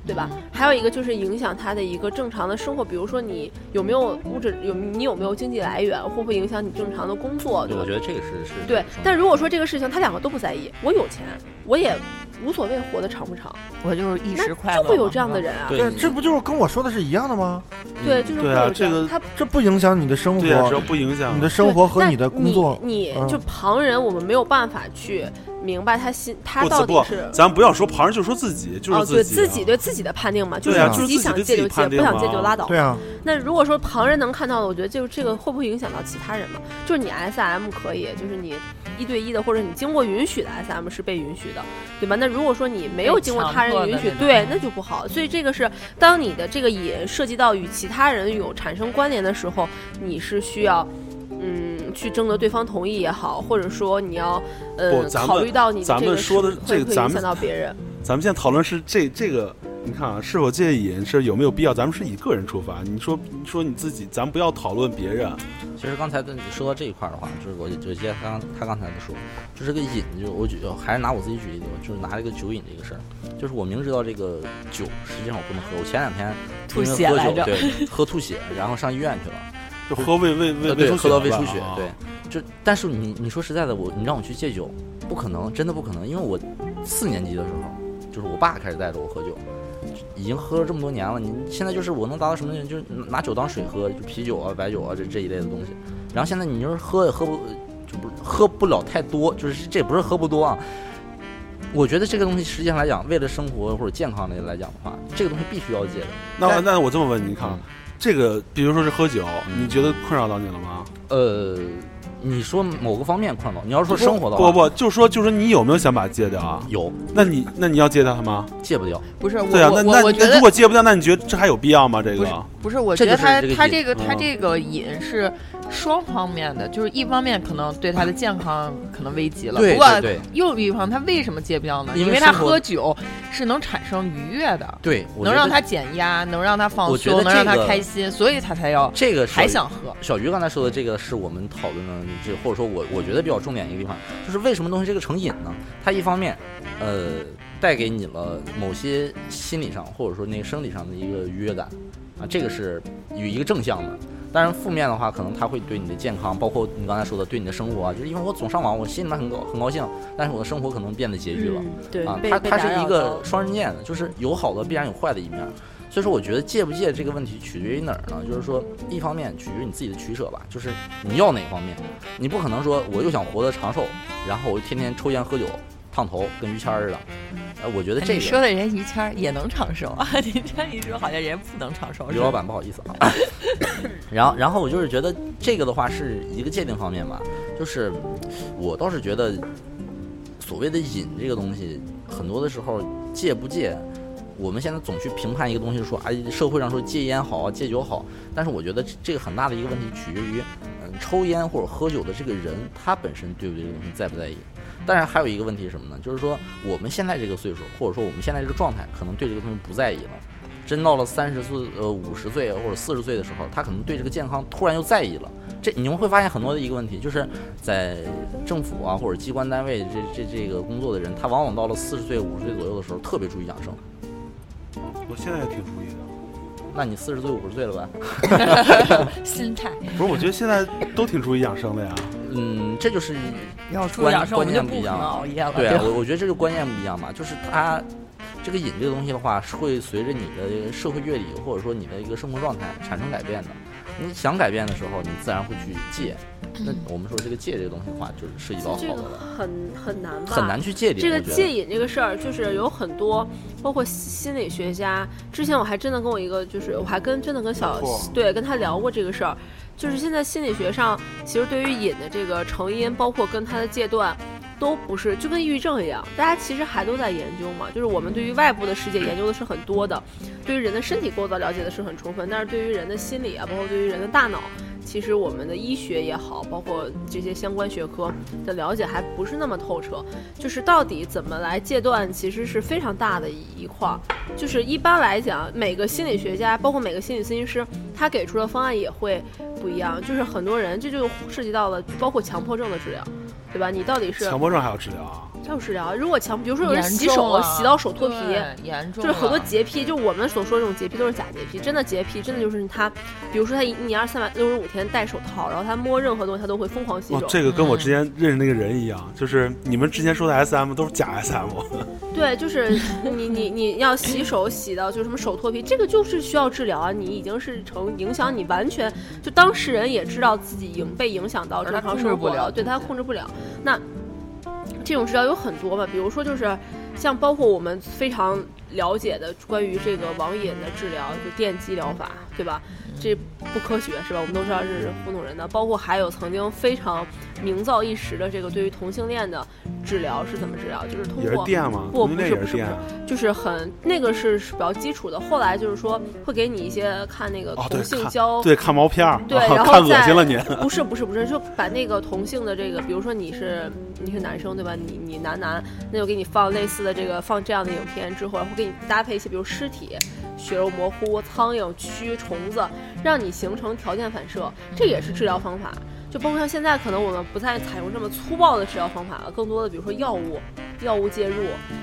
Speaker 1: 对吧？还有一个就是影响他的一个正常的生活，比如说你有没有物质，有你有没有经济来源，会不会影响你正常的工作，对
Speaker 9: 对，
Speaker 1: 吧
Speaker 9: 我觉得这个是是
Speaker 1: 对，但如果说这个事情他两个都不在意，我有钱，我也无所谓活得长不长，
Speaker 8: 我就是一
Speaker 1: 那
Speaker 8: 时快
Speaker 1: 就
Speaker 8: 乐嘛，
Speaker 1: 会有这样的人啊。
Speaker 9: 对
Speaker 7: 对，这不就是跟我说的是一样的吗？
Speaker 1: 对，就是会
Speaker 2: 对啊
Speaker 1: 有这样
Speaker 2: 这个
Speaker 1: 他
Speaker 7: 这不影响你的生
Speaker 2: 对啊呀，只要
Speaker 7: 活，
Speaker 2: 不影响
Speaker 1: 嗯
Speaker 7: 你的生活和
Speaker 1: 但
Speaker 7: 你的工作。
Speaker 1: 你
Speaker 7: 嗯
Speaker 1: 你就旁人，我们没有办法去明白他心，他
Speaker 2: 不
Speaker 1: 到
Speaker 2: 不
Speaker 1: 底
Speaker 2: 不
Speaker 1: 是，
Speaker 2: 咱不要说旁人，就说自己，就
Speaker 1: 哦，
Speaker 2: 是
Speaker 1: 对
Speaker 2: 自
Speaker 1: 自
Speaker 2: 己
Speaker 1: 己
Speaker 2: 啊，
Speaker 1: 对自己的判定嘛，就
Speaker 2: 对啊
Speaker 1: 是
Speaker 2: 就是
Speaker 1: 自己
Speaker 2: 自己
Speaker 1: 想
Speaker 2: 跟
Speaker 1: 戒
Speaker 2: 自己
Speaker 1: 就戒，
Speaker 2: 判
Speaker 1: 不
Speaker 2: 定
Speaker 1: 想戒
Speaker 2: 嘛
Speaker 1: 就拉倒。
Speaker 7: 对啊，
Speaker 1: 那如果说旁人能看到的，我觉得就是这个会不会影响到其他人嘛？就是你 S M 可以，就是你一对一的，或者你经过允许的 S M 是被允许的，对吧？那如果说你没有经过他人允许
Speaker 8: 被强迫的那，种
Speaker 1: 对，那就不好。
Speaker 9: 嗯
Speaker 1: 所以这个是当你的这个也涉及到与其他人有产生关联的时候，你是需要。嗯，去征得对方同意也好，或者说你要，呃
Speaker 2: 不，咱们
Speaker 1: 考虑到你
Speaker 2: 咱们
Speaker 1: 这个
Speaker 2: 说的
Speaker 1: 是
Speaker 2: 这
Speaker 1: 会
Speaker 2: 个
Speaker 1: 不会
Speaker 2: 咱
Speaker 1: 影
Speaker 2: 们
Speaker 1: 响到别人，
Speaker 2: 咱们现在讨论是这这个，你看啊，是否戒瘾是有没有必要？咱们是以个人出发，你说你说你自己，咱不要讨论别人。
Speaker 9: 其实刚才的你说到这一块儿的话，就是我就接他刚他刚才的说，就这个瘾，就我举还是拿我自己举例子吧，就是拿这个酒瘾这个事儿，就是我明知道这个酒实际上我不能喝，我前两天
Speaker 8: 吐
Speaker 9: 因为
Speaker 8: 血
Speaker 9: 喝
Speaker 8: 来
Speaker 9: 酒，
Speaker 8: 着
Speaker 9: 对，喝吐血，然后上医院去了。
Speaker 2: 就喝胃胃胃
Speaker 9: 呃对
Speaker 2: 出血
Speaker 9: 喝到胃
Speaker 2: 了
Speaker 9: 出
Speaker 2: 吧
Speaker 9: 血
Speaker 2: 啊，
Speaker 9: 对，就但是你你说实在的，我你让我去戒酒，不可能，真的不可能，因为我四年级的时候，就是我爸开始带着我喝酒，已经喝了这么多年了，你现在就是我能达到什么呢？就是拿酒当水喝，就啤酒啊、白酒啊这这一类的东西，然后现在你就是喝也喝不就不喝不了太多，就是这也不是喝不多啊。我觉得这个东西实际上来讲，为了生活或者健康的来讲的话，这个东西必须要戒的。
Speaker 2: 那
Speaker 9: 但
Speaker 2: 那我这么问你，你看啊，这个比如说是喝酒，
Speaker 9: 嗯
Speaker 2: 你觉得困扰到你了吗？
Speaker 9: 呃，你说某个方面困扰，你要说生活的话，
Speaker 2: 不
Speaker 9: 嗯
Speaker 2: 不，就说就说你有没有想把它戒掉啊？
Speaker 9: 有
Speaker 2: 那你那你要戒掉它吗？
Speaker 9: 戒不掉。
Speaker 8: 嗯不是我
Speaker 2: 对啊，那
Speaker 8: 我
Speaker 2: 那
Speaker 8: 我我觉
Speaker 2: 那
Speaker 8: 得
Speaker 2: 如果戒不掉，那你觉得这还有必要吗？这
Speaker 8: 不是
Speaker 2: 个
Speaker 8: 不是，我
Speaker 9: 这
Speaker 8: 觉得
Speaker 9: 就是
Speaker 8: 他
Speaker 9: 这
Speaker 8: 他这个
Speaker 9: 个瘾
Speaker 8: 他
Speaker 2: 嗯
Speaker 8: 这个瘾是双方面的，就是一方面可能对他的健康可能危及了，
Speaker 9: 对
Speaker 8: 不过
Speaker 9: 对对
Speaker 8: 又一方他为什么戒不掉呢？
Speaker 9: 因
Speaker 8: 因
Speaker 9: 为
Speaker 8: 为他
Speaker 9: 生活
Speaker 8: 喝酒是能产生愉悦的，
Speaker 9: 对，我
Speaker 8: 能
Speaker 9: 觉
Speaker 8: 让
Speaker 9: 得
Speaker 8: 他减压，能让他放
Speaker 9: 我觉得
Speaker 8: 松，能让
Speaker 9: 这
Speaker 8: 他
Speaker 9: 个
Speaker 8: 开心，所以他才要
Speaker 9: 这个
Speaker 8: 还
Speaker 9: 小
Speaker 8: 想喝。
Speaker 9: 小鱼刚才说的这个是我们讨论的这，或者说我我觉得比较重点一个地方，就是为什么东西这个成瘾呢？它一方面，呃，带给你了某些心理上或者说那个生理上的一个愉悦感，啊，这个是有一个正向的。当然，负面的话，可能它会对你的健康，包括你刚才说的对你的生活啊，就是因为我总上网，我心里面很高很高兴，但是我的生活可能变得拮据了。
Speaker 1: 嗯，对
Speaker 9: 啊，
Speaker 1: 被
Speaker 9: 它
Speaker 1: 被
Speaker 9: 它是
Speaker 1: 打扰
Speaker 9: 一个
Speaker 1: 到
Speaker 9: 双刃剑的，就是有好的必然有坏的一面儿。所以说，我觉得戒不戒这个问题取决于哪儿呢？就是说，一方面取决于你自己的取舍吧，就是你要哪方面，你不可能说我又想活得长寿，然后我就天天抽烟喝酒、烫头，跟于谦儿似的。呃，我觉得这
Speaker 8: 哎你说
Speaker 9: 个
Speaker 8: 的人于谦儿也能长寿啊， 你这样一说好像人不能长寿。
Speaker 9: 刘
Speaker 8: 是
Speaker 9: 老
Speaker 8: 吧
Speaker 9: 板不好意思啊。然后，然后我就是觉得这个的话是一个界定方面吧，就是我倒是觉得所谓的瘾这个东西，很多的时候戒不戒，我们现在总去评判一个东西说，哎，社会上说戒烟好啊，戒酒好，但是我觉得这这个很大的一个问题取决于，嗯，抽烟或者喝酒的这个人他本身对不对这个东西在不在意。当然还有一个问题是什么呢？就是说我们现在这个岁数，或者说我们现在这个状态，可能对这个东西不在意了。真到了三十岁、呃五十岁或者四十岁的时候，他可能对这个健康突然又在意了。这你们会发现很多的一个问题，就是在政府啊或者机关单位这这这个工作的人，他往往到了四十岁、五十岁左右的时候特别注意养生。
Speaker 2: 我现在也挺注意的。
Speaker 9: 那你四十岁、五十岁了呗？
Speaker 8: 心态
Speaker 2: 不是，我觉得现在都挺注意养生的呀。
Speaker 9: 嗯，这就是
Speaker 8: 要注意
Speaker 9: 观
Speaker 8: 养生，我
Speaker 9: 观
Speaker 8: 们就
Speaker 9: 念不
Speaker 8: 不
Speaker 9: 一
Speaker 8: 可能
Speaker 9: 样。
Speaker 8: 熬夜了。
Speaker 9: 对
Speaker 8: 吧
Speaker 9: 啊，我我觉得这个观念不一样吧，就是它这个瘾这个东西的话，是会随着你的社会阅历或者说你的一个生活状态产生改变的。你想改变的时候，你自然会去戒。那我们说这个戒这个东西的话，就是涉及到
Speaker 1: 这
Speaker 9: 哦好
Speaker 1: 个
Speaker 9: 的了，
Speaker 1: 很很难吧？
Speaker 9: 很难去戒
Speaker 1: 这个
Speaker 9: 我觉得
Speaker 1: 戒瘾这个事儿，就是有很多，包括心理学家。之前我还真的跟我一个，就是我还跟真的跟小
Speaker 6: 没错
Speaker 1: 对跟他聊过这个事儿，就是现在心理学上，其实对于瘾的这个成因，包括跟它的戒断。都不是，就跟抑郁症一样，大家其实还都在研究嘛。就是我们对于外部的世界研究的是很多的，对于人的身体构造了解的是很充分，但是对于人的心理啊，包括对于人的大脑，其实我们的医学也好，包括这些相关学科的了解还不是那么透彻。就是到底怎么来戒断，其实是非常大的一块儿。就是一般来讲，每个心理学家，包括每个心理咨询师，他给出的方案也会不一样。就是很多人这就涉及到了，包括强迫症的治疗，对吧？你到底是
Speaker 2: 强迫症还要治疗啊？
Speaker 1: 还有治疗？如果强，比如说有人
Speaker 8: 严
Speaker 1: 洗
Speaker 8: 重
Speaker 1: 手
Speaker 8: 了
Speaker 1: 洗到手脱皮，
Speaker 8: 对严重啊
Speaker 1: 就是很多
Speaker 8: 了
Speaker 1: 洁癖，就我们所说的这种洁癖都是假洁癖，真的洁癖真的就是他，比如说他一一年二三百六十五天戴手套，然后他摸任何东西他都会疯狂吸
Speaker 2: 哦
Speaker 1: 收，，
Speaker 2: 这个跟我之前认识那个人一样，就是你们之前说的 SM 都是假 SM，
Speaker 1: 对，就是你你你要洗手洗到就是什么手脱皮，这个就是需要治疗啊，你已经是成影响你完全，就当事人也知道自己影被影响到
Speaker 8: 而
Speaker 1: 正
Speaker 8: 他
Speaker 1: 常
Speaker 8: 控制
Speaker 1: 生
Speaker 8: 不
Speaker 1: 活
Speaker 8: 了
Speaker 1: 对
Speaker 8: 自
Speaker 1: 他
Speaker 8: 己
Speaker 1: 控制不了。那这种治疗有很多嘛，比如说就是像包括我们非常了解的关于这个网瘾的治疗，就电击疗法，对吧？这不科学是吧？我们都知道这是糊弄人的。包括还有曾经非常名噪一时的这个对于同性恋的治疗是怎么治疗？就是通
Speaker 2: 也是
Speaker 1: 过
Speaker 2: 电吗？
Speaker 1: 不
Speaker 2: 那
Speaker 1: 不
Speaker 2: 也
Speaker 1: 是不是
Speaker 2: 电
Speaker 1: 不就是很那个是是比较基础的。后来就是说会给你一些看那个
Speaker 2: 哦，
Speaker 1: 同
Speaker 2: 对，
Speaker 1: 性
Speaker 2: 看
Speaker 1: 交，
Speaker 2: 对看毛片儿，啊
Speaker 1: 对然后
Speaker 2: 看恶
Speaker 1: 再
Speaker 2: 心了你。
Speaker 1: 不是不是不是，就把那个同性的这个，比如说你是你是男生对吧？你你男男，那就给你放类似的这个放这样的影片之后，然后给你搭配一些比如尸体、血肉模糊、苍蝇、蛆、虫子，让你形成条件反射，这也是治疗方法。就包括像现在，可能我们不再采用这么粗暴的治疗方法了，更多的比如说药物、药物介入，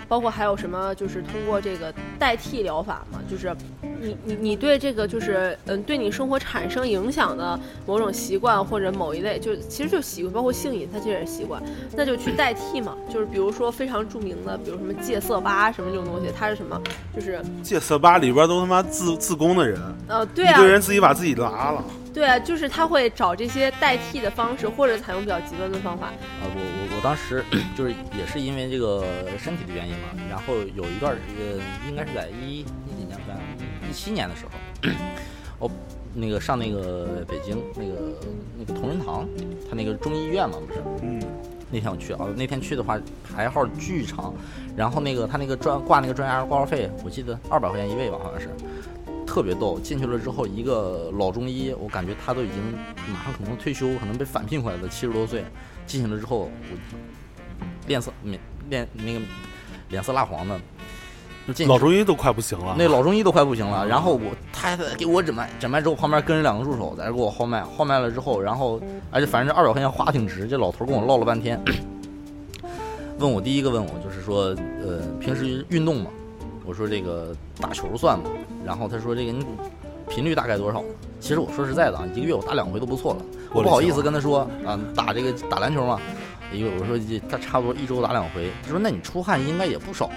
Speaker 1: 包括还有什么就是通过这个代替疗法嘛，就是你你你对这个就是嗯对你生活产生影响的某种习惯或者某一类，就其实就习惯，包括性瘾，它其实也是习惯，那就去代替嘛，就是比如说非常著名的，比如什么戒色吧啊什么这种东西，它是什么？就是
Speaker 2: 戒色吧里边都他妈自自宫的人，
Speaker 1: 呃对
Speaker 2: 一
Speaker 1: 啊，
Speaker 2: 堆人自己把自己拉了。
Speaker 1: 对啊，就是他会找这些代替的方式，或者采用比较极端的方法。
Speaker 9: 啊，我我我当时 就是也是因为这个身体的原因嘛，然后有一段儿呃，应该是在一一几年，反正一七年的时候， 我那个上那个北京那个那个同仁堂，他那个中医院嘛，不是
Speaker 2: 嗯，
Speaker 9: 那天我去啊，那天去的话排号巨长，然后那个他那个专挂那个专家挂号费，我记得二百块钱一位吧，好像是。特别逗，进去了之后，一个老中医，我感觉他都已经马上可能退休，可能被返聘回来了，七十多岁。进去了之后，我脸色面脸那个脸色蜡黄的，就进去
Speaker 2: 老中医都快不行了。
Speaker 9: 那老中医都快不行了，然后我他还给我诊脉，诊脉之后旁边跟着两个助手在这给我号脉，号脉了之后，然后而且反正这二百块钱花挺值，这老头跟我唠了半天， 问我第一个问我就是说，呃，平时运动吗？我说这个打球算吗？然后他说这个你频率大概多少？其实我说实在的啊，一个月我打两回都不错了，我
Speaker 2: 我的
Speaker 9: 不好意
Speaker 2: 天
Speaker 9: 思跟他说啊，打这个打篮球嘛。一个我说这他差不多一周打两回，他说那你出汗应该也不少，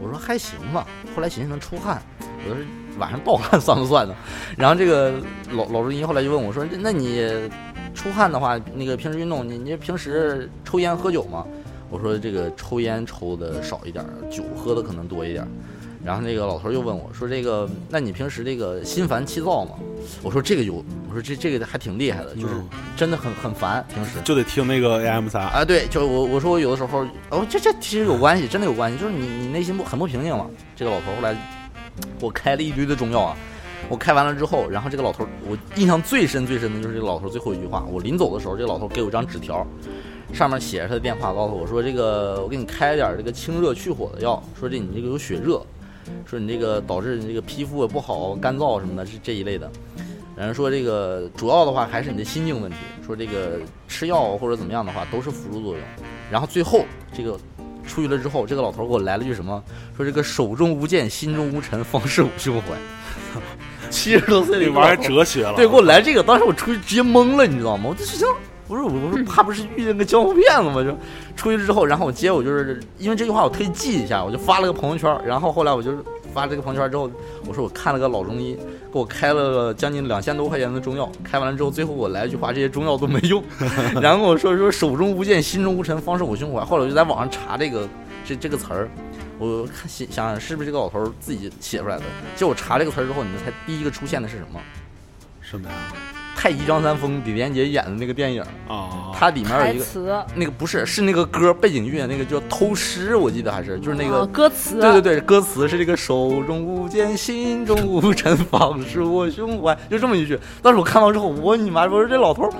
Speaker 9: 我说还行吧。后来寻思能出汗，我说晚上暴汗 算不算呢？然后这个老老中医后来就问我说，那你出汗的话，那个平时运动，你你平时抽烟喝酒吗？我说这个抽烟抽的少一点儿，酒喝的可能多一点儿。然后那个老头儿又问我说：“这个，那你平时这个心烦气躁吗？”我说：“这个有，我说这这个还挺厉害的，就是
Speaker 2: 嗯
Speaker 9: 真的很很烦，平时。”
Speaker 2: 就得听那个 AM 三。
Speaker 9: 啊，对，就是我我说我有的时候，哦，这这其实有关系，真的有关系，就是你你内心不很不平静嘛。这个老头儿后来我开了一堆的中药啊，我开完了之后，然后这个老头儿，我印象最深最深的就是这个老头儿最后一句话，我临走的时候，这个老头儿给我一张纸条，上面写着他的电话，告诉我说这个我给你开点儿这个清热去火的药，说这你这个有血热，说你这个导致你这个皮肤也不好、干燥什么的，是这一类的。然后说这个主要的话还是你的心境问题，说这个吃药或者怎么样的话都是辅助作用。然后最后这个出去了之后，这个老头给我来了句什么？说这个手中无剑，心中无尘，方世武胸怀。 七十多岁
Speaker 2: 这
Speaker 9: 的一
Speaker 2: 里
Speaker 9: 个
Speaker 2: 边
Speaker 9: 老
Speaker 2: 还
Speaker 9: 头
Speaker 2: 哲学了。
Speaker 9: 对，给我来这个，当时我出去直接懵了，你知道吗？我这事情，我说我说怕不是遇见个江湖骗子吗？就出去之后，然后我接我就是因为这句话我特意记一下，我就发了个朋友圈儿。然后后来我就是发这个朋友圈儿之后，我说我看了个老中医，给我开了将近两千多块钱的中药，开完了之后，最后我来一句话，这些中药都没用。然后我说说手中无剑，心中无尘，方是我胸怀。后来我就在网上查这个这这个词儿。我看想想是不是这个老头儿自己写出来的？结果查这个词儿之后，你们猜第一个出现的是什么？
Speaker 2: 什么呀？
Speaker 9: 太极张三丰李连杰演的那个电影，
Speaker 2: 啊，
Speaker 9: 它里面有
Speaker 1: 台
Speaker 9: 一个
Speaker 1: 词，
Speaker 9: 那个不是是那个歌背景乐，那个叫偷师，我记得还是就是那个
Speaker 1: 啊歌词，
Speaker 9: 对对对，歌词是这个手中无剑，心中无尘，仿是我胸怀，就这么一句。当时我看到之后，我你妈！我说这老头儿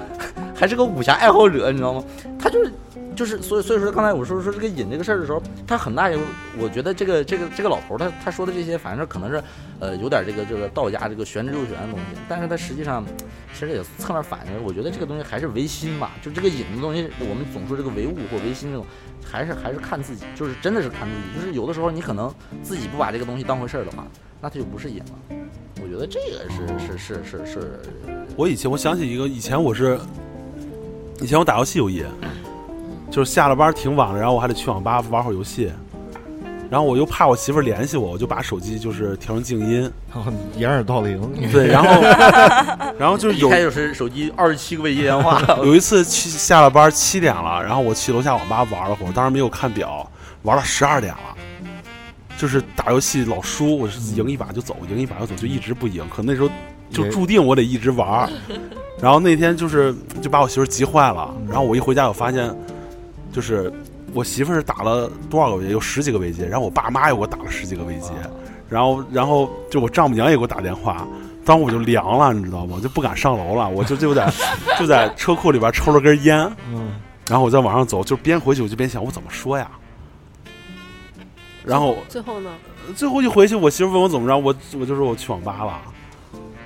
Speaker 9: 还是个武侠爱好者，你知道吗？他就是就是，所以所以说刚才我说说这个瘾这个事儿的时候，他很大一部，我觉得这个这个这个老头儿他他说的这些，反正可能是呃有点这个这个道家这个玄之又玄的东西，但是他实际上其实也侧面反映，我觉得这个东西还是唯心嘛，就这个瘾的东西，我们总说这个唯物或唯心这种。还是还是看自己，就是真的是看自己，就是有的时候你可能自己不把这个东西当回事儿的话，那它就不是瘾了。我觉得这个是是是是是，
Speaker 2: 我以前我想起一个，以前我是，以前我打游戏有瘾，就是下了班挺晚了，然后我还得去网吧玩会儿游戏，然后我又怕我媳妇儿联系我，我就把手机就是调成静音，
Speaker 7: 然后 掩耳盗铃，
Speaker 2: 对，然后然后就是
Speaker 9: 一
Speaker 2: 有
Speaker 9: 开就是手机二十七个未接电话，
Speaker 2: 有一次去下了班七点了，然后我去楼下网吧玩了会儿，当时没有看表，玩到十二点了。就是打游戏老输，我是赢一把就走，赢一把就走，就一直不赢。可那时候就
Speaker 7: 也
Speaker 2: 注定我得一直玩儿。然后那天就是就把我媳妇儿急坏了，然后我一回家我发现，就是我媳妇儿是打了多少个围接，有十几个围接，然后我爸妈又给我打了十几个围接，然后然后就我丈母娘也给我打电话。当时我就凉了，你知道吗？我就不敢上楼了，我就就在就在车库里边抽了根烟，
Speaker 7: 嗯，
Speaker 2: 然后我在往上走，就边回去我就边想我怎么说呀。然后
Speaker 1: 最后呢，
Speaker 2: 最后一回去，我媳妇问我怎么着，我我就说我去网吧了，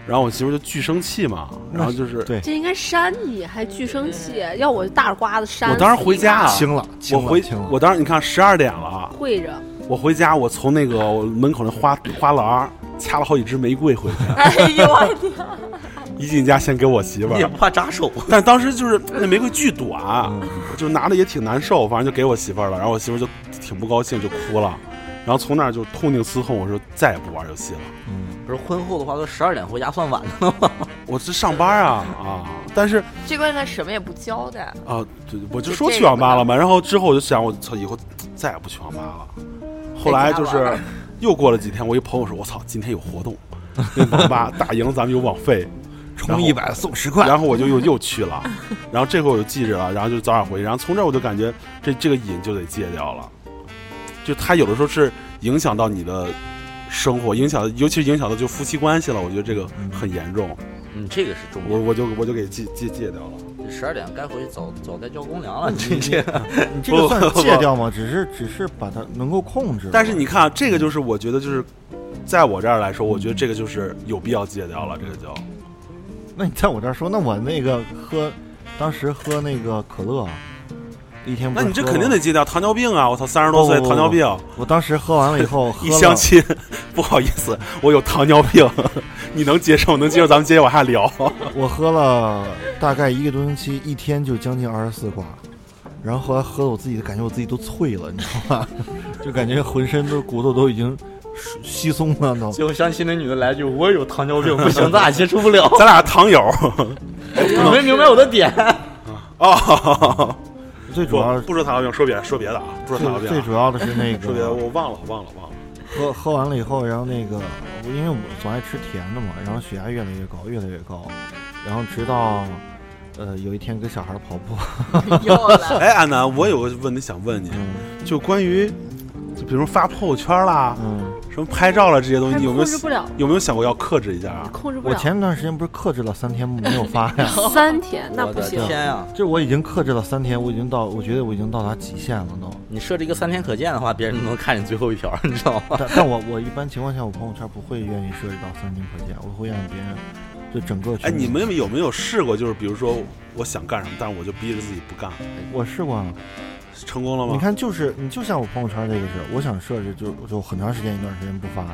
Speaker 2: 然后我媳妇就巨生气嘛，然后就是
Speaker 7: 对，
Speaker 1: 这应该删你，还巨生气，要我大耳刮子扇死
Speaker 2: 我
Speaker 1: 你。
Speaker 2: 当时回家啊，
Speaker 7: 清了，
Speaker 2: 我
Speaker 7: 清了，
Speaker 2: 回
Speaker 7: 清了，
Speaker 2: 我当时你看十二点了，
Speaker 1: 跪着，
Speaker 2: 我回家我从那个我门口那花花篮儿掐了好几支玫瑰回去，
Speaker 3: 哎呦我天，
Speaker 2: 一进家先给我媳妇
Speaker 9: 你也
Speaker 2: 儿，
Speaker 9: 不怕 扎手。
Speaker 2: 但当时就是那玫瑰巨短，
Speaker 7: 嗯
Speaker 2: 就拿的也挺难受，反正就给我媳妇儿了，然后我媳妇儿就挺不高兴，就哭了。然后从那儿就痛定思痛，我说再也不玩游戏了。
Speaker 7: 嗯，
Speaker 9: 不是婚后的话，都十二点回家算晚了。
Speaker 2: 我是上班啊啊！但是
Speaker 8: 这关键他什么也不交代，
Speaker 2: 啊，对，我就
Speaker 8: 就
Speaker 2: 说
Speaker 8: 这
Speaker 2: 去
Speaker 8: 个
Speaker 2: 网吧
Speaker 8: 吧
Speaker 2: 了嘛。然后之后我就想，我操，以后再也不去网吧了。后来就
Speaker 8: 在家
Speaker 2: 是又过了几天，我一朋友说，我操，今天有活动，那网吧打赢咱们有网费，然
Speaker 7: 充
Speaker 2: 后
Speaker 7: 一百送十块，
Speaker 2: 然后我就又又去了，然后这回我就记着了，然后就早点回去，然后从这儿我就感觉这这个瘾就得戒掉了，就它有的时候是影响到你的生活，影响尤其是影响到就夫妻关系了，我觉得这个很严重，
Speaker 9: 嗯，这个是重
Speaker 2: 我我就我就给戒戒戒掉了。
Speaker 9: 要。十二点该回去早早该交公粮了。这
Speaker 7: 你
Speaker 9: 这
Speaker 7: 你这个算是
Speaker 2: 不
Speaker 7: 戒掉吗？只是只是把它能够控制，
Speaker 2: 但是你看啊，这个就是我觉得就是。在我这儿来说，我觉得这个就是有必要戒掉了，这个就
Speaker 7: 那你在我这儿说，那我那个喝，当时喝那个可乐，啊一天不
Speaker 2: 那
Speaker 7: 是
Speaker 2: 你这
Speaker 7: 喝
Speaker 2: 肯定
Speaker 7: 了
Speaker 2: 得戒掉糖尿病啊！我操，三十多岁
Speaker 7: 不不不
Speaker 2: 糖尿病，
Speaker 7: 我当时喝完了 以后，喝
Speaker 2: 一
Speaker 7: 了
Speaker 2: 相亲，不好意思，我有糖尿病， 你能接受？能接受？咱们接着往下聊。
Speaker 7: 我喝了大概一个多星期，一天就将近二十四挂，然后后来喝的我自己感觉我自己都脆了，你知道吗？就感觉浑身都骨头都已经稀稀松了，你知道 吗？
Speaker 9: 结果相亲那女的来一句：“我也有糖尿病，不 行，咱俩接触不了。
Speaker 2: 咱俩糖友
Speaker 9: 你没明白我的点。
Speaker 2: 哦，
Speaker 7: 最 主要
Speaker 2: 不说糖尿病，说别的，说别的啊，不说糖尿
Speaker 7: 最
Speaker 2: 病啊，
Speaker 7: 最主要的是那
Speaker 2: 说别的，
Speaker 7: 个
Speaker 2: 我忘了，我忘了，忘了。
Speaker 7: 喝喝完了以后，然后那个我因为我总爱吃甜的嘛，然后血压越来越高，越来越高，然后直到呃有一天跟小孩跑步，
Speaker 8: 又来。
Speaker 2: 哎，安南，我有个问题想问你，
Speaker 7: 嗯
Speaker 2: 就关于，就比如发朋友圈啦，
Speaker 7: 嗯，
Speaker 2: 什么拍照了这些东西，
Speaker 1: 但
Speaker 2: 你
Speaker 1: 是
Speaker 2: 有没
Speaker 1: 控
Speaker 2: 有
Speaker 1: 制不了，
Speaker 2: 有没有想过要克制一下啊？
Speaker 1: 控制不
Speaker 7: 我
Speaker 1: 了。
Speaker 7: 前段时间不是克制了三天没有发呀。
Speaker 1: 三天那
Speaker 9: 我
Speaker 1: 不
Speaker 9: 的
Speaker 1: 行，
Speaker 9: 天啊呀！
Speaker 7: 就我已经克制了三天，我已经到，我觉得我已经到达极限了 都。
Speaker 9: 你设置一个三天可见的话，别人都能看见最后一条，你知道吗？
Speaker 7: 但但我我一般情况下，我朋友圈不会愿意设置到三天可见，我会让别人就整个去。
Speaker 2: 哎，你们有没有试过？就是比如说，我想干什么，但是我就逼着自己不干，
Speaker 7: 我试过啊，
Speaker 2: 成功了吗？
Speaker 7: 你看就是你就像我朋友圈这个事，我想设置就就很长时间一段时间不发，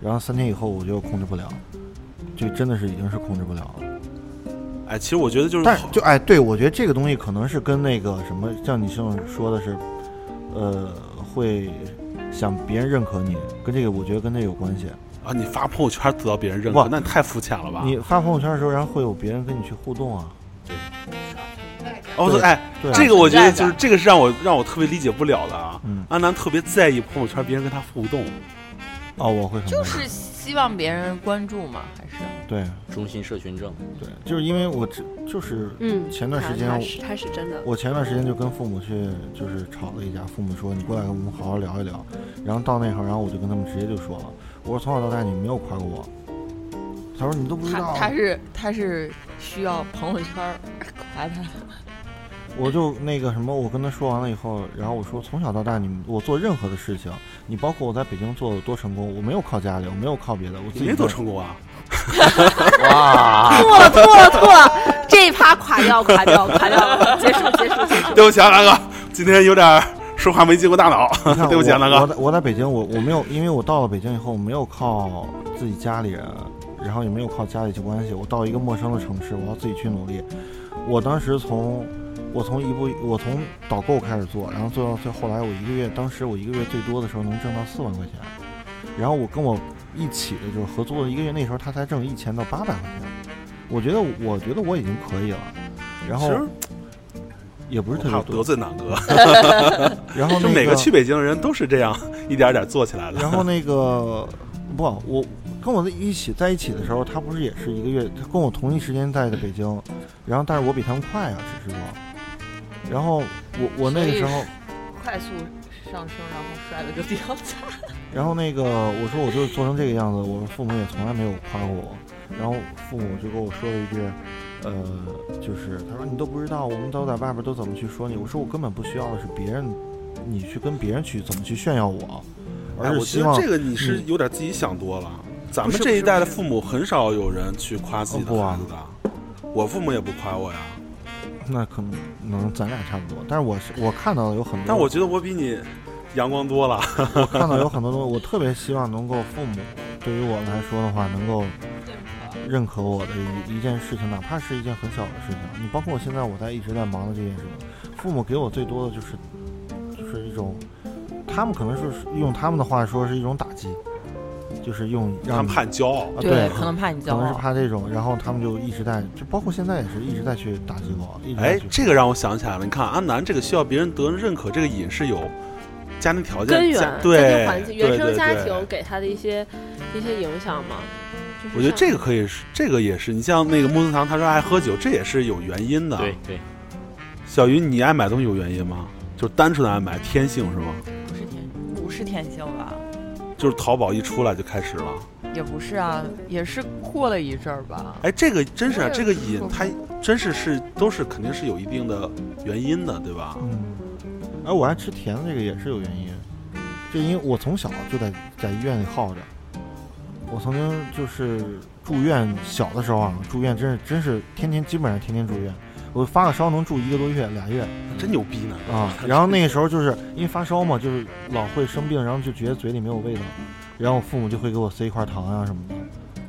Speaker 7: 然后三天以后我就控制不了，就真的是已经是控制不了了。
Speaker 2: 嗯哎，其实我觉得就是
Speaker 7: 但就哎，对我觉得这个东西可能是跟那个什么，像你这种说的是，呃，会想别人认可你，跟这个我觉得跟这有关系。
Speaker 2: 啊，你发朋友圈得到别人认
Speaker 7: 哇
Speaker 2: 可，那你太肤浅了吧？
Speaker 7: 你发朋友圈的时候，然后会有别人跟你去互动啊。
Speaker 2: 哦，
Speaker 7: 对
Speaker 2: 哎，
Speaker 7: 对，啊
Speaker 2: 这个我觉得就是
Speaker 8: 存在感
Speaker 2: 这个是让我让我特别理解不了的啊。
Speaker 7: 嗯
Speaker 2: 安南特别在意朋友圈别人跟他互动，
Speaker 7: 哦，我会很
Speaker 8: 就是希望别人关注吗？还是
Speaker 7: 对
Speaker 9: 中心社群症，
Speaker 7: 对，就是因为我只就是
Speaker 1: 嗯，
Speaker 7: 前段时间
Speaker 1: 他
Speaker 7: 我
Speaker 1: 是他是真的，
Speaker 7: 我前段时间就跟父母去，就是吵了一架。父母说：“你过来跟我们好好聊一聊。”然后到那会儿，然后我就跟他们直接就说了：“我说从小到大你没有夸过我。”他说：“你都不知道
Speaker 8: 他。他是他是需要朋友圈儿夸他，”
Speaker 7: 我就那个什么，我跟他说完了以后，然后我说：“从小到大你我做任何的事情，你包括我在北京做的多成功，我没有靠家里，我没有靠别的，我自己
Speaker 2: 没多
Speaker 7: 做
Speaker 2: 成功啊，
Speaker 1: 吐了吐了吐了，这一趴垮掉垮掉垮掉了，结束结束结
Speaker 8: 嗯
Speaker 1: 束。
Speaker 2: 对不起啊，大哥，今天有点儿说话没经过大脑，
Speaker 7: 你 看
Speaker 2: 对不起啊，大
Speaker 7: 我我
Speaker 2: 哥。
Speaker 7: 在我在北京，我我没有，因为我到了北京以后，我没有靠自己家里人，然后也没有靠家里去关系。我到一个陌生的城市，我要自己去努力。我当时从我从一步，我从导购开始做，然后做到最后来，我一个月，当时我一个月最多的时候能挣到四万块钱。然后我跟我一起的就是合作的一个月，那时候他才挣一千到八百块钱。我觉得，我觉得我已经可以了。然后
Speaker 2: 其实
Speaker 7: 也不
Speaker 2: 我
Speaker 7: 是特
Speaker 2: 怕
Speaker 7: 别
Speaker 2: 我得
Speaker 7: 多，
Speaker 2: 罪南哥，
Speaker 7: 然后
Speaker 2: 就
Speaker 7: 那
Speaker 2: 每
Speaker 7: 个
Speaker 2: 个去北京的人都是这样，一点儿点儿做起 来的。
Speaker 7: 然后那个不，我跟我一起在一起的时候，他不是也是一个月，他跟我同一时间在的北京，然后但是我比他们快啊，只是说，然后我我那个时候，
Speaker 8: 快速上升，然后摔了个掉下。
Speaker 7: 然后那个我说我就做成这个样子，我父母也从来没有夸过我，然后父母就跟我说了一句，呃，就是他说你都不知道，我们都在外边都怎么去说你，我说我根本不需要的是别人，你去跟别人去怎么去炫耀我，
Speaker 2: 哎，
Speaker 7: 而
Speaker 2: 我觉
Speaker 7: 是希
Speaker 2: 得
Speaker 7: 望嗯
Speaker 2: 这个你是有点自己想多了。咱
Speaker 8: 不
Speaker 2: 们
Speaker 8: 是
Speaker 2: 这一
Speaker 8: 不是
Speaker 2: 代的
Speaker 8: 不是
Speaker 2: 父母很少有人去夸自己
Speaker 7: 哦不
Speaker 2: 的孩
Speaker 7: 啊嗯
Speaker 2: 子的，我父母也不夸我呀。
Speaker 7: 那可能能咱俩差不多，但是我是我看到了有很多，
Speaker 2: 但我觉得我比你阳光多了。
Speaker 7: 我看到有很多东西，我特别希望能够父母对于我来说的话，能够认可我的一一件事情，哪怕是一件很小的事情。你包括我现在我在一直在忙的这件事情，父母给我最多的就是就是一种，他们可能是用他们的话说是一种打击，就是用
Speaker 2: 他
Speaker 7: 让
Speaker 2: 们
Speaker 7: 你
Speaker 2: 怕你骄傲，
Speaker 7: 啊
Speaker 8: 可能怕你
Speaker 7: 可
Speaker 8: 骄
Speaker 7: 能是
Speaker 8: 傲。
Speaker 7: 怕这种，然后他们就一直在，就包括现在也是一直在去打击我，一直在
Speaker 2: 哎
Speaker 7: 去，
Speaker 2: 这个让我想起来了。你看安南这个需要别人得人认可，这个瘾是有家庭条件、
Speaker 1: 根源、
Speaker 2: 家
Speaker 1: 家
Speaker 2: 对
Speaker 1: 庭环境、
Speaker 2: 对
Speaker 1: 原生
Speaker 2: 对
Speaker 1: 家
Speaker 2: 对
Speaker 1: 庭给他的一些一些影响嘛。就是
Speaker 2: 我觉得
Speaker 1: 像
Speaker 2: 这个可以是，这个也是。你像那个木村堂，他说爱喝酒，这也是有原因的。，
Speaker 9: 对，
Speaker 2: 小鱼，你爱买东西有原因吗？就是单纯的爱买，天性是吗？
Speaker 8: 不是天，不是天性吧？
Speaker 2: 就是淘宝一出来就开始了。
Speaker 8: 也不是啊，也是过了一阵儿吧。
Speaker 2: 哎，这个真是啊
Speaker 8: 我也
Speaker 2: 这个瘾，
Speaker 8: 是
Speaker 2: 它真是是都是肯定是有一定的原因的，对吧？
Speaker 7: 嗯，哎，我爱吃甜的这个也是有原因，就因为我从小就在在医院里耗着。我曾经就是住院，小的时候啊，住院真是真是天天基本上天天住院，我发个烧能住一个多月俩月
Speaker 2: 真牛逼呢！
Speaker 7: 啊。然后那个时候就是因为发烧嘛，就是老会生病，然后就觉得嘴里没有味道，然后我父母就会给我塞一块糖啊什么的。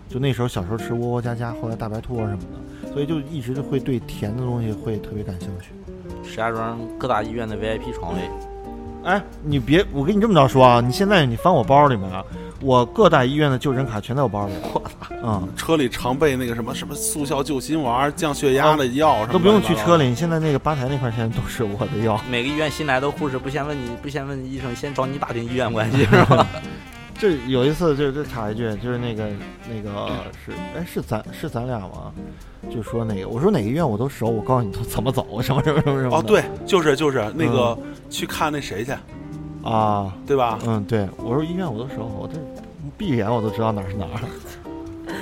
Speaker 7: 就那时候小时候吃窝窝家家，后来大白兔啊什么的，所以就一直就会对甜的东西会特别感兴趣。
Speaker 9: 石家庄各大医院的 VIP 床位，
Speaker 7: 哎，你别，我跟你这么着说啊，你现在你翻我包里面啊，我各大医院的就诊卡全在我包里。我操，嗯，
Speaker 2: 车里常备那个什么什么速效救心丸、降血压的药什么，
Speaker 7: 哦都不用去车。里，你现在那个吧台那块钱都是我的药。
Speaker 9: 每个医院新来的护士不先问你不先问医生，先找你打听医院关系是吧？
Speaker 7: 这有一次就是这插一句，就是那个那个是哎是咱是咱俩吗？就说那个我说哪个医院我都熟，我告诉你都怎么走，什么什么什么什么的。
Speaker 2: 哦，对，就是就是那个去看那谁去，
Speaker 7: 啊，
Speaker 2: 对吧？
Speaker 7: 嗯对，我说医院我都熟，啊嗯我这闭眼我都知道哪儿是哪 儿。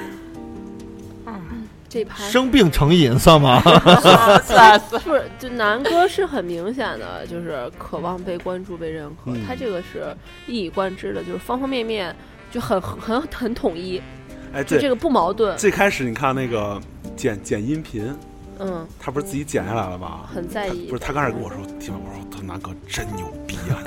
Speaker 1: 这一趴
Speaker 7: 生病成瘾算 吗？
Speaker 1: 不是，就南哥是很明显的，就是渴望被关注、被认可。
Speaker 2: 嗯
Speaker 1: 他这个是一以贯之的，就是方方面面就很很很统一，
Speaker 2: 哎，
Speaker 1: 就这
Speaker 2: 对，
Speaker 1: 个不矛盾。
Speaker 2: 最开始你看那个剪剪音频，
Speaker 1: 嗯，
Speaker 2: 他不是自己剪下来了吗？
Speaker 1: 很在意
Speaker 2: 不是，。他刚开始跟我说，听我说，他南哥真牛逼啊！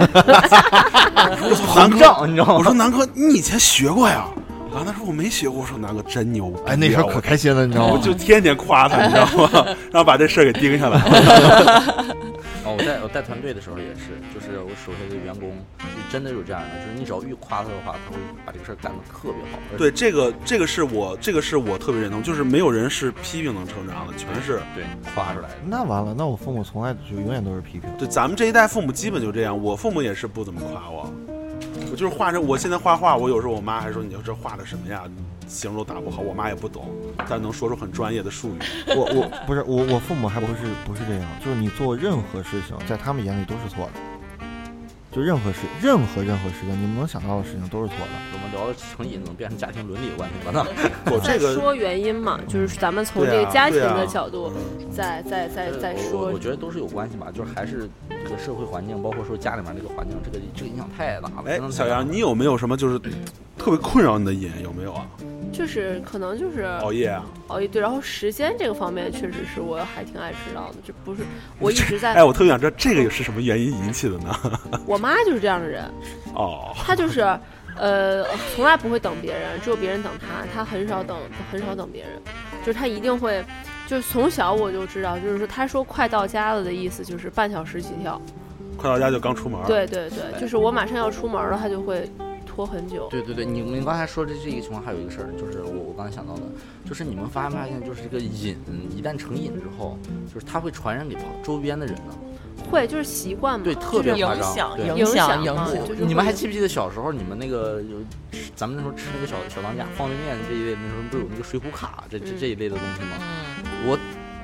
Speaker 2: 我说 南哥，
Speaker 7: 你知道
Speaker 2: 我？说南哥，你以前学过呀？然后他说我没学过，我说南哥真牛逼啊、
Speaker 7: 哎，那时候可开心了，你知道
Speaker 2: 我
Speaker 7: 吗？
Speaker 2: 就天天夸他，你知道吗？ 然后把这事儿给盯下来了。
Speaker 9: 哦，我带我带团队的时候也是，就是我手下的员工就真的有这样的，就是你只要越夸他的话，他会把这个事儿干得特别好。而
Speaker 2: 对，这个这个是我这个是我特别认同，就是没有人是批评能成长的，全是
Speaker 9: 对夸出来的。
Speaker 7: 那完了，那我父母从来就永远都是批评。
Speaker 2: 对。咱们这一代父母基本就这样，我父母也是不怎么夸我，我就是画着，我现在画画，我有时候我妈还说你这画的什么呀，形都打不好，我妈也不懂，但能说出很专业的术语。
Speaker 7: 我我不是我我父母还不是不是这样，就是你做任何事情，在他们眼里都是错的，就任何事任何任何事情，你们能想到的事情都是错的。
Speaker 9: 我们聊的成瘾怎么变成家庭伦理的问题 了呢？
Speaker 2: 我
Speaker 1: 再
Speaker 2: 这个
Speaker 1: 说原因嘛，就是咱们从这
Speaker 2: 对
Speaker 1: 个
Speaker 2: 啊
Speaker 1: 家庭
Speaker 2: 对啊呃
Speaker 1: 的角度，再再再哎再
Speaker 9: 我
Speaker 1: 说
Speaker 9: 我我。觉得都是有关系吧，就是还是这个社会环境，包括说家里面这个环境，这个这个影响太大了。
Speaker 2: 哎
Speaker 9: 真，的
Speaker 2: 小
Speaker 9: 太大
Speaker 2: 杨，
Speaker 9: 了
Speaker 2: 你有没有什么就是特别困扰你的瘾？有没有啊？
Speaker 1: 就是可能就是
Speaker 2: 熬夜啊？
Speaker 1: 哦，对，然后时间这个方面确实是我还挺爱迟到的，这不是我一直在，
Speaker 2: 哎，我特别想知道这个是什么原因引起的呢？
Speaker 1: 我妈就是这样的人，
Speaker 2: 哦，
Speaker 1: 她就是，呃，从来不会等别人，只有别人等她，她很少等，很少等别人，就是她一定会，就是从小我就知道，就是说她说快到家了的意思就是半小时起跳，
Speaker 2: 快到家就刚出
Speaker 9: 啊
Speaker 2: 门。，
Speaker 1: 对对对，
Speaker 9: 哎
Speaker 1: 就是我马上要出门了，她就会拖很久。
Speaker 9: 对对对，你你刚才说的这一个情况，还有一个事儿，就是我我刚才想到的，就是你们发没发现，就是这个瘾一旦成瘾之后，就是它会传染给旁周边的人的，
Speaker 1: 会就是习惯嘛，
Speaker 9: 对，特别夸
Speaker 8: 影
Speaker 9: 张。
Speaker 8: 响
Speaker 9: 对
Speaker 1: 影
Speaker 8: 响
Speaker 1: 响
Speaker 8: 影
Speaker 1: 嘛
Speaker 8: 响
Speaker 1: 就，是
Speaker 9: 你们还
Speaker 1: 会
Speaker 9: 记不记得小时候你们那个有吃，咱们那时候吃那个小小当家方便面这一类，那时候不是有那个水浒卡这这
Speaker 1: 嗯
Speaker 9: 这一类的东西吗？
Speaker 8: 嗯，
Speaker 9: 我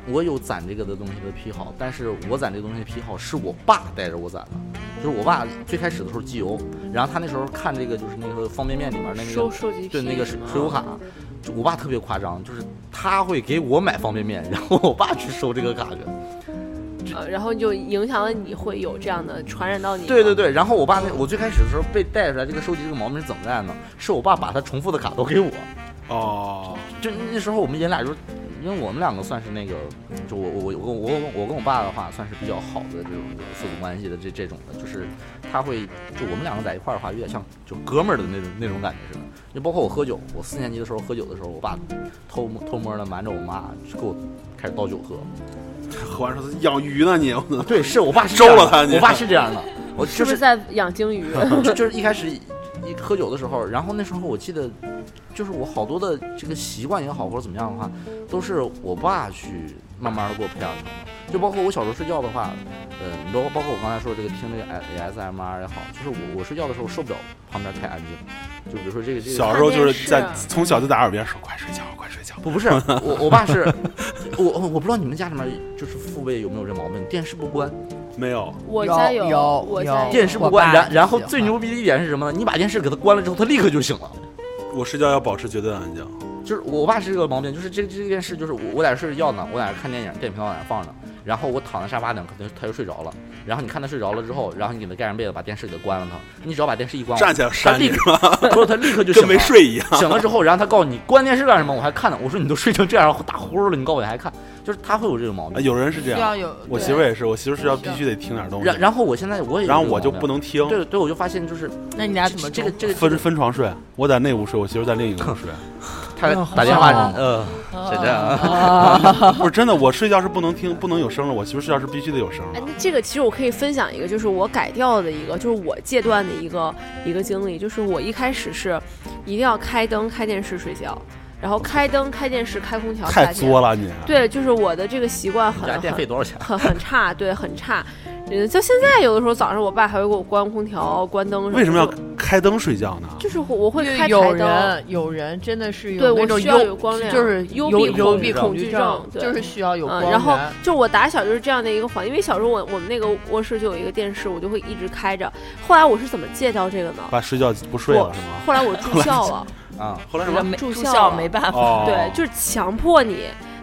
Speaker 9: 我有攒这个的东西的癖好，但是我攒这个东西的癖好是我爸带着我攒的，就是我爸最开始的时候集邮，然后他那时候看这个就是那个方便面里面那
Speaker 1: 收
Speaker 9: 个。
Speaker 1: 收集
Speaker 9: 对
Speaker 1: 癖
Speaker 9: 那个水
Speaker 1: 嘛
Speaker 9: 浒卡，就我爸特别夸张，就是他会给我买方便面，然后我爸去收这个卡去。
Speaker 1: 呃，然后就影响了你会有这样的传染到你。
Speaker 9: 对对，对，然后我爸那我最开始的时候被带出来这个收集这个毛病是怎么来的呢？是我爸把他重复的卡都给我，
Speaker 2: 哦，
Speaker 9: 就那时候我们爷俩就，因为我们两个算是那个，就我我我我跟我我跟我爸的话算是比较好的这种父子关系的这这种的，就是他会就我们两个在一块儿的话，有点像就哥们儿的那种那种感觉似的。就包括我喝酒，我四年级的时候喝酒的时候，我爸偷摸偷摸的瞒着我妈，就给我开始倒酒喝。
Speaker 2: 喝完说养鱼呢你，
Speaker 9: 对，是我爸是这样的
Speaker 2: 周了他你
Speaker 9: 我爸是这样的，我
Speaker 1: 是
Speaker 9: 就
Speaker 1: 不是在养鲸 鱼？
Speaker 9: 就就是一开始一喝酒的时候，然后那时候我记得，就是我好多的这个习惯也好或者怎么样的话，都是我爸去慢慢的给我培养成的。就包括我小时候睡觉的话，呃，你包括包括我刚才说这个听这个 ASMR 也好，就是我我睡觉的时候受不了旁边太安静，就比如说这个这个
Speaker 2: 小时候就是在
Speaker 1: 看电视
Speaker 2: 从小就在耳边说快睡觉，快睡觉。
Speaker 9: 不不是我我爸是，我我我不知道你们家里面就是父辈有没有这毛病，电视不关，
Speaker 2: 没有，
Speaker 1: 我
Speaker 8: 有
Speaker 1: 家
Speaker 8: 有
Speaker 1: 我
Speaker 8: 有
Speaker 1: 家
Speaker 9: 电视不
Speaker 8: 我
Speaker 9: 关，
Speaker 8: 爸
Speaker 9: 然
Speaker 8: 也
Speaker 9: 然后
Speaker 8: 喜欢
Speaker 9: 最牛逼的一点是什么呢？你把电视给它关了之后，它立刻就醒了。
Speaker 2: 我睡觉要保持绝对安静。
Speaker 9: 就是我爸是这个毛病，就是这这件事，就是我我在这睡着觉呢，我在这看电影，电影频道在那放着，然后我躺在沙发上，可能他就睡着了，然后你看他睡着了之后，然后你给他盖上被子，把电视给他关了他，你只要把电视一关，
Speaker 2: 站起来
Speaker 9: 他
Speaker 2: 扇
Speaker 9: 立
Speaker 2: 你，
Speaker 9: 刻，不是他立 刻就
Speaker 2: 跟
Speaker 9: 醒了，
Speaker 2: 没睡一样。
Speaker 9: 醒了之后，然后他告诉你关电视干什么，我还看呢，我说你都睡成这样打呼噜了，你告诉我你还看，就是他会有这个毛
Speaker 2: 哎
Speaker 9: 病，
Speaker 2: 有人是这样
Speaker 8: 需要，有
Speaker 2: 我
Speaker 8: 对
Speaker 2: 媳妇儿也是，我媳妇儿睡觉必须得听点东西，
Speaker 9: 然然后我现在我也有
Speaker 2: 然后
Speaker 9: 这个
Speaker 2: 我就
Speaker 9: 毛
Speaker 2: 不
Speaker 9: 病。
Speaker 2: 能听。
Speaker 9: 对对，我就发现就是
Speaker 8: 那你俩怎么
Speaker 9: 这个这个这
Speaker 2: 分
Speaker 9: 个
Speaker 2: 分床睡，我在那屋睡，我媳妇儿在另一个屋 睡。
Speaker 9: 他
Speaker 8: 嗯
Speaker 7: 哎呀
Speaker 9: 打电话
Speaker 7: 好，
Speaker 9: 呃，是这样啊，
Speaker 2: 不是真的，我睡觉是不能听，不能有声的。我媳妇儿睡觉是必须得有声
Speaker 1: 哎，那
Speaker 2: 的。
Speaker 1: 这个其实我可以分享一个，就是我改掉的一个，就是我戒断的一个一个经历，就是我一开始是一定要开灯、开电视睡觉，然后开灯、开电视、开空调，
Speaker 2: 太作
Speaker 1: 了。
Speaker 2: 了你。
Speaker 1: 对，就是我的这个习惯
Speaker 9: 你
Speaker 1: 很
Speaker 9: 家电费
Speaker 1: 很
Speaker 9: 多少钱？
Speaker 1: 很很差，对，很差。嗯，就现在有的时候早上我爸还会给我关空调、关灯什么的。
Speaker 2: 为什么要
Speaker 1: 就
Speaker 2: 开灯睡觉呢？
Speaker 1: 就是我会
Speaker 8: 就
Speaker 1: 开
Speaker 8: 有
Speaker 1: 台灯。
Speaker 8: 人有人真的是
Speaker 1: 对
Speaker 8: 有
Speaker 1: 我
Speaker 8: 那种
Speaker 1: 需要
Speaker 8: 幽
Speaker 1: 有光亮
Speaker 8: 就是
Speaker 1: 幽
Speaker 8: 有
Speaker 1: 闭
Speaker 8: 幽
Speaker 1: 恐
Speaker 8: 闭
Speaker 1: 惧
Speaker 8: 恐
Speaker 1: 惧
Speaker 8: 症
Speaker 1: 症，对
Speaker 8: 就是需要有光
Speaker 1: 嗯，
Speaker 8: 源。
Speaker 1: 然后就我打小就是这样的一个环，因为小时候我我们那个卧室就有一个电视，我就会一直开着。后来我是怎么戒掉这个呢？
Speaker 2: 爸睡觉不睡了
Speaker 1: 我
Speaker 2: 是吗？
Speaker 1: 后来我住校了，
Speaker 9: 啊，
Speaker 2: 后来什
Speaker 8: 这个
Speaker 2: 么？
Speaker 8: 没
Speaker 1: 住
Speaker 8: 住
Speaker 1: 校
Speaker 8: 校
Speaker 1: 了
Speaker 8: 没办法，
Speaker 2: 哦，
Speaker 1: 对，就是强迫你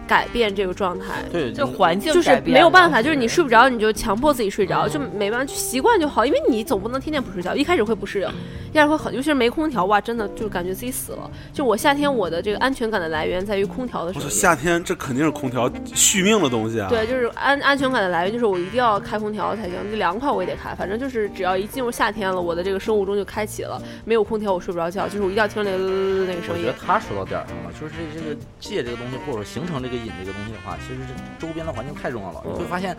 Speaker 1: 改变这个状态。
Speaker 9: 对，
Speaker 8: 就环境
Speaker 1: 嗯就是
Speaker 8: 改变
Speaker 1: 没有
Speaker 8: 了
Speaker 1: 办法，就是你睡不着，你就强迫自己睡着，就没办法，就习惯就好，因为你总不能天天不睡觉，一开始会不适应，一开始会很，尤其是没空调，哇，真的就感觉自己死了。就我夏天我的这个安全感的来源在于空调的
Speaker 2: 我
Speaker 1: 手
Speaker 2: 说
Speaker 1: 里，
Speaker 2: 夏天这肯定是空调续命的东西啊。
Speaker 1: 对，就是安安全感的来源，就是我一定要开空调才行，这凉快我也得开。反正就是只要一进入夏天了，我的这个生物钟就开启了，没有空调我睡不着觉，就是我一定要听那个呃那个
Speaker 9: 我
Speaker 1: 声
Speaker 9: 觉
Speaker 1: 音
Speaker 9: 得。他说到点儿上了，就是这这个戒这个东西，或者说形成这个瘾这个东西的话，其实这周边的环境太重要了。你会发现，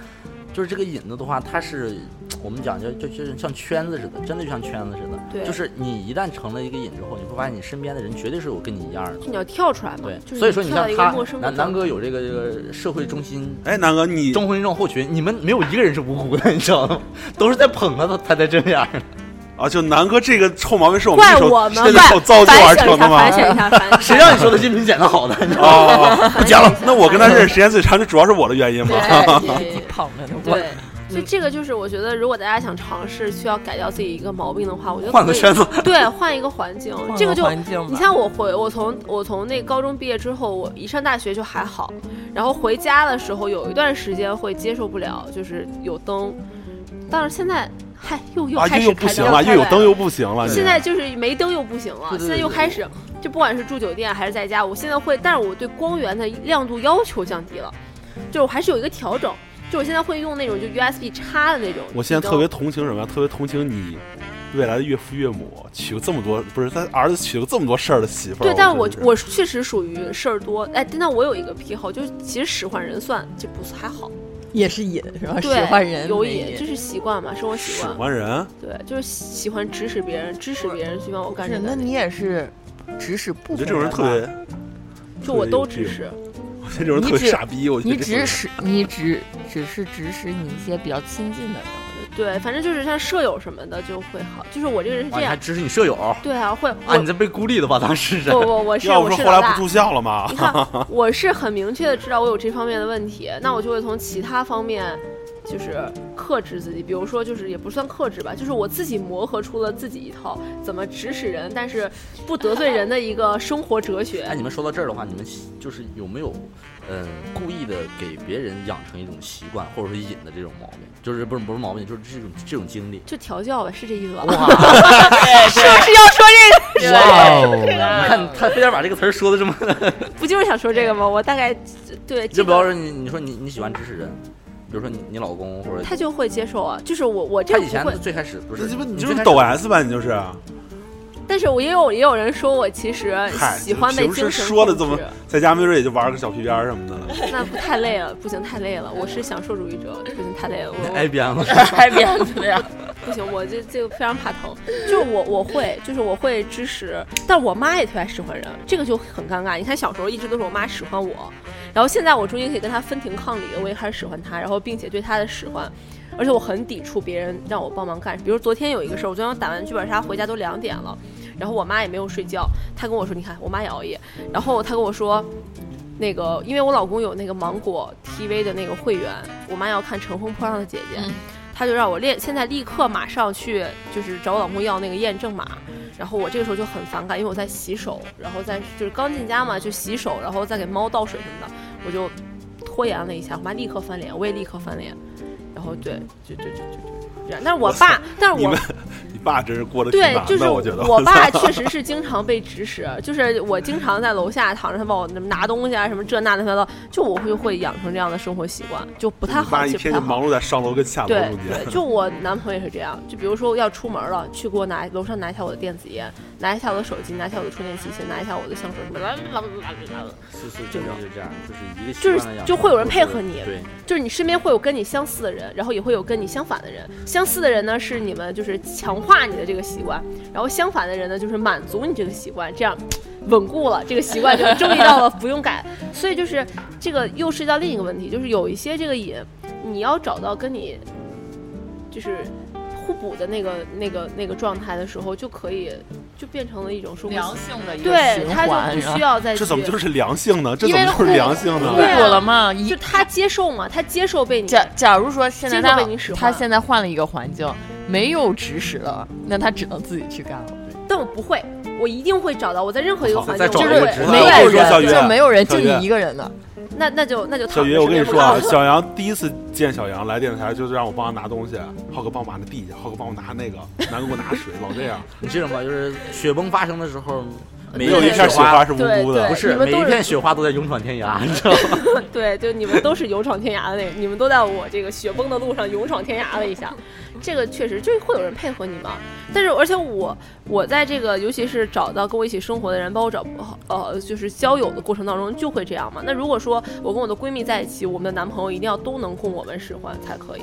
Speaker 9: 就是这个瘾子的话，它是我们讲就就就是像圈子似的，真的就像圈子似的。
Speaker 1: 对
Speaker 9: 就是你一旦成了一个瘾之后，你会发现你身边的人绝对是有跟你一样的。
Speaker 1: 就你要跳出来嘛，
Speaker 9: 对，
Speaker 1: 就是
Speaker 9: 所以说你
Speaker 1: 跳到
Speaker 9: 像
Speaker 1: 一个
Speaker 9: 他
Speaker 1: 陌生的
Speaker 9: 南南
Speaker 1: 状
Speaker 9: 哥有这个这个社会中心。
Speaker 2: 哎，南哥，你
Speaker 9: 中婚症候群，你们没有一个人是无辜的，你知道吗？都是在捧他，他才这样。
Speaker 2: 啊！就南哥这个臭毛病是我们
Speaker 1: 怪
Speaker 2: 这手
Speaker 1: 我们
Speaker 2: 这手造就而
Speaker 9: 啊
Speaker 1: 反省
Speaker 2: 成
Speaker 1: 一
Speaker 2: 的
Speaker 1: 下，
Speaker 2: 吗？
Speaker 1: 反省一下，反
Speaker 9: 谁
Speaker 1: 省。
Speaker 9: 让你说的音频剪的好的？你知道吗
Speaker 2: 哦，不讲 了。那我跟他认识时间最长，这主要是我的原因嘛。
Speaker 1: 对
Speaker 8: 你捧着呢，我
Speaker 1: 对，所以这个就是我觉得，如果大家想尝试需要改掉自己一个毛病的话，我觉得
Speaker 9: 换个
Speaker 1: 可以
Speaker 9: 圈子，
Speaker 1: 对，换一个环境，
Speaker 8: 换
Speaker 1: 这个就
Speaker 8: 环境吧
Speaker 1: 你像我回我从我从那高中毕业之后，我一上大学就还好，然后回家的时候有一段时间会接受不了，就是有灯，但是现在嗨又又
Speaker 2: 啊，
Speaker 1: 开
Speaker 2: 又
Speaker 1: 始
Speaker 2: 又
Speaker 1: 开
Speaker 2: 不
Speaker 1: 始
Speaker 2: 行了，
Speaker 1: 开
Speaker 2: 又有
Speaker 1: 外
Speaker 2: 灯又不行了。
Speaker 1: 现在就是没灯又不行了，
Speaker 9: 对对对
Speaker 1: 现在又开始，就不管是住酒店还是在家，我现在会，但是我对光源的亮度要求降低了，就我还是有一个调整，就我现在会用那种就 USB 插的那种。
Speaker 2: 我现在特别同情什么呀？特别同情你未来的岳父岳母，娶了这么多不是他儿子娶了这么多事儿的媳妇儿。
Speaker 1: 对，但我
Speaker 2: 真是
Speaker 1: 我确实属于事儿多，哎，那我有一个癖好，就是其实使唤人算这不还好，
Speaker 8: 也是瘾是吧？
Speaker 1: 对，
Speaker 8: 啊使唤人
Speaker 1: 有
Speaker 8: 没
Speaker 1: 瘾，就是习惯嘛，生活习
Speaker 2: 使
Speaker 1: 惯，
Speaker 2: 唤人，啊
Speaker 1: 对，就是喜欢指使别人，指使别人去帮我
Speaker 8: 不
Speaker 1: 干
Speaker 8: 是，
Speaker 1: 这
Speaker 8: 那嗯
Speaker 1: 个，
Speaker 8: 你也是指使部
Speaker 2: 我觉得
Speaker 8: 分
Speaker 2: 这种人
Speaker 8: 吧
Speaker 2: 特别，
Speaker 1: 就我都
Speaker 2: 特别
Speaker 1: 指
Speaker 2: 有
Speaker 1: 使，
Speaker 2: 我觉得这种人特别傻逼。我觉得
Speaker 8: 你
Speaker 2: 这种
Speaker 8: 只
Speaker 2: 人
Speaker 8: 使你只只是指使你一些比较亲近的人，
Speaker 1: 对，反正就是像舍友什么的就会好，就是我这个人是
Speaker 9: 啊
Speaker 1: 这
Speaker 9: 你
Speaker 1: 样
Speaker 9: 还。支持你舍友啊？
Speaker 1: 对啊，会我
Speaker 9: 你这被孤立的吧？当时是
Speaker 1: 不不， 我哦是
Speaker 2: 要不
Speaker 1: 我
Speaker 2: 说
Speaker 1: 是
Speaker 2: 后
Speaker 1: 老
Speaker 2: 来不
Speaker 1: 大。
Speaker 2: 住校了吗
Speaker 1: 你？看，我是很明确的知道我有这方面的问题，那我就会从其他方面就是克制自己，比如说就是也不算克制吧，就是我自己磨合出了自己一套怎么指使人，但是不得罪人的一个生活哲学
Speaker 9: 哎，。你们说到这儿的话，你们就是有没有，呃，故意的给别人养成一种习惯，或者说瘾的这种毛病？就是不是不是毛病，就是这种这种经历。
Speaker 1: 就调教呗，是这意思吧？
Speaker 9: 哇，
Speaker 1: 是不是要说这个？
Speaker 7: 哦，
Speaker 9: 你看他非得把这个词儿说的这么，
Speaker 1: 不就是想说这个吗？我大概对，
Speaker 9: 就
Speaker 1: 这
Speaker 9: 比方
Speaker 1: 个
Speaker 9: 说你你说你你喜欢指使人，比如说你你老公或者
Speaker 1: 他就会接受啊，就是我我这
Speaker 9: 他
Speaker 1: 个
Speaker 9: 以
Speaker 1: 不
Speaker 9: 前
Speaker 1: 会，
Speaker 9: 最开始不
Speaker 2: 那
Speaker 9: 是
Speaker 2: 鸡巴你就
Speaker 9: 最
Speaker 2: 是
Speaker 9: 开始
Speaker 2: 抖 S 吧，你就是。
Speaker 1: 但是我也有也有人说我其实
Speaker 2: 嗨，
Speaker 1: 喜欢被
Speaker 2: 平
Speaker 1: 精
Speaker 2: 时
Speaker 1: 神
Speaker 2: 说的
Speaker 1: 控
Speaker 2: 这么
Speaker 1: 制，
Speaker 2: 在家没准也就玩个小皮鞭儿什么的了。
Speaker 1: 那不太累了，不行，太累了。我是享受主义者，不行，太累了。我
Speaker 9: 挨边了。
Speaker 8: 还别怎么样？
Speaker 1: 不行，我这这个非常怕疼。就是我我会，就是我会支持，但我妈也特爱使唤人，这个就很尴尬。你看小时候一直都是我妈使唤我，然后现在我终于可以跟她分庭抗礼了，我也开始使唤她，然后并且对她的使唤，而且我很抵触别人让我帮忙干。比如昨天有一个事儿，我昨天打完剧本杀回家都两点了，然后我妈也没有睡觉，她跟我说，你看我妈也熬夜，然后她跟我说。那个，因为我老公有那个芒果 TV 的那个会员，我妈要看《乘风破浪的姐姐》
Speaker 8: 嗯
Speaker 1: 他就让我练，现在立刻马上去，就是找我老公要那个验证码。然后我这个时候就很反感，因为我在洗手，然后在就是刚进家嘛，就洗手，然后再给猫倒水什么的，我就拖延了一下，我妈立刻翻脸，我也立刻翻脸。然后对，就就就就就这样。但是我爸，但是
Speaker 2: 你
Speaker 1: 我
Speaker 2: 们，你爸真是过得挺
Speaker 1: 对，
Speaker 2: 难
Speaker 1: 就是
Speaker 2: 的，我觉得。
Speaker 1: 我爸确实是经常被指使，就是我经常在楼下躺着，他帮我拿东西啊，什么这那的，他的，就我会会养成这样的生活习惯，就不太
Speaker 2: 你
Speaker 1: 好，
Speaker 2: 爸
Speaker 1: 其
Speaker 2: 一
Speaker 1: 实
Speaker 2: 天
Speaker 1: 不
Speaker 2: 就
Speaker 1: 太好
Speaker 2: 忙。碌在上楼跟下楼
Speaker 1: 对
Speaker 2: 中间
Speaker 1: 对，。就我男朋友也是这样。就比如说要出门了，去给我拿楼上拿一下我的电子烟，拿一下我的手机，拿一下我的充电器，先拿一下我的香水什么的。
Speaker 9: 是是，真的是这样，就是一个习
Speaker 1: 就是
Speaker 9: 惯的养
Speaker 1: 就
Speaker 9: 成
Speaker 1: 会有人
Speaker 9: 或
Speaker 1: 配
Speaker 9: 者
Speaker 1: 合你
Speaker 9: 对，
Speaker 1: 就是你身边会有跟你相似的人，然后也会有跟你相反的人。相似的人呢，是你们就是强化你的这个习惯；然后相反的人呢，就是满足你这个习惯，这样稳固了这个习惯，就注意到了不用改。所以就是这个又涉及到另一个问题，就是有一些这个瘾，你要找到跟你就是互补的那个那个那个状态的时候，就可以就变成了一种生活习惯。
Speaker 8: 性的一
Speaker 1: 对，他
Speaker 8: 啊
Speaker 1: 就不需要再去
Speaker 2: 这怎么就是良性呢？这
Speaker 8: 因
Speaker 2: 怎
Speaker 8: 为
Speaker 2: 么就是
Speaker 8: 互
Speaker 2: 良性呢？
Speaker 1: 对啊
Speaker 8: 了嘛？一
Speaker 1: 就他接受嘛，他接受被你
Speaker 8: 假假如说现在
Speaker 1: 接受
Speaker 8: 他
Speaker 1: 被你使唤
Speaker 8: 他现在换了一个环境，没有指使了，那他只能自己去干了，
Speaker 1: 但我不会，我一定会找到。我在任何一个环境，
Speaker 9: 再找
Speaker 8: 就
Speaker 1: 我
Speaker 8: 是
Speaker 1: 都
Speaker 2: 我
Speaker 1: 会
Speaker 8: 没有
Speaker 9: 一个知道
Speaker 2: 跟啊你说小
Speaker 8: 人，
Speaker 2: 鱼
Speaker 8: 就是没有人，就
Speaker 2: 小鱼
Speaker 8: 你一个人的。
Speaker 1: 那那就那就躺
Speaker 2: 小
Speaker 1: 着
Speaker 2: 云，我跟你
Speaker 1: 什么也不
Speaker 2: 说啊，
Speaker 1: 干
Speaker 2: 小杨第一次见小杨来电台，就是让我帮他拿东西，浩哥帮我把那递下，浩哥帮我拿那个，南哥给我拿水，老这样。
Speaker 9: 你这种吧，就是雪崩发生的时候，每
Speaker 2: 没有一片雪花是无
Speaker 1: 对
Speaker 2: 辜的，
Speaker 1: 对
Speaker 9: 不
Speaker 2: 不是
Speaker 9: 是
Speaker 1: 你们
Speaker 9: 每
Speaker 1: 都
Speaker 9: 一
Speaker 1: 是
Speaker 9: 片雪花都在勇闯天涯，你知道吗？
Speaker 1: 对，就你们都是勇闯天涯的那个，你们都在我这个雪崩的路上勇闯天涯了一下。这个确实就会有人配合你嘛。但是而且我我在这个尤其是找到跟我一起生活的人，包括找呃就是交友的过程当中就会这样嘛。那如果说我跟我的闺蜜在一起，我们的男朋友一定要都能供我们使唤才可以。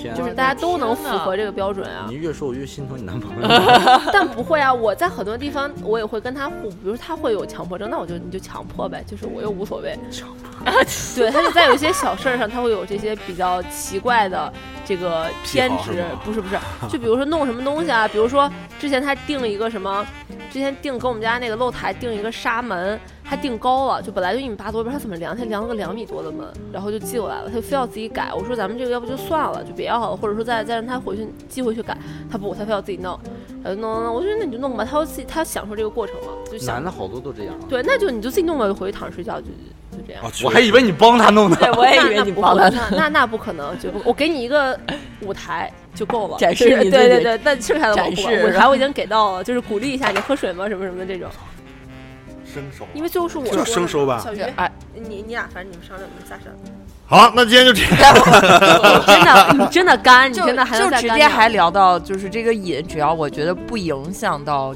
Speaker 9: 天啊，
Speaker 1: 就是
Speaker 8: 我
Speaker 1: 大家
Speaker 8: 的
Speaker 1: 都能
Speaker 8: 哦天
Speaker 1: 符
Speaker 8: 呐
Speaker 1: 合这个标准啊
Speaker 9: 你。越说我越心疼你男朋友。
Speaker 1: 但不会啊，我在很多地方我也会跟他互补，比如他会有强迫症，那我就你就强迫呗，就是我又无所谓。强迫，对，他就在有一些小事儿上，他会有这些比较奇怪的这个偏
Speaker 2: 癖好是
Speaker 1: 执
Speaker 2: 吗，
Speaker 1: 不是不是，就比如说弄什么东西啊，比如说之前他订了一个什么。之前订给我们家那个露台订一个纱门，他订高了，就本来就一米八多，不知道他怎么量，他量了个两米多的门，然后就寄过来了，他就非要自己改。我说咱们这个要不就算了，就别要了，或者说再再让他回去寄回去改。他不，他非要自己弄，然后弄弄弄，我就说那你就弄吧，他要自己他享受这个过程嘛，就
Speaker 9: 男
Speaker 1: 想
Speaker 9: 的好多都这样。啊
Speaker 1: 对，那就你就自己弄吧，就回去躺着睡觉，就就就这样。
Speaker 2: 啊，去
Speaker 9: 我还以为你帮他弄呢。
Speaker 8: 对，我也以
Speaker 1: 那
Speaker 8: 为你
Speaker 1: 那不
Speaker 8: 帮
Speaker 1: 可
Speaker 8: 他
Speaker 1: 能，那那不可能，绝不！我给你一个舞台就够了，
Speaker 8: 展示
Speaker 1: 是
Speaker 8: 你自
Speaker 1: 对
Speaker 8: 己
Speaker 1: 对对，但剩下的我
Speaker 8: 展
Speaker 1: 不
Speaker 8: 示
Speaker 1: 管，舞台我已经给到了，就是鼓励一下你喝水吗？什么什么的这种。
Speaker 7: 伸手
Speaker 1: 因为最后是我
Speaker 2: 就
Speaker 1: 说的
Speaker 2: 生
Speaker 1: 嘛
Speaker 2: 收吧
Speaker 1: 小鱼，
Speaker 8: 哎，
Speaker 1: 你你俩反正你们商量，你们仨商量。
Speaker 7: 好，那今天就这样。
Speaker 1: 真的，你真的干，你
Speaker 8: 就
Speaker 1: 真的还
Speaker 8: 就
Speaker 1: 能再
Speaker 8: 直
Speaker 1: 干
Speaker 8: 接
Speaker 1: 点
Speaker 8: 还聊到就是这个瘾，只要我觉得不影响到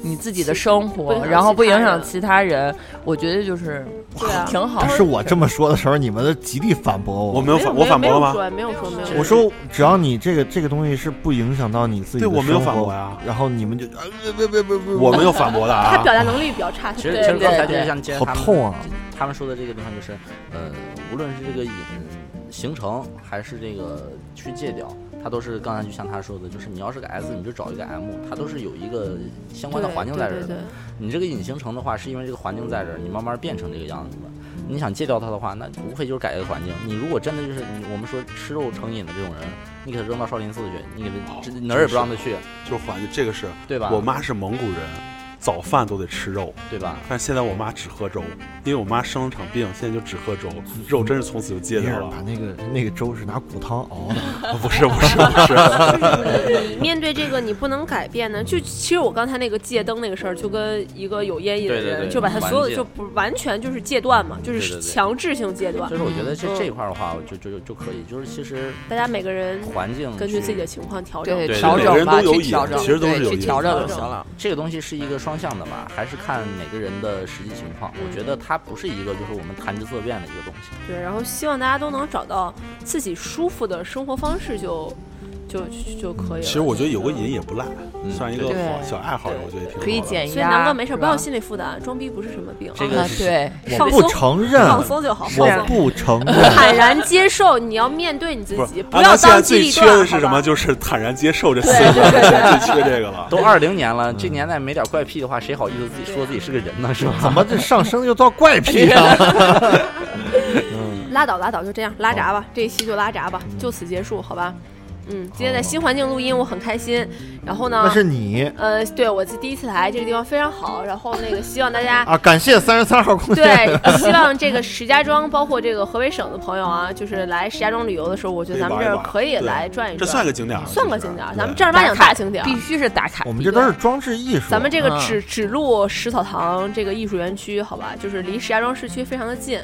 Speaker 8: 你自己的生
Speaker 1: 不
Speaker 8: 活
Speaker 1: 影，响
Speaker 8: 然后
Speaker 1: 其
Speaker 8: 不影
Speaker 1: 他
Speaker 8: 响
Speaker 1: 人
Speaker 8: 其他人，我觉得就是
Speaker 1: 对啊。
Speaker 8: 挺好
Speaker 7: 但
Speaker 8: 的。
Speaker 7: 是我这么说的时候，你们都极力反驳
Speaker 2: 我
Speaker 7: 我。
Speaker 2: 没有反我反驳了吗？？
Speaker 1: 没有说，没有说，
Speaker 7: 我说，只要你这个这个东西是不影响到你自己的
Speaker 2: 对，我没有
Speaker 7: 生活
Speaker 2: 反驳呀，
Speaker 7: 然后你们就啊，别别别别，
Speaker 2: 我没有反驳的
Speaker 1: 他
Speaker 2: 啊。
Speaker 1: 表达能力比较差，
Speaker 9: 其实
Speaker 1: 对
Speaker 9: 其实
Speaker 1: 对
Speaker 9: 刚才就
Speaker 1: 对
Speaker 9: 是像今天
Speaker 7: 好
Speaker 9: 他们
Speaker 7: 痛啊！
Speaker 9: 他们说的这个地方就是，呃，无论是这个瘾形成还是这个去戒掉，它都是刚才就像他说的，就是你要是个 S，你就找一个 M，它都是有一个相关的环境在这
Speaker 1: 对
Speaker 9: 儿
Speaker 1: 对
Speaker 9: 的
Speaker 1: 对。
Speaker 9: 你这个瘾形成的话，是因为这个环境在这儿，你慢慢变成这个样子的。你想戒掉它的话，那无非就是改一个环境。你如果真的就是你我们说吃肉成瘾的这种人，你给他扔到少林寺去，你给他
Speaker 2: 哦
Speaker 9: 这哪儿也不让他去，
Speaker 2: 就是环境，这个是
Speaker 9: 对吧？
Speaker 2: 我妈是蒙古人，早饭都得吃肉，
Speaker 9: 对吧？
Speaker 2: 但现在我妈只喝粥，因为我妈生了场病，现在就只喝粥，肉真是从此就戒
Speaker 7: 你
Speaker 2: 掉
Speaker 7: 是
Speaker 2: 了
Speaker 7: 把。那个那个粥是拿骨汤熬的，
Speaker 2: 不是不是不是，
Speaker 1: 你面对这个你不能改变呢，就其实我刚才那个戒灯那个事儿，就跟一个有烟瘾的
Speaker 9: 对对对
Speaker 1: 人，就把他所有的
Speaker 9: 环境
Speaker 1: 就不完全就是戒断嘛，就
Speaker 9: 对对
Speaker 1: 是
Speaker 9: 对
Speaker 1: 强制性戒断
Speaker 9: 所以。说，我觉得这
Speaker 1: 嗯
Speaker 9: 这一块儿的话，我就就就就可以，就是其实
Speaker 1: 大家每个人
Speaker 9: 环境
Speaker 1: 根据自己的
Speaker 9: 去
Speaker 1: 情况调整。
Speaker 8: 对
Speaker 9: 对
Speaker 8: 调
Speaker 9: 每
Speaker 2: 个
Speaker 8: 整
Speaker 2: 人
Speaker 8: 吧，
Speaker 2: 都有
Speaker 8: 去
Speaker 2: 瘾
Speaker 8: 调整，
Speaker 2: 其实都
Speaker 8: 对
Speaker 2: 是有
Speaker 8: 去
Speaker 2: 瘾
Speaker 8: 调
Speaker 2: 的
Speaker 8: 整就行了。
Speaker 9: 这个东西是一个双向的吧，还是看每个人的实际情况。我觉得它不是一个就是我们谈之色变的一个东西。
Speaker 1: 对，然后希望大家都能找到自己舒服的生活方式就，就就就可以了。
Speaker 2: 其实我觉得有个瘾也不赖，算一个
Speaker 8: 对
Speaker 2: 小爱好，我觉得也挺好的。
Speaker 8: 可以减压，
Speaker 1: 所以南哥没事，
Speaker 8: 哎是
Speaker 1: 不要
Speaker 8: 吧
Speaker 1: 有心理负担，装逼不是什么病。
Speaker 9: 这个
Speaker 8: 啊
Speaker 1: 啊，
Speaker 8: 对，
Speaker 1: 放
Speaker 7: 我
Speaker 1: 松
Speaker 7: 不承认，
Speaker 1: 放松就好，放
Speaker 7: 我
Speaker 1: 松。
Speaker 7: 不承认。
Speaker 1: 坦然接受，你要面对你自
Speaker 2: 不
Speaker 1: 己，
Speaker 2: 是，
Speaker 1: 不
Speaker 2: 安
Speaker 1: 要
Speaker 2: 娜现在
Speaker 1: 当机
Speaker 2: 最
Speaker 1: 立
Speaker 2: 缺
Speaker 1: 断。
Speaker 2: 的是什
Speaker 1: 好吧
Speaker 2: 么？就是坦然接受这四个字，最缺这个了。
Speaker 9: 都二零年了，这年代没点怪癖的话，谁好意思自己说自己是个人呢？是吧？
Speaker 7: 怎么这上升又到怪 癖 嗯了？
Speaker 1: 拉倒拉倒，就这样拉闸吧，这一期就拉闸吧，就此结束，好吧？嗯，今天在新环境录音，我很开心。然后
Speaker 7: 那
Speaker 1: 呢，
Speaker 7: 是你
Speaker 1: 呃，对我是第一次来这个地方非常好。然后那个希望大家
Speaker 7: 啊！感谢三十三号空间。
Speaker 1: 对，希望这个石家庄，包括这个河北省的朋友啊，就是来石家庄旅游的时候，我觉得咱们这儿可以来转一
Speaker 2: 这
Speaker 1: 转，
Speaker 2: 算个景点儿，啊
Speaker 1: 嗯算个
Speaker 2: 其实
Speaker 1: 景点儿，
Speaker 2: 对
Speaker 1: 咱们正儿八经大景点儿。
Speaker 8: 必须是打卡。
Speaker 7: 我们这都是装置艺术。啊
Speaker 1: 咱们这个
Speaker 8: 嗯
Speaker 1: 只只录石草堂这个艺术园区，好吧，就是离石家庄市区非常的近。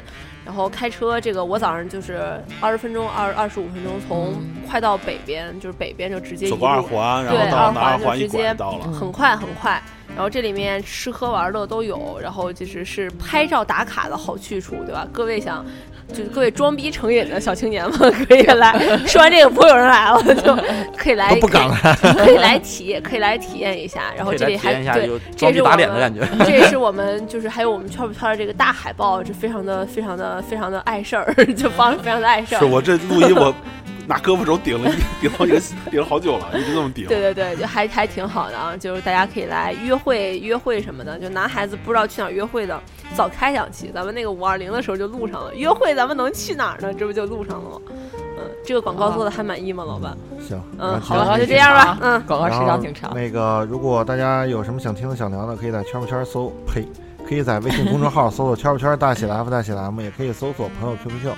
Speaker 1: 然后开车，这个我早上就是二十分钟、二二十五分钟，从快到北边，就是北边就直接一
Speaker 2: 走
Speaker 1: 路
Speaker 2: 过二环，然后
Speaker 1: 对
Speaker 2: 到
Speaker 1: 二
Speaker 2: 南二
Speaker 1: 环就
Speaker 2: 环一
Speaker 1: 直
Speaker 2: 拐
Speaker 1: 接嗯
Speaker 2: 到了。
Speaker 1: 很快很快。然后这里面吃喝玩乐都有，然后就是是拍照打卡的好去处，对吧？各位想，就是各位装逼成瘾的小青年们可以来，说完这个不会有人来了，就可以来，
Speaker 7: 都不敢
Speaker 1: 来，可以来体验，可以来体验一下。然后
Speaker 9: 可
Speaker 1: 哦
Speaker 9: 以
Speaker 1: 这
Speaker 9: 来
Speaker 1: 里
Speaker 9: 体
Speaker 1: 还
Speaker 9: 验一下
Speaker 1: 对
Speaker 9: 有
Speaker 1: 这
Speaker 9: 装
Speaker 1: 是
Speaker 9: 逼
Speaker 1: 我
Speaker 9: 打脸的
Speaker 1: 们
Speaker 9: 感觉。
Speaker 1: 这也是我们就是还有我们圈不圈的这个大海报，就非常的非常的非常的碍事儿， 就帮非常的碍事儿
Speaker 2: 是。我这录音我 拿胳膊肘顶了一顶了一个顶了好久了，一直这么顶。
Speaker 1: 对对对，就还还挺好的啊，就是大家可以来约会约会什么的，就男孩子不知道去哪儿约会的，早开两期，咱们那个五二零的时候就录上了。约会咱们能去哪儿呢？这不就录上了吗？嗯，这个广告做的还满意吗，老板？
Speaker 7: 行，
Speaker 1: 嗯，好
Speaker 8: 然后
Speaker 1: 吧，
Speaker 8: 就
Speaker 1: 就
Speaker 8: 这
Speaker 1: 这样吧
Speaker 9: 啊
Speaker 8: 样。
Speaker 1: 嗯，
Speaker 8: 广告时
Speaker 7: 然后
Speaker 8: 长挺长。
Speaker 7: 那个，如果大家有什么想听的、想聊的，可以在圈儿圈儿搜，呸，可以在微信公众号搜索“圈儿圈儿大写的 F 大写的 M”，也可以搜索朋友 QQ 秀，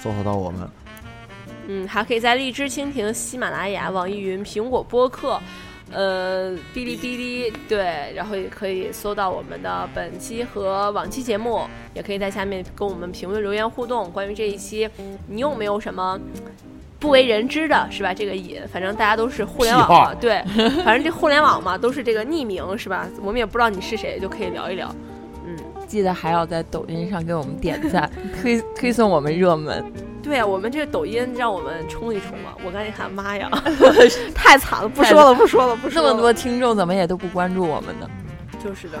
Speaker 7: 搜索到我们。
Speaker 1: 嗯，还可以在荔枝、蜻蜓、喜马拉雅、网易云、苹果播客。呃，哔哩哔哩对，然后也可以搜到我们的本期和往期节目，也可以在下面跟我们评论留言互动。关于这一期，你有没有什么不为人知的，是吧？这个瘾，反正大家都是互联网嘛，对，反正这互联网嘛，都是这个匿名，是吧？我们也不知道你是谁，就可以聊一聊。
Speaker 8: 记得还要在抖音上给我们点赞，推推送我们热门。
Speaker 1: 对啊，我们这个抖音让我们冲一冲嘛！我赶紧看，妈 呀，太惨了！不说了，不说了，不
Speaker 8: 这
Speaker 1: 说了。
Speaker 8: 么多听众怎么也都不关注我们呢？
Speaker 1: 就是的。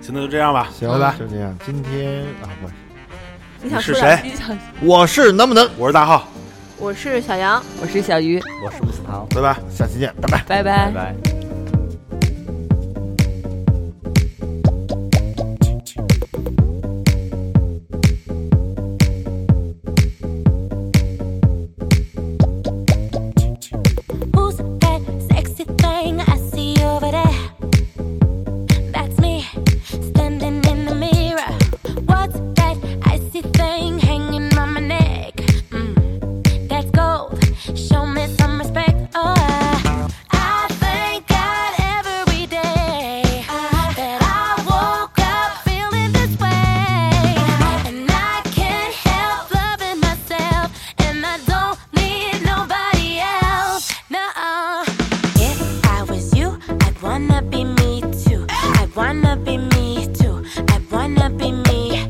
Speaker 2: 行，那就这样吧，
Speaker 7: 行
Speaker 2: 拜拜。
Speaker 7: 就这样。今天啊，不是，
Speaker 1: 你想
Speaker 2: 是
Speaker 1: 说两
Speaker 2: 谁
Speaker 1: 句？想
Speaker 7: 我是能不能？
Speaker 2: 我是大浩，
Speaker 1: 我是小杨。
Speaker 8: 我是小鱼，
Speaker 9: 我是吴思
Speaker 1: 哎
Speaker 9: 堂，
Speaker 2: 拜拜。
Speaker 7: 下期见，拜拜。
Speaker 8: 拜拜。
Speaker 9: 拜拜。
Speaker 10: Who's that sexy thing I see over there? That's me, standing in the mirror. What's that icy thing hanging on my neck? Mm, that's gold. Show me some respect. Oh, I, I thank God every day that I woke up feeling this way, and I can't help loving myself, and I don't need nobody else. No. If I was you, I'd wanna be me too. I'd wanna be me too. I'd wanna be me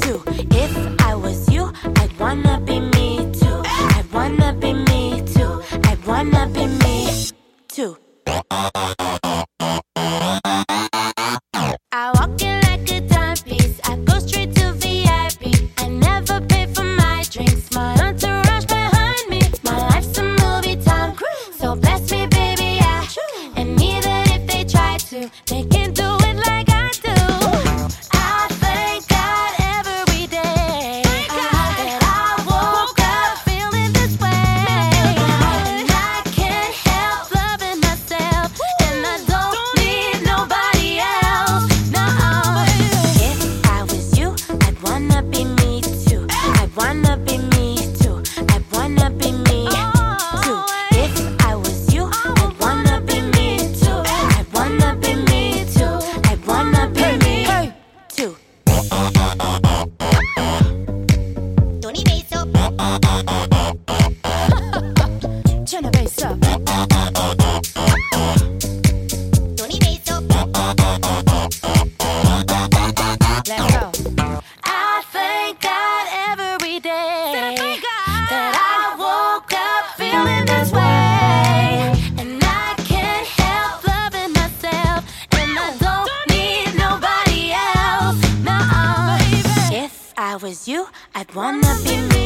Speaker 10: too. If I was you, I'd wanna be me too. I'd wanna be me too. I'd wanna be me too. I walk in like a timepiece. I go straight to VIP. I never pay for my drinks. My entourage behind me. My life's a movie, Tom Cruise. So bless me, baby, yeah. And even if they try to, they can do it like I do. I thank God every day uh, that I woke up feeling this way. And I can't help loving myself, and I don't need nobody else. No, if I was you, I'd wanna be me too. I'd wanna be me too. I'd wanna be me too. If I was you, I'd wanna be me too. I'd wanna be me too. I'd wanna be me too. Tony bass up. Turn the bass up. Tony bass up. Let's go. I thank God every day that I woke up feeling this way. And I can't help loving myself. And I don't need uh. nobody else. No, if I was you, I'd wanna be me.